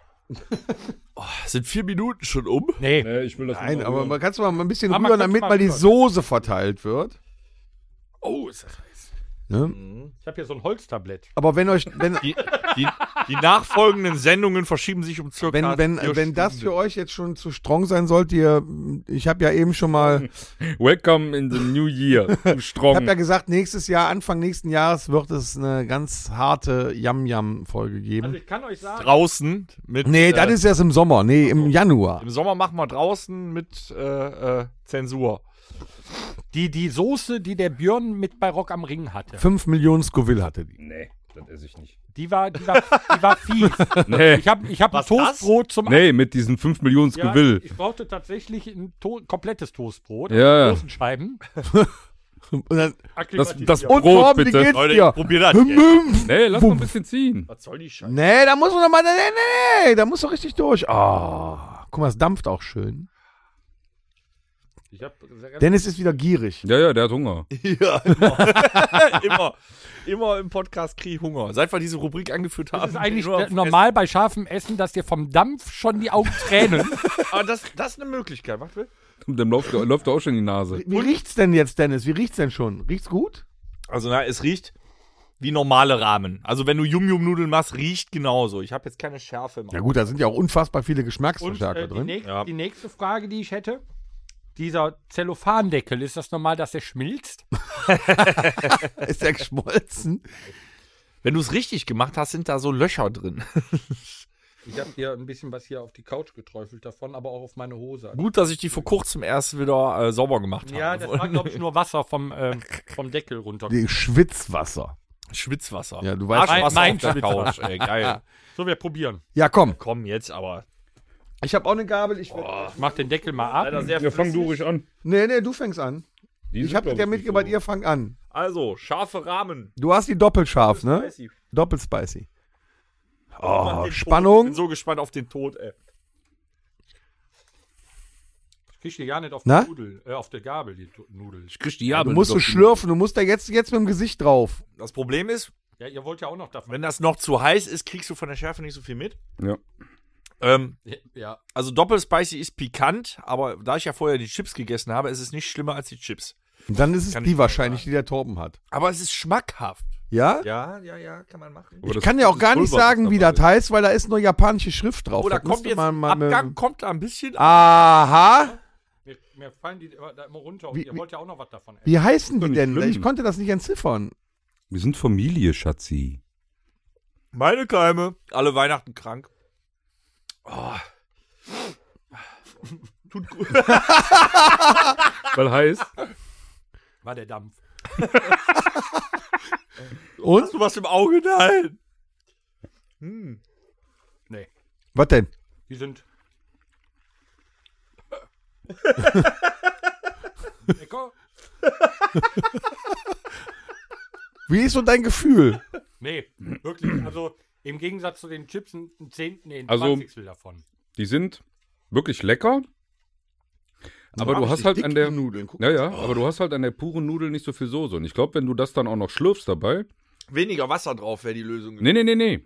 B: Sind vier Minuten schon um?
E: Nee.
D: Nee, ich will das
C: Nein, aber man kannst du mal ein bisschen
E: Aber Ah, man
C: rühren,
E: kann's
C: damit
E: mal
C: mal die
E: rühren.
C: Soße verteilt wird.
E: Oh, ist das heiß.
D: Mhm.
C: Ne?
E: Ich habe hier so ein Holztablett.
B: Hm.
C: Aber wenn euch, wenn,
B: Die, die, die nachfolgenden Sendungen verschieben sich um circa.
C: wenn, wenn,
B: vier
C: wenn das für
B: Stunden.
C: euch jetzt schon zu strong sein sollte, ihr, ich habe ja eben schon mal,
D: Welcome in the New Year. Du
C: ich habe
D: Strong.
C: ja gesagt, nächstes Jahr, Anfang nächsten Jahres wird es eine ganz harte Yam-Yam-Folge
E: Also
C: geben.
E: ich kann euch sagen,
B: draußen mit.
C: Nee,
B: äh,
C: das ist erst im Sommer. Nee, im Januar.
B: Im Sommer machen wir draußen mit äh, äh, Zensur.
E: die, die Soße, die der Björn mit bei Rock am Ring hatte.
C: Fünf Millionen Scoville hatte die.
D: Nee. Das esse ich nicht.
E: Die war, die war, die war fies.
D: Nee,
E: Ich habe ich hab ein
B: Was das?
E: Toastbrot zum
D: nee mit diesen 5 Millionen
E: Ja,
D: Gewill.
E: Ich brauchte tatsächlich ein to komplettes Toastbrot.
D: Ja.
E: Großen Scheiben.
C: Und, dann,
D: Das, das
C: und
D: Brot,
C: Torben, wie
D: bitte.
C: geht's dir?
B: probier das.
C: Hm, hm.
D: Nee, lass mal ein bisschen ziehen.
B: Was soll die Scheiße?
C: Nee, da muss man nochmal, nee, nee, nee, da muss doch richtig durch. Ah, guck mal, es dampft auch schön.
B: Ich hab
C: Dennis ist wieder gierig.
D: Ja, ja, der hat Hunger.
B: ja, immer. immer. Immer im Podcast krieg ich Hunger. Seit wir diese Rubrik angeführt haben.
E: Das ist eigentlich
B: nur auf
E: normal bei scharfem Essen, dass dir vom Dampf schon die Augen tränen.
B: Essen. Aber das, das ist eine Möglichkeit. Warte mal.
D: Und dann läuft, läuft er auch schon die Nase.
C: Wie riecht's denn jetzt, Dennis? Wie riecht's denn schon? Riecht's gut?
B: Also, na, es riecht wie normale Rahmen. Also, wenn du Yum-Yum-Nudeln machst, riecht genauso. Ich habe jetzt keine Schärfe im
C: Ja gut, da sind ja auch unfassbar viele
E: Und
C: Geschmacksverstärker
E: äh, die,
C: drin.
E: nächste,
B: Ja.
E: die nächste Frage, die ich hätte: Dieser Zellophandeckel, ist das normal, dass der schmilzt?
C: Ist der geschmolzen?
B: Wenn du es richtig gemacht hast, sind da so Löcher drin.
E: Ich habe hier ein bisschen was hier auf die Couch geträufelt davon, aber auch auf meine Hose.
B: Gut, dass ich die vor kurzem erst wieder äh, sauber gemacht habe.
E: Ja, das war, glaube ich, nur Wasser vom, ähm, vom Deckel runter.
C: Die Schwitzwasser.
B: Schwitzwasser.
C: Ja, du weißt-
B: Arschwasser
E: Mein-
B: auf
E: mein
B: der Couch. Ey, geil.
E: So, wir probieren.
C: Ja, komm.
B: Komm jetzt aber.
C: Ich habe auch eine Gabel. Ich will-
E: Ich mach den Deckel mal ab.
D: Ja, fang du ruhig an.
C: Nee, nee, du fängst an. ich habe ja mitgebracht, ihr fangt an.
B: Also, scharfe Rahmen.
C: Du hast die doppelscharf, ne?
B: Spicy.
C: Doppelspicy.
B: Mann,
C: Oh,
B: den Tod. Ich bin
C: Spannung.
B: so gespannt auf den Tod, ey.
E: Ich krieg die gar nicht auf,
C: Na?
E: die Nudel, äh, auf der Gabel, die Tu- Nudel.
D: Ich krieg die Jabel.
C: Du musst es schlürfen. Du musst da jetzt, jetzt mit dem Gesicht drauf.
B: Das Problem ist,
E: Ja, ihr wollt ja auch noch davon.
B: wenn das noch zu heiß ist, kriegst du von der Schärfe nicht so viel mit.
D: Ja.
B: Ähm,
E: Ja,
B: also Doppelspicy ist pikant, aber da ich ja vorher die Chips gegessen habe, ist es nicht schlimmer als die Chips.
C: Und dann ist es
B: Kann ich
C: die
B: mal
C: wahrscheinlich, die der Torben hat.
B: Aber es ist schmackhaft.
C: Ja?
B: Ja, ja, ja, kann man machen.
C: Ich kann ja auch gar nicht sagen, wie das heißt, weil da ist nur japanische Schrift drauf.
B: Oh, da
C: Das
B: kommt
C: müsste
B: jetzt
C: man Ah. mal mit-
B: Abgang, kommt da ein bisschen.
C: Aha.
E: Mir, mir fallen die immer, da immer runter und
C: Wie-
E: ihr
C: wie-
E: wollt ja auch noch was davon essen.
C: Wie heißen
D: doch
C: die
D: nicht
C: denn?
D: schlimm.
C: Ich konnte das nicht entziffern.
D: Wir sind Familie, Schatzi.
B: Meine Keime. Alle Weihnachten krank. Oh. Tut gut.
D: Weil heißt,
E: War der Dampf.
C: Und?
B: Hast du was im Auge? Nein.
C: Was denn?
E: Die sind. Lecker?
C: Wie ist so dein Gefühl?
E: Nee, wirklich. Also im Gegensatz zu den Chips ein ein Zehnten, nee, ein
D: Also-
E: Zwanzigstel davon.
D: die sind wirklich lecker. Aber du hast halt an der.
C: Nudeln. Guck.
D: Ja, ja, aber du hast halt an der puren Nudel nicht so viel Soße. Und ich glaube, wenn du das dann auch noch schlürfst dabei.
B: Weniger Wasser drauf wäre die Lösung.
D: Nee, nee, nee, nee.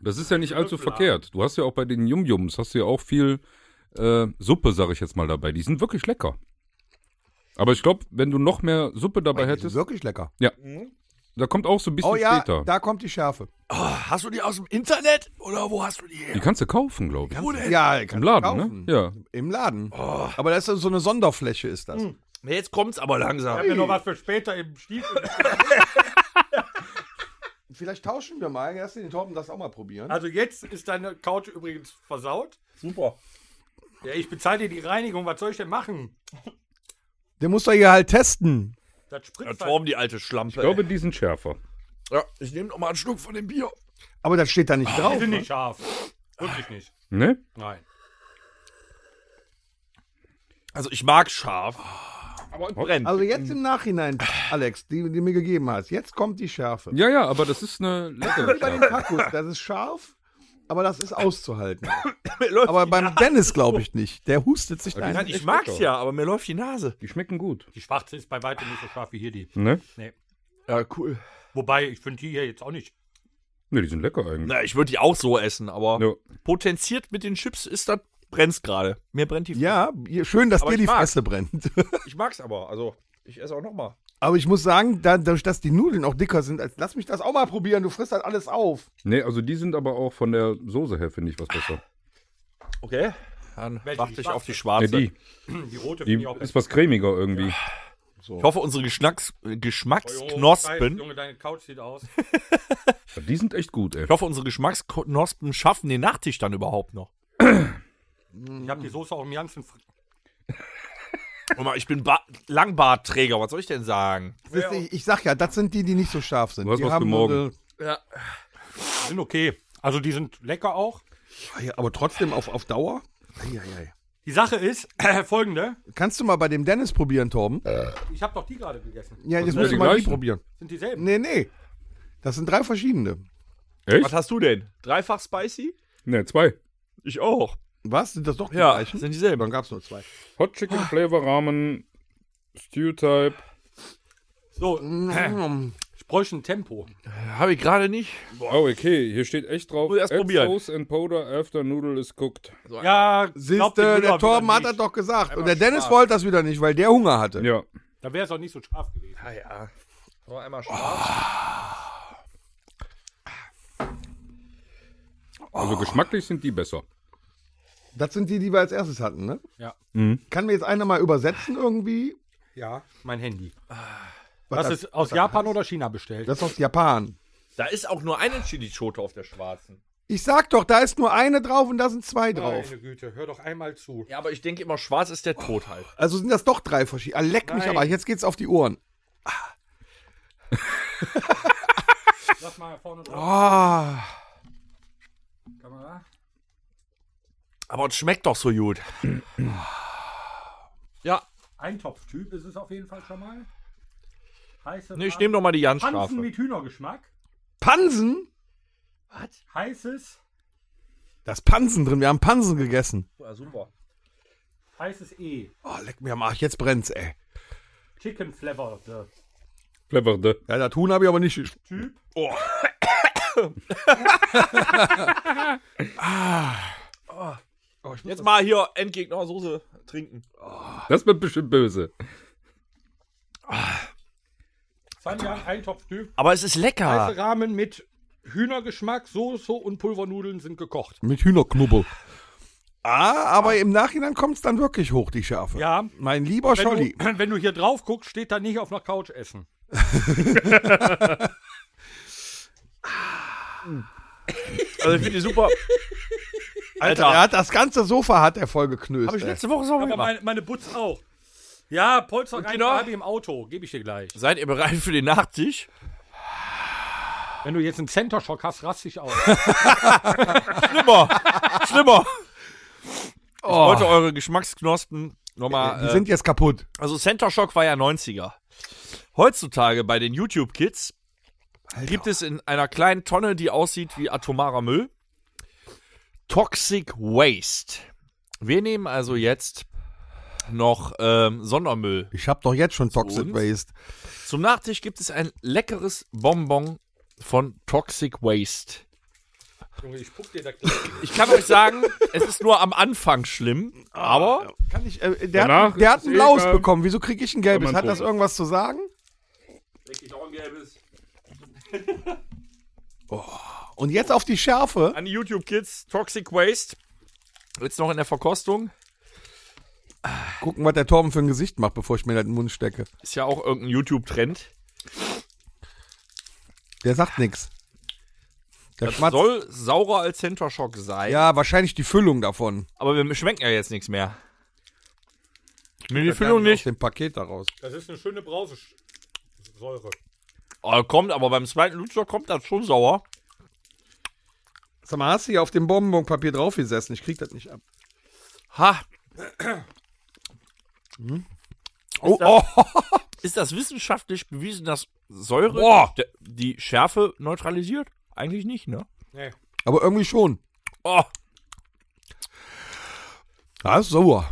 D: Das ist ja nicht allzu verkehrt. Du hast ja auch bei den Yum-Yums, hast du ja auch viel äh, Suppe, sag ich jetzt mal, dabei. Die sind wirklich lecker. Aber ich glaube, wenn du noch mehr Suppe dabei
C: Die sind
D: hättest,
C: wirklich lecker.
D: da kommt auch so ein bisschen
C: Oh ja,
D: später.
C: da kommt die Schärfe.
B: Hast du die aus dem Internet? Oder wo hast du die her?
D: Die kannst du kaufen, glaube ich.
C: Ja, kannst
D: Im
C: du
D: Laden,
C: kaufen.
D: ne? Ja.
C: Im Laden.
D: Oh.
C: Aber das ist so eine Sonderfläche, ist das.
B: Ja, Jetzt kommt's aber langsam.
E: Ich hab mir noch was für später im Stiefel.
C: Vielleicht tauschen wir mal. Lass den Torben das auch mal probieren.
E: Also jetzt ist deine Couch übrigens versaut.
B: Super.
E: Ja, ich bezahle dir die Reinigung. Was soll ich denn machen?
C: Der muss doch hier halt testen.
E: Das
B: Ja,
E: spritzt halt.
B: Torben, die alte Schlampe.
D: Ich glaube, die sind schärfer.
B: ja, ich nehme noch mal einen Schluck von dem Bier.
C: Aber das steht da nicht
D: Ah.
E: Die
C: drauf.
E: sind nicht scharf. Wirklich nicht.
D: Ne?
E: Nein.
B: Also ich mag scharf. Aber es brennt.
C: Also jetzt im Nachhinein, Alex, die, die du mir gegeben hast, jetzt kommt die Schärfe.
D: Ja, ja, aber das ist eine leckere
C: Bei den
D: Schärfe.
C: Tacos, das ist scharf, aber das ist auszuhalten.
B: Mir läuft
C: Aber
B: die
C: beim
B: Nase.
C: Dennis glaube ich nicht. Der hustet sich da
B: Nein,
C: ein.
B: ich mag's ja, aber mir läuft die Nase.
D: Die schmecken gut.
E: Die schwarze ist bei weitem nicht so scharf wie hier die.
D: Ne?
B: Ja, cool.
E: Wobei, ich finde die hier jetzt auch nicht.
D: Ne, die sind lecker eigentlich.
B: Na, ich würde die auch so essen, aber
D: Ja.
B: potenziert mit den Chips ist das brennt's gerade. Mir brennt die
C: Ja, ihr- schön, dass
B: Aber
C: dir
B: ich
C: die
B: mag's.
C: Fresse brennt.
B: Ich mag's aber. Also, ich esse auch noch mal.
C: Aber ich muss sagen, dadurch, dass die Nudeln auch dicker sind, als- lass mich das auch mal probieren. Du frisst halt alles auf.
D: Ne, also die sind aber auch von der Soße her, finde ich, was besser.
B: Okay. Dann
E: Welche?
B: warte
E: Die
B: ich auf die
D: Ne,
B: schwarze.
D: die,
E: Die rote
D: die
E: finde ich auch
D: ist was cremiger irgendwie.
B: Ich hoffe, unsere Geschnacks äh, Geschmacksknospen.
E: Oh, Junge, deine Couch sieht aus.
D: Die sind echt gut, ey.
B: Ich hoffe, unsere Geschmacksknospen schaffen den Nachtisch dann überhaupt noch.
E: Ich habe die Soße auch im ganzen. Fr-
B: Guck mal, ich bin ba Langbartträger, was soll ich denn sagen?
C: Wisst ihr, ich, ich sag ja, das sind die, die nicht so scharf sind.
D: Du hast
C: die
D: was
C: haben
D: gemorgen.
C: so
E: Sind okay. Also die sind lecker auch.
C: Ah Ja, aber trotzdem auf, auf Dauer. Eieiei.
E: Die Sache ist folgende.
C: Kannst du mal bei dem Dennis probieren, Torben?
E: Ich habe doch die gerade gegessen.
C: Ja, jetzt
D: sind
C: musst
D: die
C: du mal die
D: gleichen?
C: probieren.
E: Sind dieselben?
C: Nee, nee. Das sind drei verschiedene.
B: Was
D: Echt?
B: hast du denn? Dreifach spicy?
D: Ne, zwei.
B: Ich auch.
C: Was? Sind das doch die gleichen?
B: sind
C: Dann
B: dieselben.
C: gab es nur zwei.
D: Hot Chicken
B: Ah.
D: Flavor Ramen, Stew Type.
E: So, ich bräuchte ein Tempo.
B: Habe ich gerade nicht.
D: Oh, okay, hier steht echt drauf.
B: Muss erst
D: add
B: probieren.
D: Sauce and powder after noodle is cooked.
E: Ja,
C: Siehst du, der Torben hat das doch gesagt. Und der Dennis wollte das wieder nicht, weil der Hunger
B: Äh.
C: hatte.
D: Ja.
E: Da wäre es auch nicht so scharf gewesen.
D: Also
B: Ah.
D: geschmacklich sind die besser.
C: Das sind die, die wir als erstes hatten, ne?
E: Ja.
C: Kann mir jetzt einer mal übersetzen irgendwie?
E: Ja, mein Handy.
C: Was
E: das,
C: das-
E: ist aus Japan oder China bestellt.
C: Das ist aus Japan.
B: Da ist auch nur eine Chili-Schote auf der schwarzen.
C: Ich sag doch, da ist nur eine drauf und da sind zwei drauf.
E: Meine Güte, hör doch einmal zu.
B: Ja, aber ich denke immer, schwarz ist der Tod halt.
C: Also sind das doch drei verschiedene. Ah, leck mich
E: Nein.
C: aber, jetzt geht's auf die Ohren.
E: Lass mal vorne drauf.
C: Ah, Oh.
E: Kamera.
B: Aber es schmeckt doch so gut. ja,
E: Eintopftyp ist es auf jeden Fall schon mal. Heiße
B: nee, ich nehme doch mal die
E: Pansen
B: Jan-Strafe.
E: mit Hühnergeschmack.
C: Pansen?
E: Heißes,
C: Da ist Pansen drin, wir haben Pansen gegessen.
E: heißes E.
C: Oh, leck mir am Arsch, jetzt brennt's, ey.
E: Chicken Flavor.
D: Clever, de.
C: Ja, das Huhn habe ich aber nicht. gesch-
B: Jetzt mal hier Endgegner-Soße trinken.
D: Das wird bestimmt böse.
E: Sanjan, Eintopftyp.
B: Aber es ist lecker.
E: Heiße Rahmen mit Hühnergeschmack, Soße und Pulvernudeln sind gekocht.
C: Mit Hühnerknubbel. Ah, aber im Nachhinein kommt's dann wirklich hoch, die Schärfe.
E: Ja.
C: Mein lieber Scholli.
E: Wenn du, wenn du hier drauf guckst, steht da nicht auf einer Couch essen.
B: Also ich finde die super.
C: Alter, er hat das ganze Sofa hat er voll geknöst.
B: Habe ich
C: ey.
B: letzte Woche sauber
E: Aber
B: gemacht.
E: meine, meine Butz auch. Ja, Polster rein,
B: noch?
E: Fabi im Auto. Gebe ich dir gleich.
B: Seid ihr bereit für den Nachtisch?
E: Wenn du jetzt einen Center Shock hast, raste ich aus.
B: Schlimmer. Schlimmer. Ich wollte eure Geschmacksknospen nochmal.
C: Die
B: äh,
C: sind jetzt kaputt.
B: Also Center Shock war ja 90er. Heutzutage bei den YouTube-Kids gibt es in einer kleinen Tonne, die aussieht wie atomarer Müll, Toxic Waste. Wir nehmen also jetzt noch ähm, Sondermüll.
C: Ich hab doch jetzt schon Toxic
B: uns?
C: Waste.
B: Zum Nachtisch gibt es ein leckeres Bonbon von Toxic Waste.
E: Junge, ich spuck dir da gleich.
B: Ich kann euch sagen, es ist nur am Anfang schlimm, aber
C: Kann ich, äh, der
D: Danach
C: hat, der
D: ist
C: hat
D: es
C: ein
D: eh
C: blaues
D: egal.
C: bekommen. Wieso krieg ich ein gelbes?
D: Wenn man
C: Hat das
D: probiert.
C: irgendwas zu sagen? Oh. Und jetzt auf die Schärfe.
B: an die YouTube Kids Toxic Waste jetzt noch in der Verkostung
C: Gucken, was der Torben für ein Gesicht macht, bevor ich mir das in den Mund stecke.
B: ist ja auch irgendein YouTube Trend.
C: Der sagt nichts. Der
B: Das
C: schmatzt.
B: soll saurer als Center Shock sein.
C: Ja, wahrscheinlich die Füllung davon.
B: Aber wir schmecken ja jetzt nichts mehr. Nee, die
C: Aus
B: Füllung nicht.
C: dem Paket daraus.
E: Das ist eine schöne Brausesäure.
B: Oh, kommt, aber beim zweiten Lutscher kommt das schon sauer.
C: Sag mal, hast du hier auf dem Bonbonpapier drauf gesessen? Ich krieg das nicht ab.
B: Ha.
C: Oh, oh.
B: Hm? Ist das wissenschaftlich bewiesen, dass Säure
C: Boah.
B: de- die Schärfe neutralisiert? Eigentlich nicht, ne?
C: Aber irgendwie schon.
B: Oh,
C: Das ist sauer.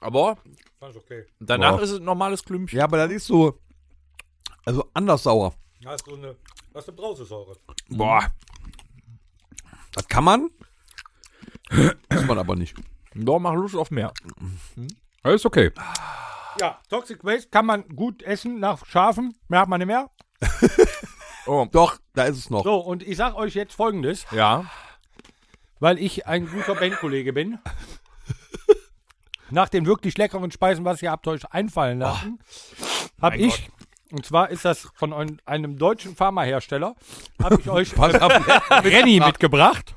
B: aber
E: Das ist okay.
B: danach
D: Boah.
B: ist es ein normales Klümpchen.
C: Ja, aber das ist so. Also anders sauer.
E: Das ist, so eine, das ist eine Brausesäure.
B: Boah.
C: Das kann man. Muss man aber nicht.
B: Doch, mach Lust auf mehr.
D: Alles okay.
E: Ja, Toxic Waste kann man gut essen nach Schafen. Mehr hat man nicht mehr.
B: Oh,
C: Doch, da ist es noch.
E: So, und ich sag euch jetzt folgendes,
B: ja.
E: weil ich ein guter Bandkollege bin. Nach den wirklich leckeren Speisen, was ihr habt euch einfallen lassen, habe ich, und zwar ist das von ein, einem deutschen Pharmahersteller, habe ich euch äh, Renny mitgebracht.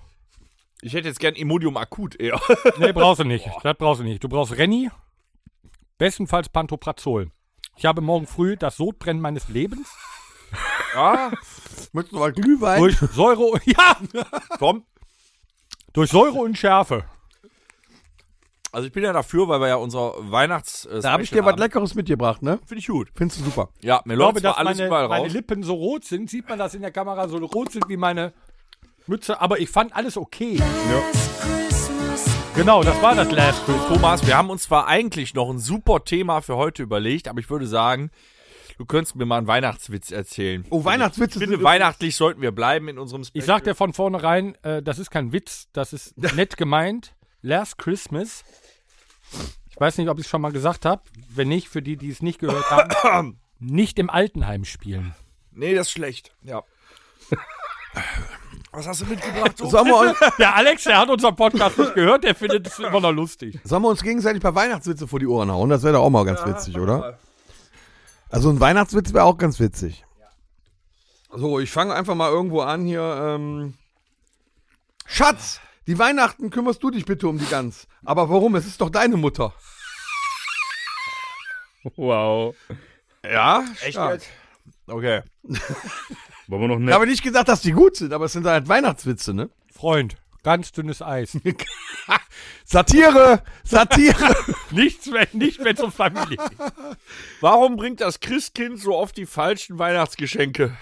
B: Ich hätte jetzt gern Imodium akut eher.
E: Nee, brauchst du nicht. Das brauchst du nicht. Du brauchst Renny, bestenfalls Pantoprazol. Ich habe morgen früh das Sodbrennen meines Lebens.
B: Ja,
C: Möchtest du mal Glühwein?
E: Durch Säure. Ja! Komm. Durch Säure und Schärfe.
B: also ich bin ja dafür, weil wir ja unser Weihnachts. äh,
C: Da habe ich dir
B: Special
C: was
B: haben.
C: Leckeres mitgebracht, ne?
B: Finde ich gut.
C: Findest du super. Oh,
B: Ja, mir
E: Ich glaube,
B: läuft
E: dass
B: zwar alles
E: meine,
B: überall
E: meine
B: raus.
E: Lippen so rot sind. Sieht man das in der Kamera so rot sind wie meine Mütze. Aber ich fand alles okay. Genau, das war das Last Christmas.
B: Thomas, wir haben uns zwar eigentlich noch ein super Thema für heute überlegt, aber ich würde sagen, du könntest mir mal einen Weihnachtswitz erzählen.
C: Oh, Weihnachtswitze
B: Ich finde, weihnachtlich sollten wir bleiben in unserem Special.
E: Ich sag dir von vornherein, äh, das ist kein Witz, das ist nett gemeint. Last Christmas. Ich weiß nicht, ob ich es schon mal gesagt habe. Wenn nicht, für die, die es nicht gehört haben, nicht im Altenheim spielen.
B: Nee, das ist schlecht. Ja.
G: Was hast du mitgebracht? So?
C: Sollen wir, uns,
E: Der Alex, der hat unseren Podcast nicht gehört, der findet es immer noch lustig.
C: sollen wir uns gegenseitig ein paar Weihnachtswitze vor die Ohren hauen? Das wäre doch auch mal ganz witzig, oder? Also ein Weihnachtswitz wäre auch ganz witzig. So, ich fange einfach mal irgendwo an hier. Ähm. Schatz, die Weihnachten kümmerst du dich bitte um die Gans. Aber warum? Es ist doch deine Mutter.
D: Wow.
C: Ja, echt.
B: Okay.
D: Wollen wir noch
C: Ich
D: nett?
C: habe nicht gesagt, dass die gut sind, aber es sind halt Weihnachtswitze, ne?
E: Freund, ganz dünnes Eis.
C: Satire! Satire!
E: Nichts mehr, nicht mehr zur Familie.
B: Warum bringt das Christkind so oft die falschen Weihnachtsgeschenke?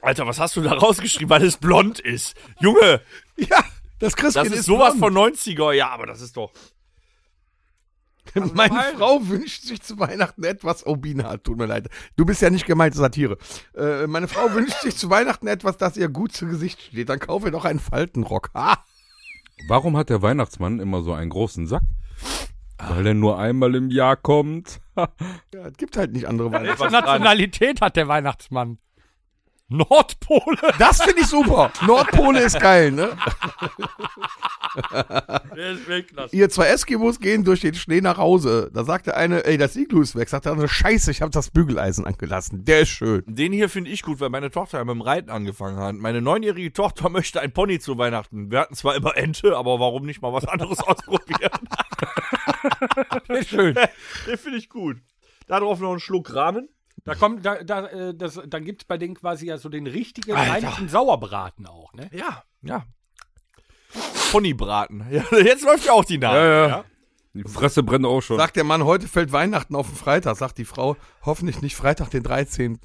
B: Alter, was hast du da rausgeschrieben, weil es blond ist? Junge,
C: ja, das Christkind
B: das ist, sowas
C: blond.
B: von 90er. Ja, aber das ist doch.
C: Meine Frau wünscht sich zu Weihnachten etwas. Oh, Biene, hat, tut mir leid. Du bist ja nicht gemeint, Satire. Äh, meine Frau wünscht sich zu Weihnachten etwas, das ihr gut zu Gesicht steht. Dann kaufe ihr doch einen Faltenrock. Ha!
D: Warum hat der Weihnachtsmann immer so einen großen Sack? Weil er nur einmal im Jahr kommt.
C: Ja, es gibt halt nicht andere Weihnachten.
E: Welche Nationalität hat der Weihnachtsmann? Nordpole.
C: Das finde ich super. Nordpole ist geil, ne? Ihr zwei Eskimos gehen durch den Schnee nach Hause. Da sagt der eine, ey, das Iglu ist weg. Sagt der andere, scheiße, ich habe das Bügeleisen angelassen. Der ist schön.
B: Den hier finde ich gut, weil meine Tochter mit dem Reiten angefangen hat. Meine neunjährige Tochter möchte ein Pony zu Weihnachten. Wir hatten zwar immer Ente, aber warum nicht mal was anderes ausprobieren?
E: Schön.
B: Den finde ich gut. Darauf noch einen Schluck Rahmen.
E: Da kommt, da, da, äh, das, dann gibt es bei denen quasi ja so den richtigen rheinischen Sauerbraten auch, ne?
B: Ja, ja. Ponybraten. Ja, jetzt läuft ja auch die Nase.
D: ja. Die Fresse brennt auch schon.
C: Sagt der Mann, heute fällt Weihnachten auf den Freitag. Sagt die Frau, hoffentlich nicht Freitag, den 13.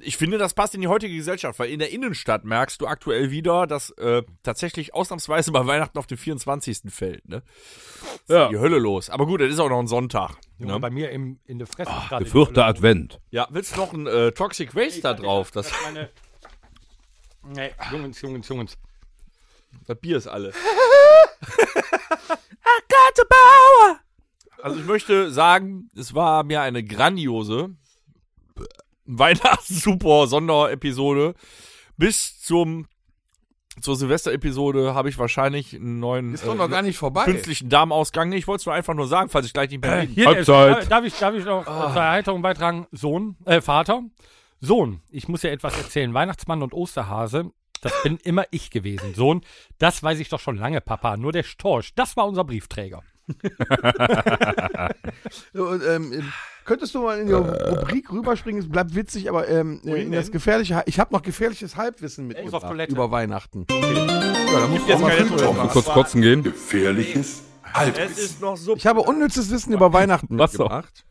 B: Ich finde, das passt in die heutige Gesellschaft, weil in der Innenstadt merkst du aktuell wieder, dass äh, tatsächlich ausnahmsweise bei Weihnachten auf den 24. fällt. Ne?
D: Ja.
B: Die Hölle los. Aber gut, das ist auch noch ein Sonntag. ne?
E: Junge, bei mir im, in der Fresse oh, gerade.
D: Gefürchter Advent.
B: Ja, willst du noch ein äh, Toxic Waste da drauf? Das,
E: Meine nee, Jungs, Jungs, Jungs.
B: das Bier ist alle. Also ich möchte sagen, es war mir eine grandiose äh, Weihnachts-Super-Sonderepisode. Bis zum zur Silvester-Episode habe ich wahrscheinlich einen neuen äh,
C: Ist doch noch gar nicht vorbei.
B: künstlichen Darmausgang. Ich wollte es nur einfach nur sagen, falls ich gleich nicht mehr reden.
E: Hier,
D: Halbzeit.
E: Äh, darf, ich, darf ich noch zur Erheiterung beitragen? Sohn, äh, Vater, Sohn, ich muss dir etwas erzählen. Weihnachtsmann und Osterhase, das bin immer ich gewesen. Sohn, das weiß ich doch schon lange, Papa. Nur der Storch, das war unser Briefträger.
C: So, und, ähm, ähm, könntest du mal in die Rubrik rüberspringen? Es bleibt witzig, aber ähm, äh, in das gefährliche. Ha- Ich habe noch gefährliches Halbwissen
E: muss auf
C: mitgebracht
E: Toilette.
C: über Weihnachten. Ja, da musst du auch mal
B: keine
C: viel
B: Toilette.
C: drüber
D: Kannst du
C: nachdenken.
D: kurz kotzen gehen?
A: Gefährliches
B: Es ist noch so.
C: ich habe unnützes Wissen über Weihnachten
D: Was doch.
C: mitgebracht.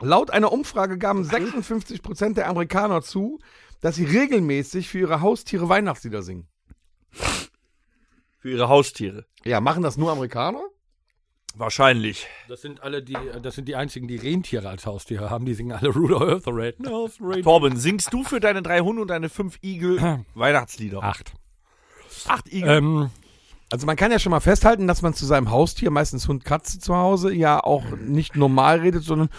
C: Laut einer Umfrage gaben 56 Prozent der Amerikaner zu, dass sie regelmäßig für ihre Haustiere Weihnachtslieder singen.
B: Für ihre Haustiere.
C: Ja, machen das nur Amerikaner?
B: Wahrscheinlich.
E: Das sind alle die, das sind die einzigen, die Rentiere als Haustiere haben. Die singen alle Rudolph the Red Nose Reindeer.
B: Torben, singst du für deine drei Hunde und deine fünf Igel Weihnachtslieder?
E: Acht.
B: Acht Igel.
E: Ähm,
C: Also man kann ja schon mal festhalten, dass man zu seinem Haustier, meistens Hund, Katze zu Hause, ja auch nicht normal redet, sondern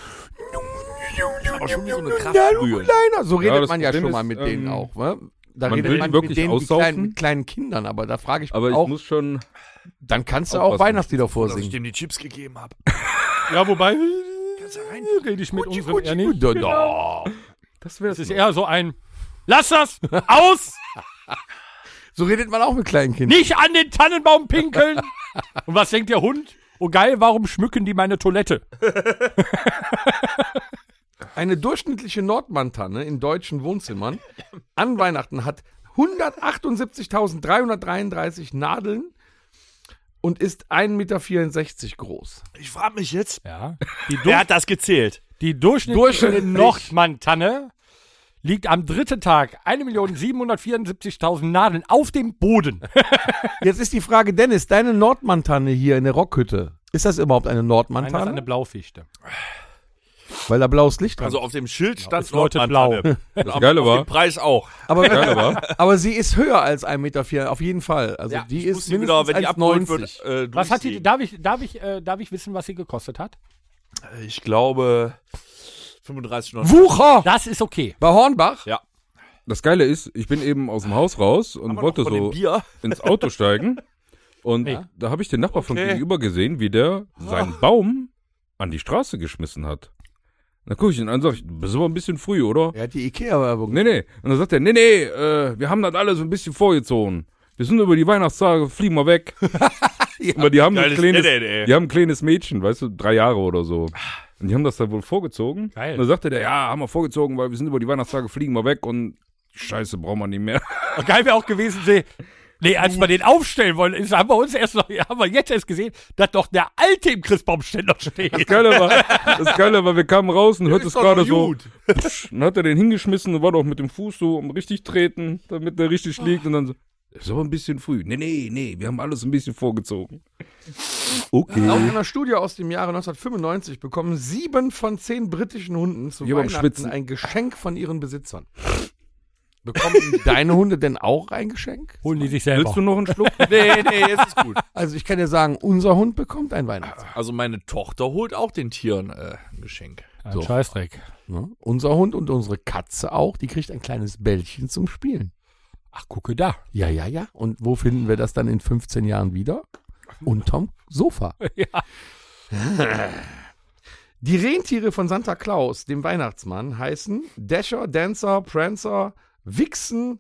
B: aber schon wie so eine
C: Ja, du
B: Kraftbrühe.
C: Kleiner. So redet
D: Ja, das
C: man ja
D: Problem
C: schon mal
D: ist,
C: mit
D: ähm,
C: denen auch. Ne? Da
D: man
C: redet
D: will
C: man
D: wirklich
C: mit denen wie
D: aussaufen.
C: kleinen, mit kleinen Kindern, aber da frage ich
D: Aber
C: mich
D: ich
C: auch,
D: muss schon.
C: dann kannst du auch
D: aufpassen.
C: Weihnachtslieder
B: Dass ich
C: vorsingen.
B: dem die Chips gegeben habe.
E: ja, wobei rede ich mit unserem
C: Gucci,
E: Ernie.
C: Gucci,
D: Genau.
C: da.
D: Das wäre
E: Es ist eher so ein Lass das aus,
C: So redet man auch mit kleinen Kindern.
E: nicht an den Tannenbaum pinkeln. Und was denkt der Hund? Oh geil, warum schmücken die meine Toilette?
C: Eine durchschnittliche Nordmantanne in deutschen Wohnzimmern an Weihnachten hat 178.333 Nadeln und ist 1,64 Meter groß.
B: Ich frage mich jetzt,
E: Ja. Die,
B: wer
E: durch,
B: hat das gezählt?
E: die durchschnittliche
C: Durchschnittlich.
E: Nordmann-Tanne liegt am dritten Tag 1.774.000 Nadeln auf dem Boden.
C: Jetzt ist die Frage, Dennis, deine Nordmantanne hier in der Rockhütte, ist das überhaupt eine
E: Nein, das ist eine
C: Nordmantanne?
E: Blaufichte.
C: Weil da blaues Licht dran
B: Also auf dem Schild stand
E: es läutet
B: Nordmantanne.
D: Das Geile
B: Auf
D: war,
B: dem Preis auch.
C: Aber,
D: Geil, aber.
C: aber sie ist höher als 1,4 Meter, vier, auf jeden Fall. Also die
B: Ich muss
C: ist
B: die wieder,
C: mindestens
B: wenn die abgeholt wird,
C: 1,90
B: äh,
E: Was hat die,
B: da?
E: darf ich, darf ich, äh, darf ich wissen, was sie gekostet hat?
B: Äh, Ich glaube 35 Euro.
C: Wucher!
E: Das ist okay.
C: Bei Hornbach?
B: Ja.
D: Das Geile ist, ich bin eben aus dem Haus raus und wollte
B: Von dem
D: so
B: Bier.
D: ins Auto steigen. Und da habe ich den Nachbar von
B: Okay. Ah.
D: gegenüber gesehen, wie der seinen Baum an die Straße geschmissen hat. Da gucke ich ihn an und sage, das ist aber ein bisschen früh, oder?
C: Er hat die Ikea-Werbung.
D: Nee, nee. Und dann sagt er, nee, nee, äh, wir haben das alles ein bisschen vorgezogen. Wir sind über die Weihnachtstage, fliegen wir weg. Aber die haben, ein
B: Geiles
D: kleines,
B: Internet, ey.
D: die haben ein kleines Mädchen, weißt du, drei Jahre oder so. Und die haben das dann wohl vorgezogen.
E: Geil.
D: Und dann sagte der, ja, haben wir vorgezogen, weil wir sind über die Weihnachtstage, fliegen wir weg und Scheiße, brauchen wir nicht mehr.
E: Geil wäre auch gewesen, sie. Nee, als wir den aufstellen wollen, ist, haben wir uns erst noch, haben wir jetzt erst gesehen, dass doch der alte im Christbaumständer steht.
D: Geile war, das Geile war, wir kamen raus und hört es
C: doch
D: gerade so.
C: gut.
D: Psch, und hat er den hingeschmissen und war doch mit dem Fuß so um richtig treten, damit der richtig liegt und dann so. Das ist aber ein bisschen früh. Nee, nee, nee, wir haben alles ein bisschen vorgezogen. Okay.
C: Laut einer Studie aus dem Jahre 1995 bekommen sieben von zehn britischen Hunden zu
D: Ich hab am
C: Weihnachten
D: Schwitzen.
C: ein Geschenk von ihren Besitzern. Bekommen deine Hunde denn auch ein Geschenk?
E: Holen die sich
D: Willst du noch einen Schluck?
B: Nee, nee, jetzt ist gut.
C: Also ich kann dir sagen, unser Hund bekommt ein Weihnachtsgeschenk.
B: Also meine Tochter holt auch den Tieren äh, ein Geschenk.
E: Ein Scheißdreck.
C: Ne? Unser Hund und unsere Katze auch, die kriegt ein kleines Bällchen zum Spielen.
E: Ach, gucke da.
C: Ja, ja, ja. Und wo finden wir das dann in 15 Jahren wieder? Unterm Sofa.
E: Ja.
C: Die Rentiere von Santa Claus, dem Weihnachtsmann, heißen Dasher, Dancer, Prancer, Vixen.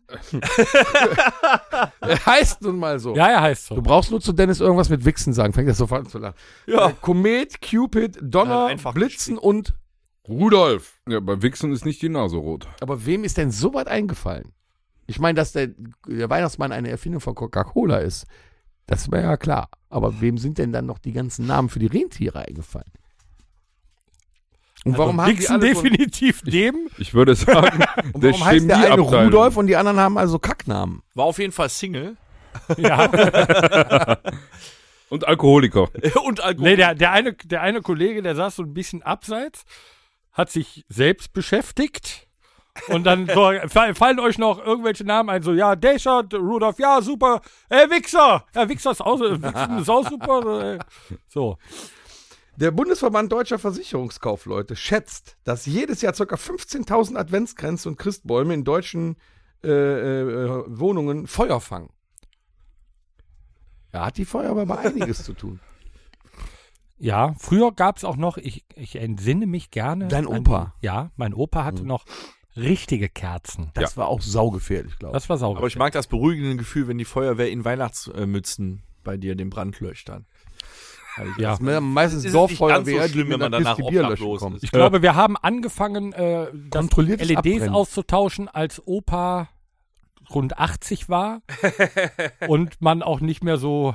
C: Er heißt nun mal so.
E: Ja, er heißt
C: Du
E: so.
C: brauchst nur zu Dennis irgendwas mit Vixen sagen. Fängt er sofort an zu lachen.
B: Ja.
C: Äh, Komet, Cupid, Donner,
B: Nein, einfach
C: Blitzen und Rudolf.
D: Ja, bei Wichsen ist nicht die Nase rot.
C: Aber wem ist denn so weit eingefallen? Ich meine, dass der, der Weihnachtsmann eine Erfindung von Coca-Cola ist. Das wäre ja klar. Aber wem sind denn dann noch die ganzen Namen für die Rentiere eingefallen? Und warum haben die
E: Dixon
C: alle so einen-
E: definitiv neben.
D: Ich würde sagen, der
C: Warum heißt der eine
D: Chemieabteilung.
C: Rudolf und die anderen haben also Kacknamen?
B: War auf jeden Fall Single.
E: Ja.
D: Und Alkoholiker.
B: Und
E: nee,
B: Alkohol.
E: der, der, eine, der eine Kollege, der saß so ein bisschen abseits, hat sich selbst beschäftigt. Und dann so, fall- fallen euch noch irgendwelche Namen ein, so, ja, Dashard, Rudolf, ja, super, äh, Wichser, ja, Wichser ist auch, äh, Wichsen ist auch super, äh, so.
C: Der Bundesverband Deutscher Versicherungskaufleute schätzt, dass jedes Jahr ca. 15.000 Adventskränze und Christbäume in deutschen äh, äh, Wohnungen Feuer fangen. Da hat die Feuerwehr aber einiges zu tun.
E: Ja, früher gab es auch noch, ich, ich entsinne mich gerne.
C: Dein
E: an-
C: Opa.
E: ja, mein Opa hatte noch richtige Kerzen.
C: Das war auch saugefährlich, glaube ich.
E: Das war sauber.
B: Aber ich mag das beruhigende Gefühl, wenn die Feuerwehr in Weihnachtsmützen bei dir den Brand löchtern.
E: ja.
C: Das ist meistens
B: ist nicht
C: Dorffeuerwehr,
B: ganz so schlimm,
C: die mit
B: wenn man
C: einer
B: danach
C: Kiste Bier
B: obdachlos
C: löschen
B: ist.
C: kommt.
E: Ich glaube, wir haben angefangen, äh, das
C: Kontrolliertes
E: LEDs
C: Abbrennen.
E: auszutauschen, als Opa rund 80 war und man auch nicht mehr so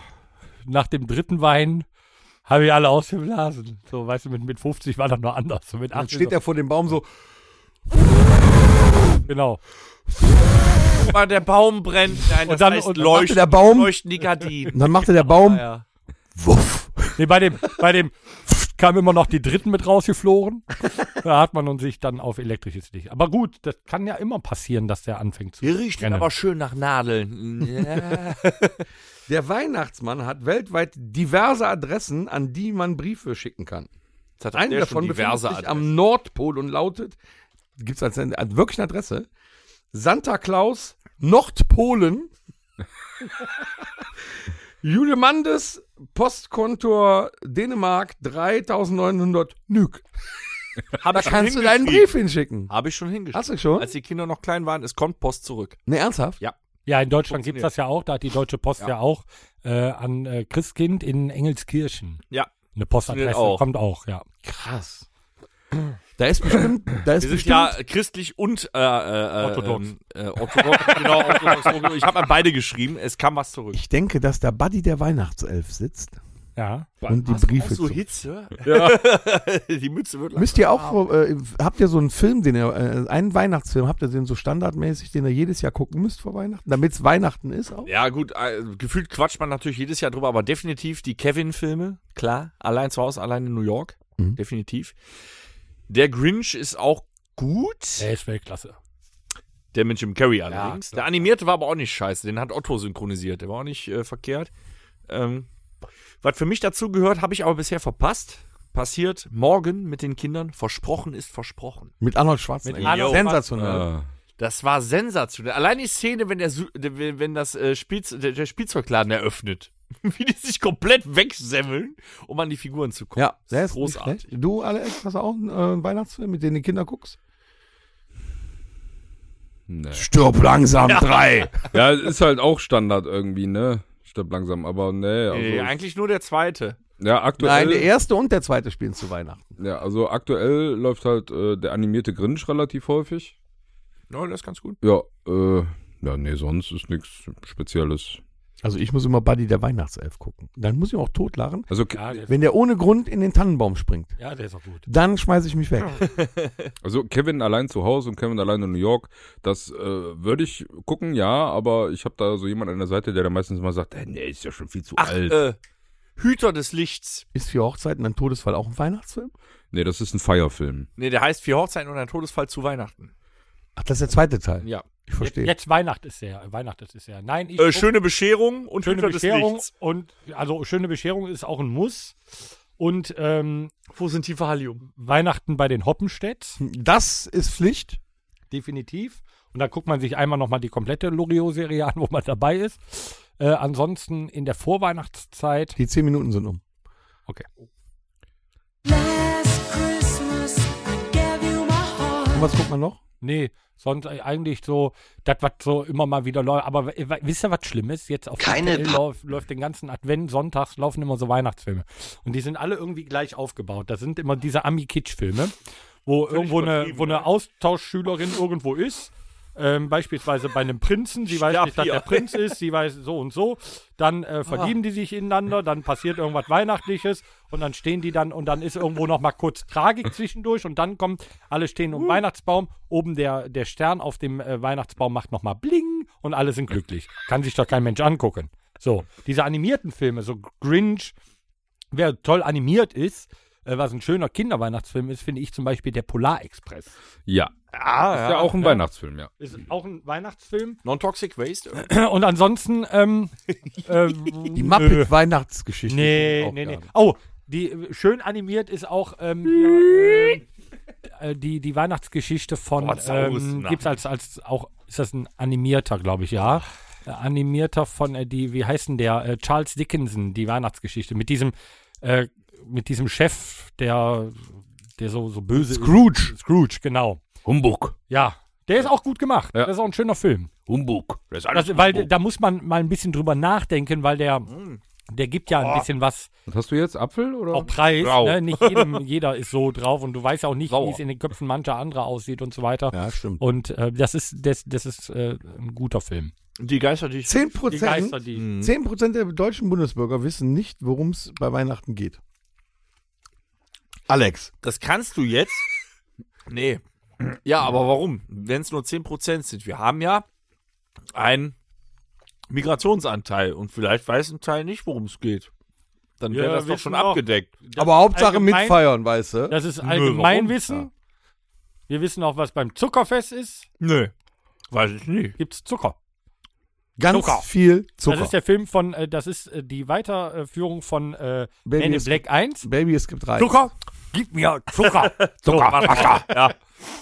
E: nach dem dritten Wein habe ich alle ausgeblasen. So, weißt du, mit, mit 50 war das noch anders. So mit
C: Dann
E: 80
C: steht er vor dem Baum so,
E: so, genau.
B: Guck mal, der Baum brennt. Nein, das
E: Und dann-
B: heißt,
E: und dann
B: leuchten,
C: der Baum-
B: leuchten die Gardinen.
C: und dann machte der Baum,
B: Ja.
C: wuff.
E: Nee, bei dem, bei dem kamen immer noch die dritten mit rausgeflogen. Da hat man sich dann auf elektrisches Licht. Aber gut, das kann ja immer passieren, dass der anfängt zu
B: Die riecht
E: brennen.
B: aber schön nach Nadeln. Ja.
C: Der Weihnachtsmann hat weltweit diverse Adressen, an die man Briefe schicken kann.
B: Das hat
C: Eine
B: der
C: davon
B: schon
C: befindet sich
B: diverse
C: am Nordpol und lautet, gibt es als, als wirklich eine Adresse, Santa Claus, Nordpolen, Judemandes, Postkontor Dänemark, 3900 Nüg.
B: Hab
C: Da
B: ich schon
C: kannst du deinen
B: hingeschrieben.
C: Brief hinschicken.
B: Habe ich schon hingeschrieben.
C: Hast du schon?
B: Als die Kinder noch klein waren, es kommt Post zurück.
C: Ne, ernsthaft?
E: Ja, in Deutschland gibt es das ja auch. Da hat die Deutsche Post ja, auch äh, an äh, Christkind in Engelskirchen
B: Ja.
E: eine Postadresse.
B: Funktioniert auch.
E: Kommt auch, ja.
C: Krass. Da ist bestimmt, da ist
B: Wir sind
C: bestimmt,
B: ja christlich und äh, äh, äh,
E: Orthodox.
B: ähm, Äh, orthodox, genau, orthodox. Ich habe an beide geschrieben, es kam was zurück.
C: ich denke, dass da Buddy der Weihnachtself sitzt
E: Ja.
C: und die Briefe zu.
B: Hitze? Die Mütze wird lang.
C: Müsst ihr auch, vor- äh, habt ihr so einen Film, den ihr, äh, einen Weihnachtsfilm, habt ihr den so standardmäßig, den ihr jedes Jahr gucken müsst vor Weihnachten, damit es Weihnachten ist auch?
B: Ja, gut, äh, gefühlt quatscht man natürlich jedes Jahr drüber, aber definitiv die Kevin-Filme, klar. Allein zu Hause, allein in New York,
C: Mhm.
B: definitiv. Der Grinch ist auch gut.
E: Der ist Weltklasse.
B: Der mit Jim Carrey allerdings. der animierte war aber auch nicht scheiße. Den hat Otto synchronisiert. Der war auch nicht äh, verkehrt. Ähm, was für mich dazu gehört, habe ich aber bisher verpasst. Passiert morgen mit den Kindern. Versprochen ist versprochen.
C: Mit Arnold Schwarzenegger.
B: Mit Äh, Arnold
C: Sensationell.
D: Ah.
B: Das war sensationell. Allein die Szene, wenn, der, Su- der- wenn das äh, Spielz der, der Spielzeugladen eröffnet. Wie die sich komplett wegsemmeln, um an die Figuren zu kommen.
C: Ja,
B: Das
C: der ist
B: großartig.
C: großartig. Du, Alex, hast du auch einen äh, Weihnachtsfilm, mit dem die Kinder guckst?
D: Nee.
C: Stirb langsam drei.
D: ne. Ja, ist halt auch Standard irgendwie, ne? Stirb langsam, aber nee. Also,
B: Äh, eigentlich nur der zweite.
D: ja, aktuell,
C: Nein, der erste und der zweite spielen zu Weihnachten.
D: ja, also aktuell läuft halt äh, der animierte Grinch relativ häufig.
B: Ja, das ist ganz gut.
D: Ja, äh, ja, nee, sonst ist nichts Spezielles.
C: Also ich muss immer Buddy der Weihnachtself gucken. Dann muss ich auch totlachen,
D: Also,
E: Ja, der ist,
C: wenn der ohne Grund in den Tannenbaum springt.
E: ja, der ist auch gut.
C: Dann schmeiße ich mich weg.
D: also Kevin allein zu Hause und Kevin allein in New York, das äh, würde ich gucken, ja, aber ich habe da so jemanden an der Seite, der da meistens mal sagt, "Äh, nee, ist ja schon viel zu
B: Ach,
D: alt.
B: äh, Hüter des Lichts.
C: Ist für Hochzeiten ein Todesfall auch ein Weihnachtsfilm?
D: Nee, das ist ein Feierfilm.
B: Nee, der heißt Vier Hochzeiten und ein Todesfall zu Weihnachten.
C: Ach, das ist der zweite Teil.
B: Ja.
C: Ich verstehe.
E: Jetzt Weihnacht ist ja. Weihnacht ist ja. Nein, ich.
B: Äh, schöne Bescherung und
E: schöne
B: Hüter des
E: Bescherung.
B: Lichts.
E: Und, also, schöne Bescherung ist auch ein Muss. Und ähm,
B: Wo sind die Valium?
E: Weihnachten bei den Hoppenstädts.
C: Das ist Pflicht.
E: definitiv. Und da guckt man sich einmal nochmal die komplette Loriot-Serie an, wo man dabei ist. Äh, ansonsten in der Vorweihnachtszeit.
C: Die zehn Minuten sind um.
E: Okay.
H: Last Christmas, I gave you my heart.
C: Und was guckt man noch?
E: Nee, sonst äh, eigentlich so, das, was so immer mal wieder läuft. Aber äh, we- wisst ihr, was Schlimmes? Jetzt auf
I: Keine
E: RTL
I: Pa-
E: läuft, läuft den ganzen Advent, sonntags laufen immer so Weihnachtsfilme. Und die sind alle irgendwie gleich aufgebaut. Das sind immer diese Ami-Kitsch-Filme, wo irgendwo eine,
B: übertrieben,
E: wo eine
B: ne?
E: Austauschschülerin irgendwo ist. Ähm, beispielsweise bei einem Prinzen, sie weiß
B: Sterb
E: nicht, dass
B: hier.
E: der Prinz ist, sie weiß so und so. Dann äh, verlieben die sich ineinander, dann passiert irgendwas Weihnachtliches und dann stehen die dann und dann ist irgendwo noch mal kurz Tragik zwischendurch und dann kommt, alle stehen um den Weihnachtsbaum, oben der, der Stern auf dem äh, Weihnachtsbaum macht noch mal bling und alle sind glücklich. Kann sich doch kein Mensch angucken. So, diese animierten Filme, so Grinch, wer toll animiert ist, äh, was ein schöner Kinderweihnachtsfilm ist, finde ich zum Beispiel der Polarexpress.
D: Ja. Ah, ist ja, auch ein Weihnachtsfilm, ja.
E: Ist auch ein Weihnachtsfilm.
B: Non-Toxic Waste?
E: Und ansonsten, ähm, ähm,
C: Die
E: nö.
C: Muppet-Weihnachtsgeschichte.
E: Nee, nee, nee. Oh, die äh, schön animiert ist auch ähm, hier, äh, äh, die, die Weihnachtsgeschichte von
B: Oh, Saurus,
E: ähm,
B: nein.
E: gibt's als als auch ist das ein animierter, glaube ich, ja. Äh, animierter von äh, die wie heißt denn der äh, Charles Dickinson, die Weihnachtsgeschichte mit diesem äh, mit diesem Chef, der der so so böse Scrooge, Scrooge, genau.
D: Humbug.
E: Ja, der ist auch gut gemacht.
D: Ja.
E: Das ist auch ein schöner Film.
D: Humbug. Das ist
E: Das, Also, weil da muss man mal ein bisschen drüber nachdenken, weil der
C: Hm.
E: der gibt ja
C: Ah.
E: ein bisschen was
D: Was hast du jetzt? Apfel oder?
E: auch Preis.
D: Rau.
E: Ne? Nicht jedem, jeder ist so drauf und du weißt ja auch nicht,
B: Sauer.
E: wie es in den Köpfen mancher anderer aussieht und so weiter.
C: Ja, stimmt.
E: Und äh, das ist, das, das ist äh, ein guter Film.
B: Die Geister, die ich.
C: Zehn
E: Die Geister, Hm.
C: Prozent,
E: die.
C: zehn Prozent der deutschen Bundesbürger wissen nicht, worum es bei Weihnachten geht. Alex.
B: Das kannst du jetzt? Nee. Ja, aber warum? Wenn es nur 10% sind. Wir haben ja einen Migrationsanteil und vielleicht weiß ein Teil nicht, worum es geht. Dann wäre
E: Ja,
B: das doch
E: wissen
B: schon
E: wir auch.
B: abgedeckt.
C: Aber Hauptsache
E: allgemein-
C: mitfeiern, weißt du?
E: Das ist Allgemeinwissen.
C: warum?
E: Wir wissen auch, was beim Zuckerfest ist.
B: Nö. Weiß ich nicht.
E: Gibt's Zucker.
C: Ganz
E: Zucker.
C: viel
E: Das
C: Zucker.
E: ist der Film von, äh, das ist äh, die Weiterführung von äh, Men
C: Baby,
E: in
C: es
E: Black 1.
C: Baby, es gibt Reis.
E: Gib mir Zucker.
B: Zucker, Wasser. Ja.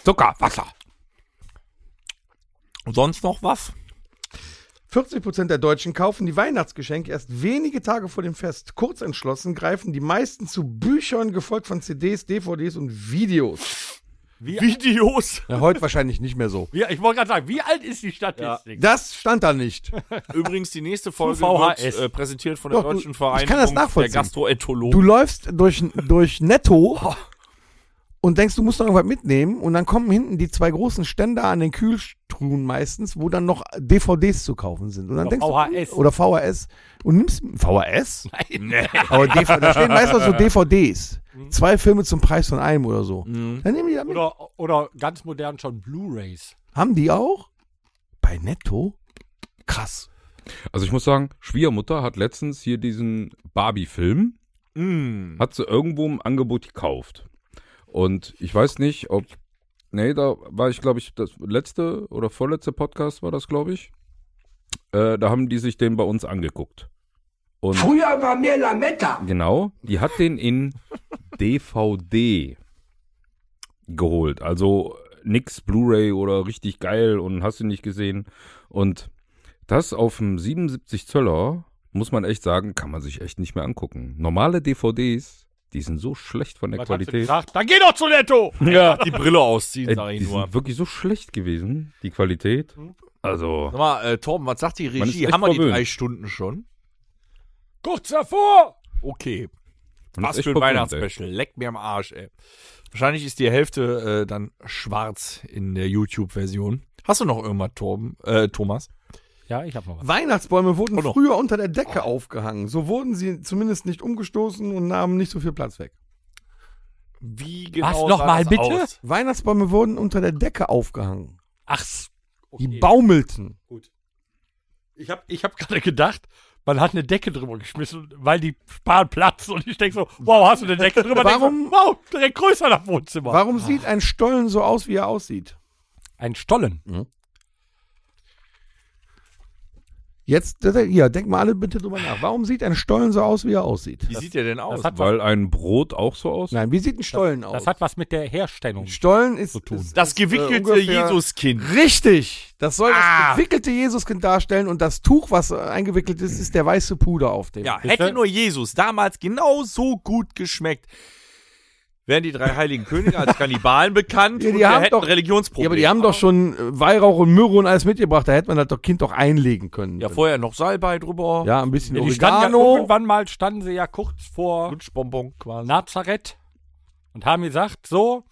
B: Zucker, Wasser. Und sonst noch was?
C: 40 Prozent der Deutschen kaufen die Weihnachtsgeschenke erst wenige Tage vor dem Fest. Kurz entschlossen greifen die meisten zu Büchern, gefolgt von CDs, DVDs und Videos.
B: Videos.
C: Ja, heute wahrscheinlich nicht mehr so.
E: Wie, ich wollte gerade sagen, wie alt ist die Statistik?
C: Das stand da nicht.
B: Übrigens, die nächste Folge
E: VHS.
B: wird äh, präsentiert von der
C: Doch, du-
B: Deutschen
C: ich
B: Vereinigung
C: kann das nachvollziehen.
B: der Gastroenterologen.
C: Du läufst durch, durch Netto und denkst, du musst noch irgendwas mitnehmen. Und dann kommen hinten die zwei großen Ständer an den Kühltruhen meistens, wo dann noch DVDs zu kaufen sind. Und dann
E: Oder VHS.
C: denkst Du, oder VHS. Und nimmst VHS? Aber DV da stehen meistens so DVDs. Zwei Filme zum Preis von einem oder so. Dann nehmen die da mit.
E: Mhm. Oder, oder ganz modern schon Blu-Rays.
C: Haben die auch? Bei Netto? Krass.
D: Also ich muss sagen, Schwiegermutter hat letztens hier diesen Barbie-Film, hat sie irgendwo im Angebot gekauft. Und ich weiß nicht, ob, nee, da war ich, glaube ich, das letzte oder vorletzte Podcast war das, glaube ich. Äh, da haben die sich den bei uns angeguckt. Und
I: Früher war mehr Lametta.
D: Genau, die hat den in DVD geholt. Also nix Blu-ray oder richtig geil und hast du nicht gesehen. Und das auf dem 77 Zöller, muss man echt sagen, kann man sich echt nicht mehr angucken. Normale DVDs, die sind so schlecht von der
E: Was hat sie
D: Qualität.
E: gesagt? Dann geh doch zu Netto!
B: Ja. Die Brille ausziehen, sag
D: Äh,
B: ich
D: die
B: nur. Hm?
D: sind wirklich so schlecht gewesen, die Qualität. Also,
B: Sag mal, äh, Torben, was sagt die
D: Man ist
B: Regie?
D: echt
B: Haben wir die
D: verwöhnt.
B: drei Stunden schon?
E: Kurz davor!
B: Okay.
D: man ist
B: Was
D: echt
B: für ein
D: verwöhnt, ey.
B: Weihnachtsspecial. Leck mir am Arsch, ey. Wahrscheinlich ist die Hälfte äh, dann schwarz in der YouTube-Version. Hast du noch irgendwas, Torben, äh, Thomas?
E: Ja, ich hab noch was.
C: Weihnachtsbäume wurden
B: noch.
C: früher unter der Decke aufgehangen. So wurden sie zumindest nicht umgestoßen und nahmen nicht so viel Platz weg.
B: Wie genau
E: Was, noch
B: sah
E: mal
B: das
E: bitte?
B: aus?
C: Weihnachtsbäume wurden unter der Decke aufgehangen.
E: Ach,
C: Die baumelten.
E: ich hab, ich hab gerade gedacht, man hat eine Decke drüber geschmissen, weil die sparen Platz. Und ich denk so, wow, hast du eine Decke drüber?
C: Warum-
E: Denk so, wow, direkt größer nach Wohnzimmer.
C: Warum sieht ein Stollen so aus, wie er aussieht?
E: Ein Stollen.
C: Jetzt, das- ja, denkt mal alle bitte drüber nach. Warum sieht ein Stollen so aus, wie er aussieht?
B: Wie sieht der denn aus?
E: Das hat, was,
D: weil ein Brot auch so aussieht.
C: Nein, wie sieht ein Stollen aus?
E: das hat was mit der Herstellung.
C: Stollen ist,
E: tun.
C: ist
B: Das gewickelte
C: äh, ungefähr-
B: Jesuskind.
C: richtig. Das soll das gewickelte Jesuskind darstellen und das Tuch, was äh, eingewickelt ist, ist der weiße Puder auf dem.
B: Ja, hätte nur Jesus damals genau so gut geschmeckt. Wären die drei heiligen Könige als Kannibalen bekannt
C: Ja, die
B: und wir
C: haben
B: hätten
C: doch-
B: Religionsprobleme.
C: Ja, aber die haben doch schon äh, Weihrauch und Myrrhe und alles mitgebracht. Da hätte man das doch Kind doch einlegen können.
B: Ja, vorher noch Salbei drüber.
C: ja ein bisschen
E: Ja, die standen ja
C: Oregano.
E: irgendwann mal standen sie ja kurz vor
B: Lutschbonbon quasi.
E: Nazareth und haben gesagt, so,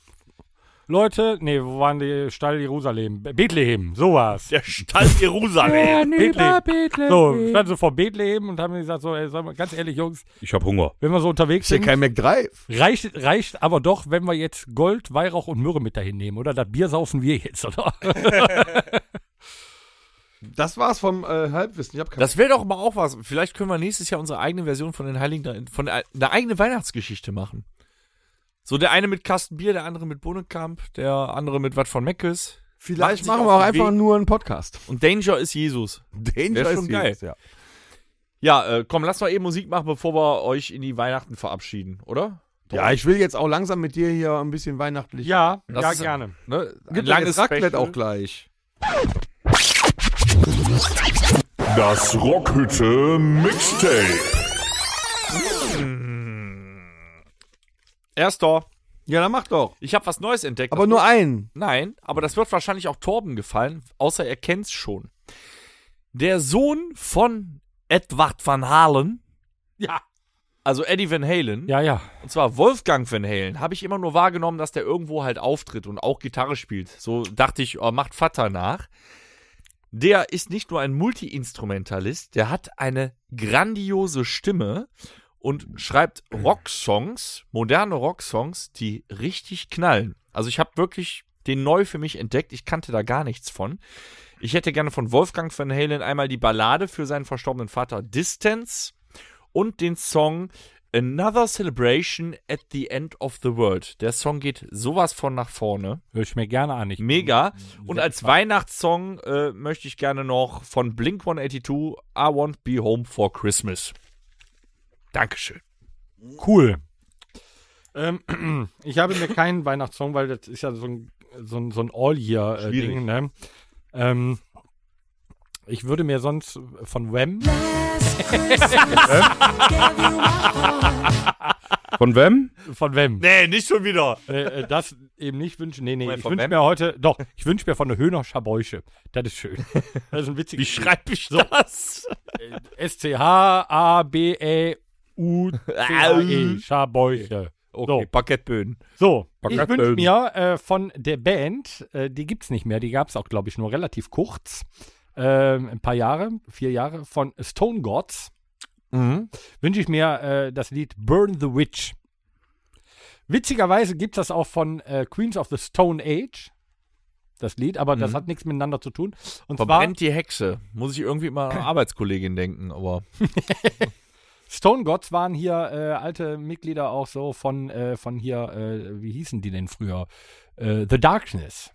E: Leute, nee, wo waren die Stall Jerusalem? Be- Bethlehem, sowas.
B: Der Stall Jerusalem.
E: Bethlehem. So, standen sie vor Bethlehem und haben gesagt, so, ey, sag mal, ganz ehrlich, Jungs,
D: Ich habe Hunger.
E: wenn wir so unterwegs
C: Ist ja
E: sind,
C: kein McDrive.
E: reicht, reicht aber doch, wenn wir jetzt Gold, Weihrauch und Myrrhe mit dahin nehmen, oder? Das Bier saufen wir jetzt, oder?
C: Das war's vom äh, Halbwissen. Ich hab kein
B: Das wäre doch mal auch was. Vielleicht können wir nächstes Jahr unsere eigene Version von den Heiligen, Drei- von äh, eine eigene Weihnachtsgeschichte machen. So der eine mit Kasten Bier, der andere mit Bohnenkamp, der andere mit was von Meckes.
C: Vielleicht
B: macht sich
C: machen wir auch
B: auf den
C: einfach
B: Weg.
C: nur einen Podcast.
B: Und Danger ist Jesus.
C: Danger
B: Wär schon geil.
C: Ja.
B: Ja, äh, komm, lass mal eben Musik machen, bevor wir euch in die Weihnachten verabschieden, oder?
C: ja, ich will jetzt auch langsam mit dir hier ein bisschen weihnachtlich.
E: ja,
B: Das
E: ja,
B: ist-
E: gerne.
B: Ne? Ein
C: Gibt langes Raclette
B: Special.
C: auch gleich.
A: Das Rockhütte Mixtape.
B: Erster,
C: Ja, dann mach doch.
B: ich habe was Neues entdeckt.
C: Aber
B: Das
C: nur einen.
B: Nein, aber das wird wahrscheinlich auch Torben gefallen, außer er kennt's schon. Der Sohn von Edward Van Halen,
E: Ja.
B: also Eddie Van Halen,
E: Ja, ja.
B: und zwar Wolfgang Van Halen, habe ich immer nur wahrgenommen, dass der irgendwo halt auftritt und auch Gitarre spielt. So dachte ich, oh, macht Vater nach. Der ist nicht nur ein Multiinstrumentalist, der hat eine grandiose Stimme und schreibt Rocksongs, moderne Rocksongs, die richtig knallen. Also ich habe wirklich den neu für mich entdeckt, ich kannte da gar nichts von. Ich hätte gerne von Wolfgang Van Halen einmal die Ballade für seinen verstorbenen Vater Distance und den Song Another Celebration at the End of the World. Der Song geht sowas von nach vorne.
E: Hör ich mir gerne an. Ich
B: Mega. Und als Weihnachtssong äh, möchte ich gerne noch von Blink 182 I Won't Be Home for Christmas. Dankeschön.
E: Cool. Ähm, ich habe mir keinen Weihnachtssong, weil das ist ja so ein, so ein, so ein
B: Schwierig.
E: All-Year-Ding. ne? ähm, ich würde mir sonst von Wham,
H: Last Christmas, I gave you my heart.
D: Von wem?
E: von Wham,
B: Nee, nicht schon wieder.
E: äh, äh, das eben nicht wünschen. Nee, nee,
B: Moment,
E: ich
B: von
E: wünsche
B: Wham?
E: mir heute, doch, ich wünsche mir von der Höhner Schabäusche. Das ist schön. Das ist ein
B: Wie
E: witziges Äh,
B: schreibe ich das?
E: E S-C-H-A-B-E-U-C-H-E, E, Schabäusche.
B: Okay,
E: So.
B: Parkettböden.
E: So, ich
D: Bagatellen.
E: wünsche mir äh, von der Band, äh, die gibt's nicht mehr, die gab's auch, glaube ich, nur relativ kurz, ähm, ein paar Jahre, vier Jahre, von Stone Gods, Mhm. wünsche ich mir äh, das Lied Burn the Witch. Witzigerweise gibt's das auch von äh, Queens of the Stone Age, das Lied, aber das hat nichts miteinander zu tun. Und zwar
B: Verbrennt die Hexe. Muss ich irgendwie mal an eine Arbeitskollegin denken, aber.
E: Stone Gods waren hier äh, alte Mitglieder auch so von, äh, von hier, äh, wie hießen die denn früher? Äh, the Darkness.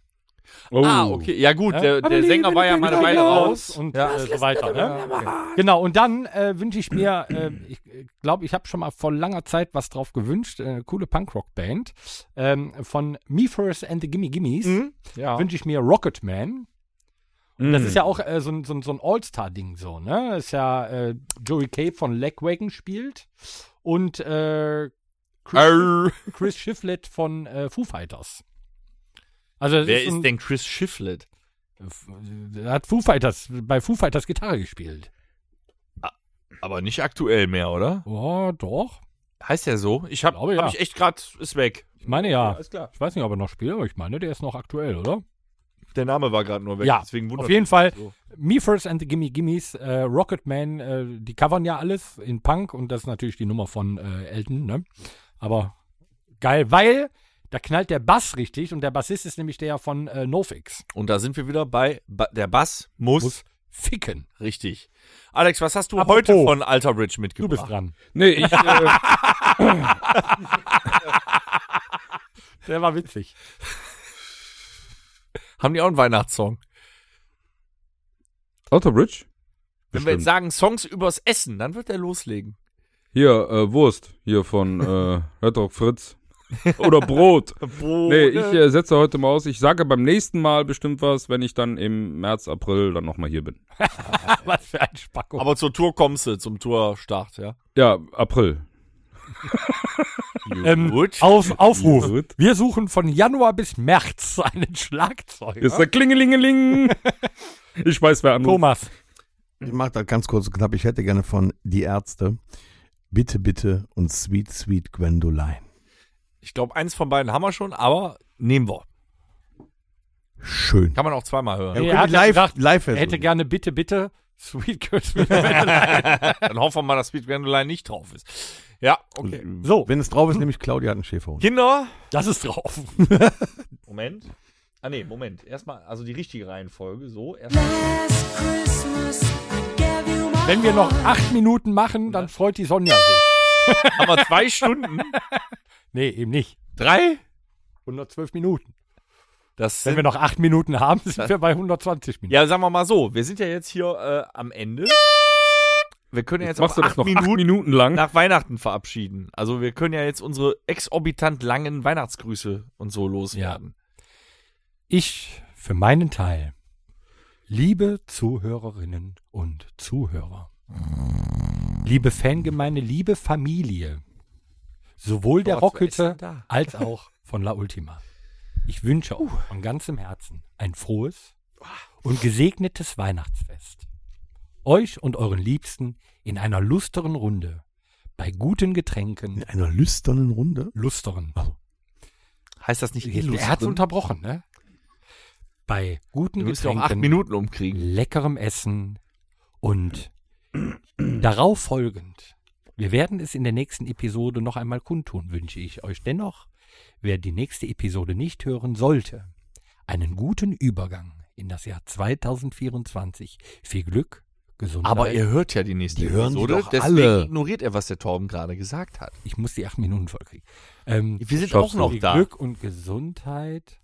D: Oh.
B: Ah, okay. Ja, gut,
E: Ja.
B: der,
E: Aber
B: der Sänger war ja mal eine Weile raus.
E: und äh, so weiter. Ne? Genau, und dann äh, wünsche ich mir, äh, ich glaube, ich habe schon mal vor langer Zeit was drauf gewünscht, äh, coole Punkrock-Band ähm, von Me First and the Gimme Gimmies
B: Mhm. Ja. Mhm.
E: wünsche ich mir Rocket Man. Und das ist ja auch äh, so, ein- so, ein- so ein All-Star-Ding so, ne? Ist ja äh, Joey Cape von Legwagon spielt und äh, Chris, Chris Shiflett von äh, Foo Fighters. Also das
B: Wer ist
E: ein-
B: denn Chris Shiflett?
E: der äh, hat Foo Fighters bei Foo Fighters Gitarre gespielt.
B: Aber nicht aktuell mehr, oder?
E: Ja, doch.
B: Heißt der so? Ich hab,
E: Glaube, ja.
B: hab ich echt grad, ist weg.
E: Ich meine ja.
B: Alles klar.
E: Ich weiß nicht, ob er noch spielt, aber ich meine, der ist noch aktuell, oder?
B: Der Name war gerade nur weg,
E: Ja,
B: deswegen wundert
E: Auf jeden Fall,
B: so.
E: Me First and the Gimme Gimmies, äh, Rocketman, äh, die covern ja alles in Punk und das ist natürlich die Nummer von äh, Elton, ne? Aber geil, weil da knallt der Bass richtig und der Bassist ist nämlich der von äh, Nofix.
B: Und da sind wir wieder bei, ba der Bass muss,
E: Muss ficken.
B: richtig. Alex, was hast du
E: Apropos.
B: heute von Alter Bridge
E: Du
B: mitgebracht?
E: bist dran.
D: Nee, ich, äh,
E: Der war witzig.
B: Haben die auch einen Weihnachtssong?
D: Outer Bridge?
B: Wenn wir
D: Bestimmt.
B: jetzt sagen Songs übers Essen, dann wird der loslegen.
D: Hier, äh, Wurst. Hier von, äh, hört doch Fritz. Oder Brot. Nee, ich äh, setze heute mal aus. Ich sage beim nächsten Mal bestimmt was, wenn ich dann im März, April dann nochmal hier bin.
E: Was für ein Spacko.
B: Aber zur Tour kommst du, zum Tourstart, ja?
D: Ja, April.
E: Ähm,
B: Gut.
E: Auf, Aufruf.
D: Gut.
E: Wir suchen von Januar bis März einen Schlagzeuger.
D: Ist der Klingelingeling. ich weiß, wer anruft.
E: Thomas.
C: Ich mache das ganz kurz und knapp. Ich hätte gerne von Die Ärzte. Bitte, bitte und Sweet, Sweet Gwendoline.
B: Ich glaube, eins von beiden haben wir schon, aber nehmen wir.
C: Schön.
B: Kann man auch zweimal hören.
E: Ja,
C: wir
E: er hat
C: können
E: ja
C: live-
E: gesagt,
C: Live-Version.
E: er hätte gerne bitte, bitte Sweet Girl, Sweet Girl.
B: Dann hoffen wir mal, dass Speed Gwendoline nicht drauf ist. Ja, okay.
E: So,
C: Wenn es drauf ist, nämlich Claudia hat einen Schäferhund.
B: Kinder.
E: das ist drauf.
B: Moment. Ah, nee, Moment. Erstmal, also die richtige Reihenfolge. So, erstmal.
H: Last Christmas, I gave you my
E: Wenn wir noch acht Minuten machen, dann freut die Sonja sich.
B: Haben wir zwei Stunden?
E: Nee, eben nicht.
B: Drei?
E: 112 Minuten.
B: Das
E: Wenn
B: sind,
E: wir noch acht Minuten haben, sind wir bei 120 Minuten.
B: ja, sagen wir mal so. Wir sind ja jetzt hier äh, am Ende. Wir können ja jetzt,
D: Machst
B: auch
D: du das
B: acht
D: noch
B: Minuten
D: acht Minuten lang?
B: nach Weihnachten verabschieden. Also wir können ja jetzt unsere exorbitant langen Weihnachtsgrüße und so loswerden.
E: Ich, für meinen Teil, liebe Zuhörerinnen und Zuhörer, liebe Fangemeinde, liebe Familie, sowohl der
B: Gott, wer ist
E: Rockhütte
B: denn da?
E: als auch von La Ultima, ich wünsche euch von ganzem Herzen ein frohes und gesegnetes Weihnachtsfest. Euch und euren Liebsten in einer lusteren Runde, bei guten Getränken,
C: In einer lüsternen Runde.
E: lusteren.
B: Oh, Heißt das nicht
E: Er hat's unterbrochen, ne? Bei guten
B: Wir müssen ja auch acht
E: Getränken,
B: Minuten umkriegen.
E: leckerem Essen und darauf folgend. Wir werden es in der nächsten Episode noch einmal kundtun, wünsche ich euch dennoch, wer die nächste Episode nicht hören sollte, einen guten Übergang in das Jahr 2024. Viel Glück, Gesundheit.
B: Aber ihr hört ja die nächste
C: Die hören die
B: Episode.
C: doch
B: deswegen
C: alle.
B: ignoriert er, was der Torben gerade gesagt hat.
E: ich muss die acht Minuten vollkriegen. Ähm,
B: Wir sind
D: Schaffst
B: auch noch
E: viel
B: da.
E: Glück und Gesundheit.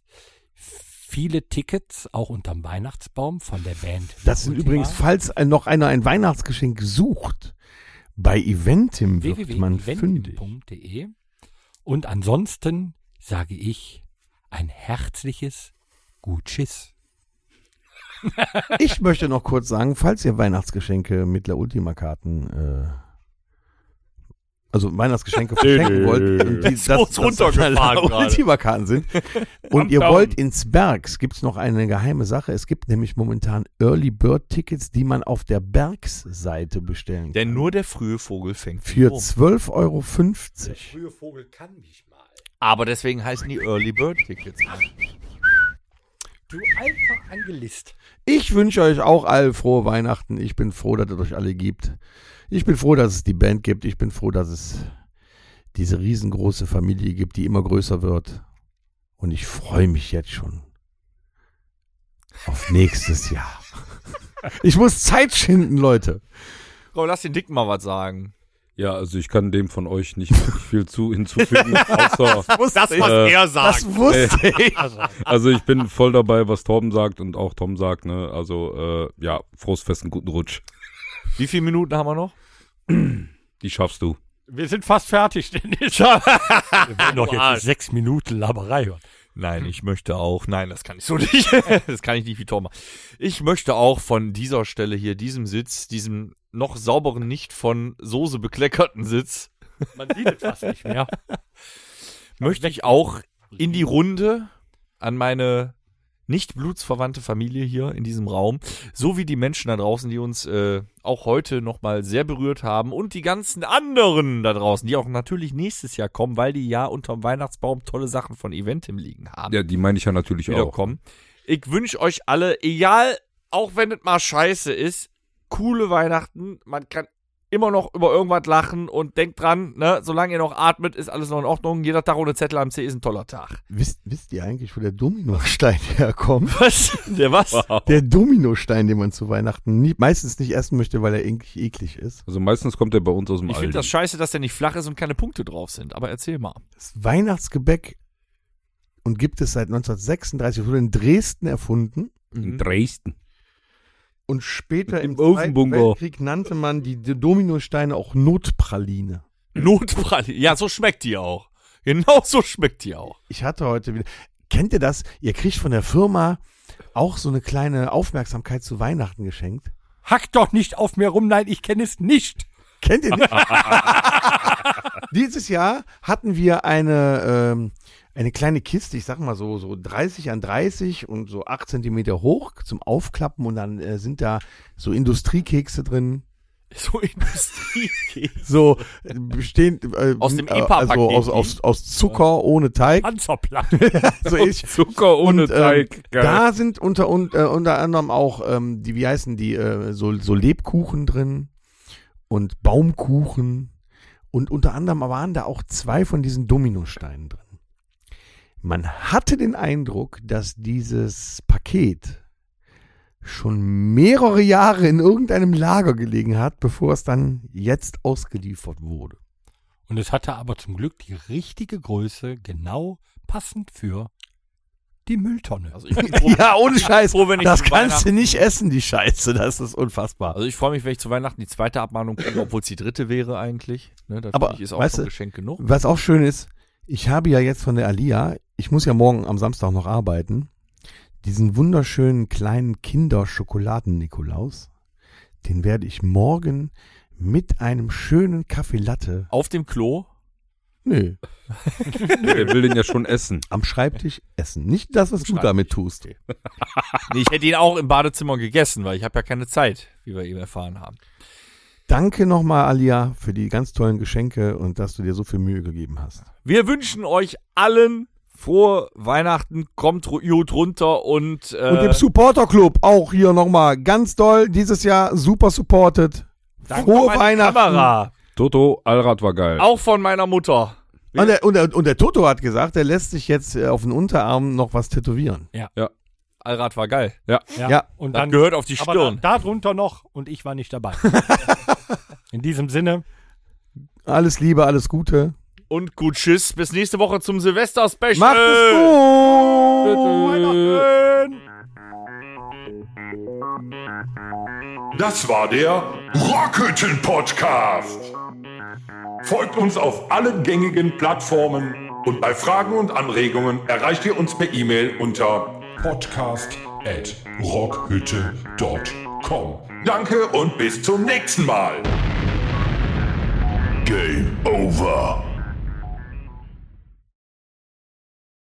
E: Viele Tickets auch unterm Weihnachtsbaum von der Band.
C: Das sind
E: Ultima.
C: übrigens, falls ein- noch einer ein Weihnachtsgeschenk sucht, bei Eventim wird man fündig.
E: www.eventim.de. Und ansonsten sage ich ein herzliches Gutschiss.
C: Ich möchte noch kurz sagen, falls ihr Weihnachtsgeschenke mit La Ultima Karten äh, also Weihnachtsgeschenke verschenken wollt, und die,
B: kurz runtergefahren gerade.
C: Ultima-Karten sind, und ihr wollt ins Bergs, gibt es noch eine geheime Sache. Es gibt nämlich momentan Early Bird Tickets, die man auf der Bergs-Seite bestellen kann.
B: Denn nur der Oh. frühe Vogel fängt um.
C: Für
B: Wurm.
C: 12,50 Euro.
E: Frühe Vogel kann mich mal.
B: Aber deswegen heißen die Early Bird Tickets.
E: Du alter Angelist.
C: Ich wünsche euch auch all frohe Weihnachten. Ich bin froh, dass es euch alle gibt. Ich bin froh, dass es die Band gibt. Ich bin froh, dass es diese riesengroße Familie gibt, die immer größer wird. Und ich freue mich jetzt schon auf nächstes Jahr. Ich muss Zeit schinden, Leute.
B: Komm, lass den Dicken mal was sagen.
D: Ja, also ich kann dem von euch nicht wirklich viel zu hinzufügen, außer
B: Das,
D: was Äh,
B: er sagt.
C: Das wusste ich.
D: Also ich bin voll dabei, was Torben sagt und auch Tom sagt, ne? Also äh, ja, frohes Fest, einen guten Rutsch.
B: Wie viele Minuten haben wir noch?
D: Die schaffst du.
E: Wir sind fast fertig, Dennis. Wir werden doch jetzt sechs Minuten Laberei hören.
B: Nein, ich möchte auch. Nein, das kann ich so nicht. das kann ich nicht wie Thomas. Ich möchte auch von dieser Stelle hier, diesem Sitz, diesem noch sauberen, nicht von Soße bekleckerten Sitz,
E: Man sieht es fast nicht mehr.
B: möchte ich auch in die Runde an meine nicht blutsverwandte Familie hier in diesem Raum, sowie die Menschen da draußen, die uns äh, auch heute nochmal sehr berührt haben und die ganzen anderen da draußen, die auch natürlich nächstes Jahr kommen, weil die ja unterm Weihnachtsbaum tolle Sachen von Eventim liegen haben
D: Ja, die meine ich ja natürlich auch.
B: wiederkommen. Ich wünsche euch alle, egal, auch wenn es mal scheiße ist, coole Weihnachten. Man kann immer noch über irgendwas lachen und denkt dran, ne, solange ihr noch atmet, ist alles noch in Ordnung. Jeder Tag ohne Zettel am C ist ein toller Tag.
C: Wisst, wisst ihr eigentlich, wo der Dominostein herkommt?
B: Was? Der was?
C: Der Dominostein, den man zu Weihnachten nie, meistens nicht essen möchte, weil er eigentlich eklig ist.
D: Also meistens kommt der bei uns aus dem
B: Ich
D: Aldi.
B: finde das scheiße, dass der nicht flach ist und keine Punkte drauf sind. Aber erzähl mal.
C: Das Weihnachtsgebäck und gibt es seit 1936, wurde in Dresden erfunden
D: in Dresden.
C: und später im
D: Im Ofenbunker.
C: Weltkrieg nannte man die D- Dominosteine auch Notpraline.
B: Notpraline. Ja, so schmeckt die auch. Genau so schmeckt die auch.
C: Ich hatte heute wieder, kennt ihr das? Ihr kriegt von der Firma auch so eine kleine Aufmerksamkeit zu Weihnachten geschenkt.
E: Hack doch nicht auf mir rum, nein, ich kenne es nicht.
C: Kennt ihr nicht? Dieses Jahr hatten wir eine, ähm, eine kleine Kiste, ich sag mal so, so 30 an 30 und so 8 Zentimeter hoch zum Aufklappen und dann äh, sind da so Industriekekse drin.
B: So Industriekeks.
C: So äh, bestehend äh,
B: Aus dem Ah,
C: äh,
B: EPA-Paket
C: Also aus, aus, aus Zucker ohne Teig.
E: Panzerplatte.
C: So ich.
D: Zucker ohne
C: Und, ähm,
D: Teig. Geil.
C: Da sind unter, und, äh, unter anderem auch, ähm, die, wie heißen die, äh, so, so Lebkuchen drin und Baumkuchen. Und unter anderem waren da auch zwei von diesen Dominosteinen drin. Man hatte den Eindruck, dass dieses Paket schon mehrere Jahre in irgendeinem Lager gelegen hat, bevor es dann jetzt ausgeliefert wurde.
E: Und es hatte aber zum Glück die richtige Größe, genau passend für die Mülltonne.
B: Also ich bin froh,
C: Ja, ohne Scheiß.
B: froh, wenn ich
C: das
B: zu
C: kannst du nicht essen, die Scheiße. Das ist unfassbar.
B: Also ich freue mich, wenn ich zu Weihnachten die zweite Abmahnung kriege, obwohl es die dritte wäre eigentlich. Ne, das
C: Aber,
B: finde ich, ist auch
C: weißt
B: schon
C: du,
B: Geschenk genug.
C: Was auch schön ist, ich habe ja jetzt von der Alia, ich muss ja morgen am Samstag noch arbeiten, diesen wunderschönen kleinen Kinderschokoladen-Nikolaus, den werde ich morgen mit einem schönen Kaffee Latte,
B: Auf dem Klo.
C: nö,
D: der will den ja schon essen.
C: am Schreibtisch essen. Nicht das, was du damit tust.
B: Nee, ich hätte ihn auch im Badezimmer gegessen, weil ich habe ja keine Zeit, wie wir eben erfahren haben.
C: Danke nochmal, Alia, für die ganz tollen Geschenke und dass du dir so viel Mühe gegeben hast.
B: Wir wünschen euch allen frohe Weihnachten, kommt ru- gut runter und, äh,
C: Und dem Supporter Club auch hier nochmal ganz doll. Dieses Jahr super supported.
B: danke
C: Frohe
B: an meine
C: Weihnachten.
B: Kamera.
D: Toto, Allrad war geil.
B: Auch von meiner Mutter.
C: Und der, und, der, und der Toto hat gesagt, er lässt sich jetzt äh, auf den Unterarm noch was tätowieren.
B: Allrad war geil.
C: Ja,
E: und
B: Das
E: dann
B: gehört auf die
E: aber da,
B: Stirn.
E: darunter noch und ich war nicht dabei. In diesem Sinne,
C: Alles Liebe, alles Gute.
B: Und gut Tschüss. Bis nächste Woche zum Silvester-Special.
C: Macht es gut!
A: Das war der Rockhütten Podcast. Folgt uns auf allen gängigen Plattformen und bei Fragen und Anregungen erreicht ihr uns per E-Mail unter podcast@rockhütte.com. Danke und bis zum nächsten Mal. Game over.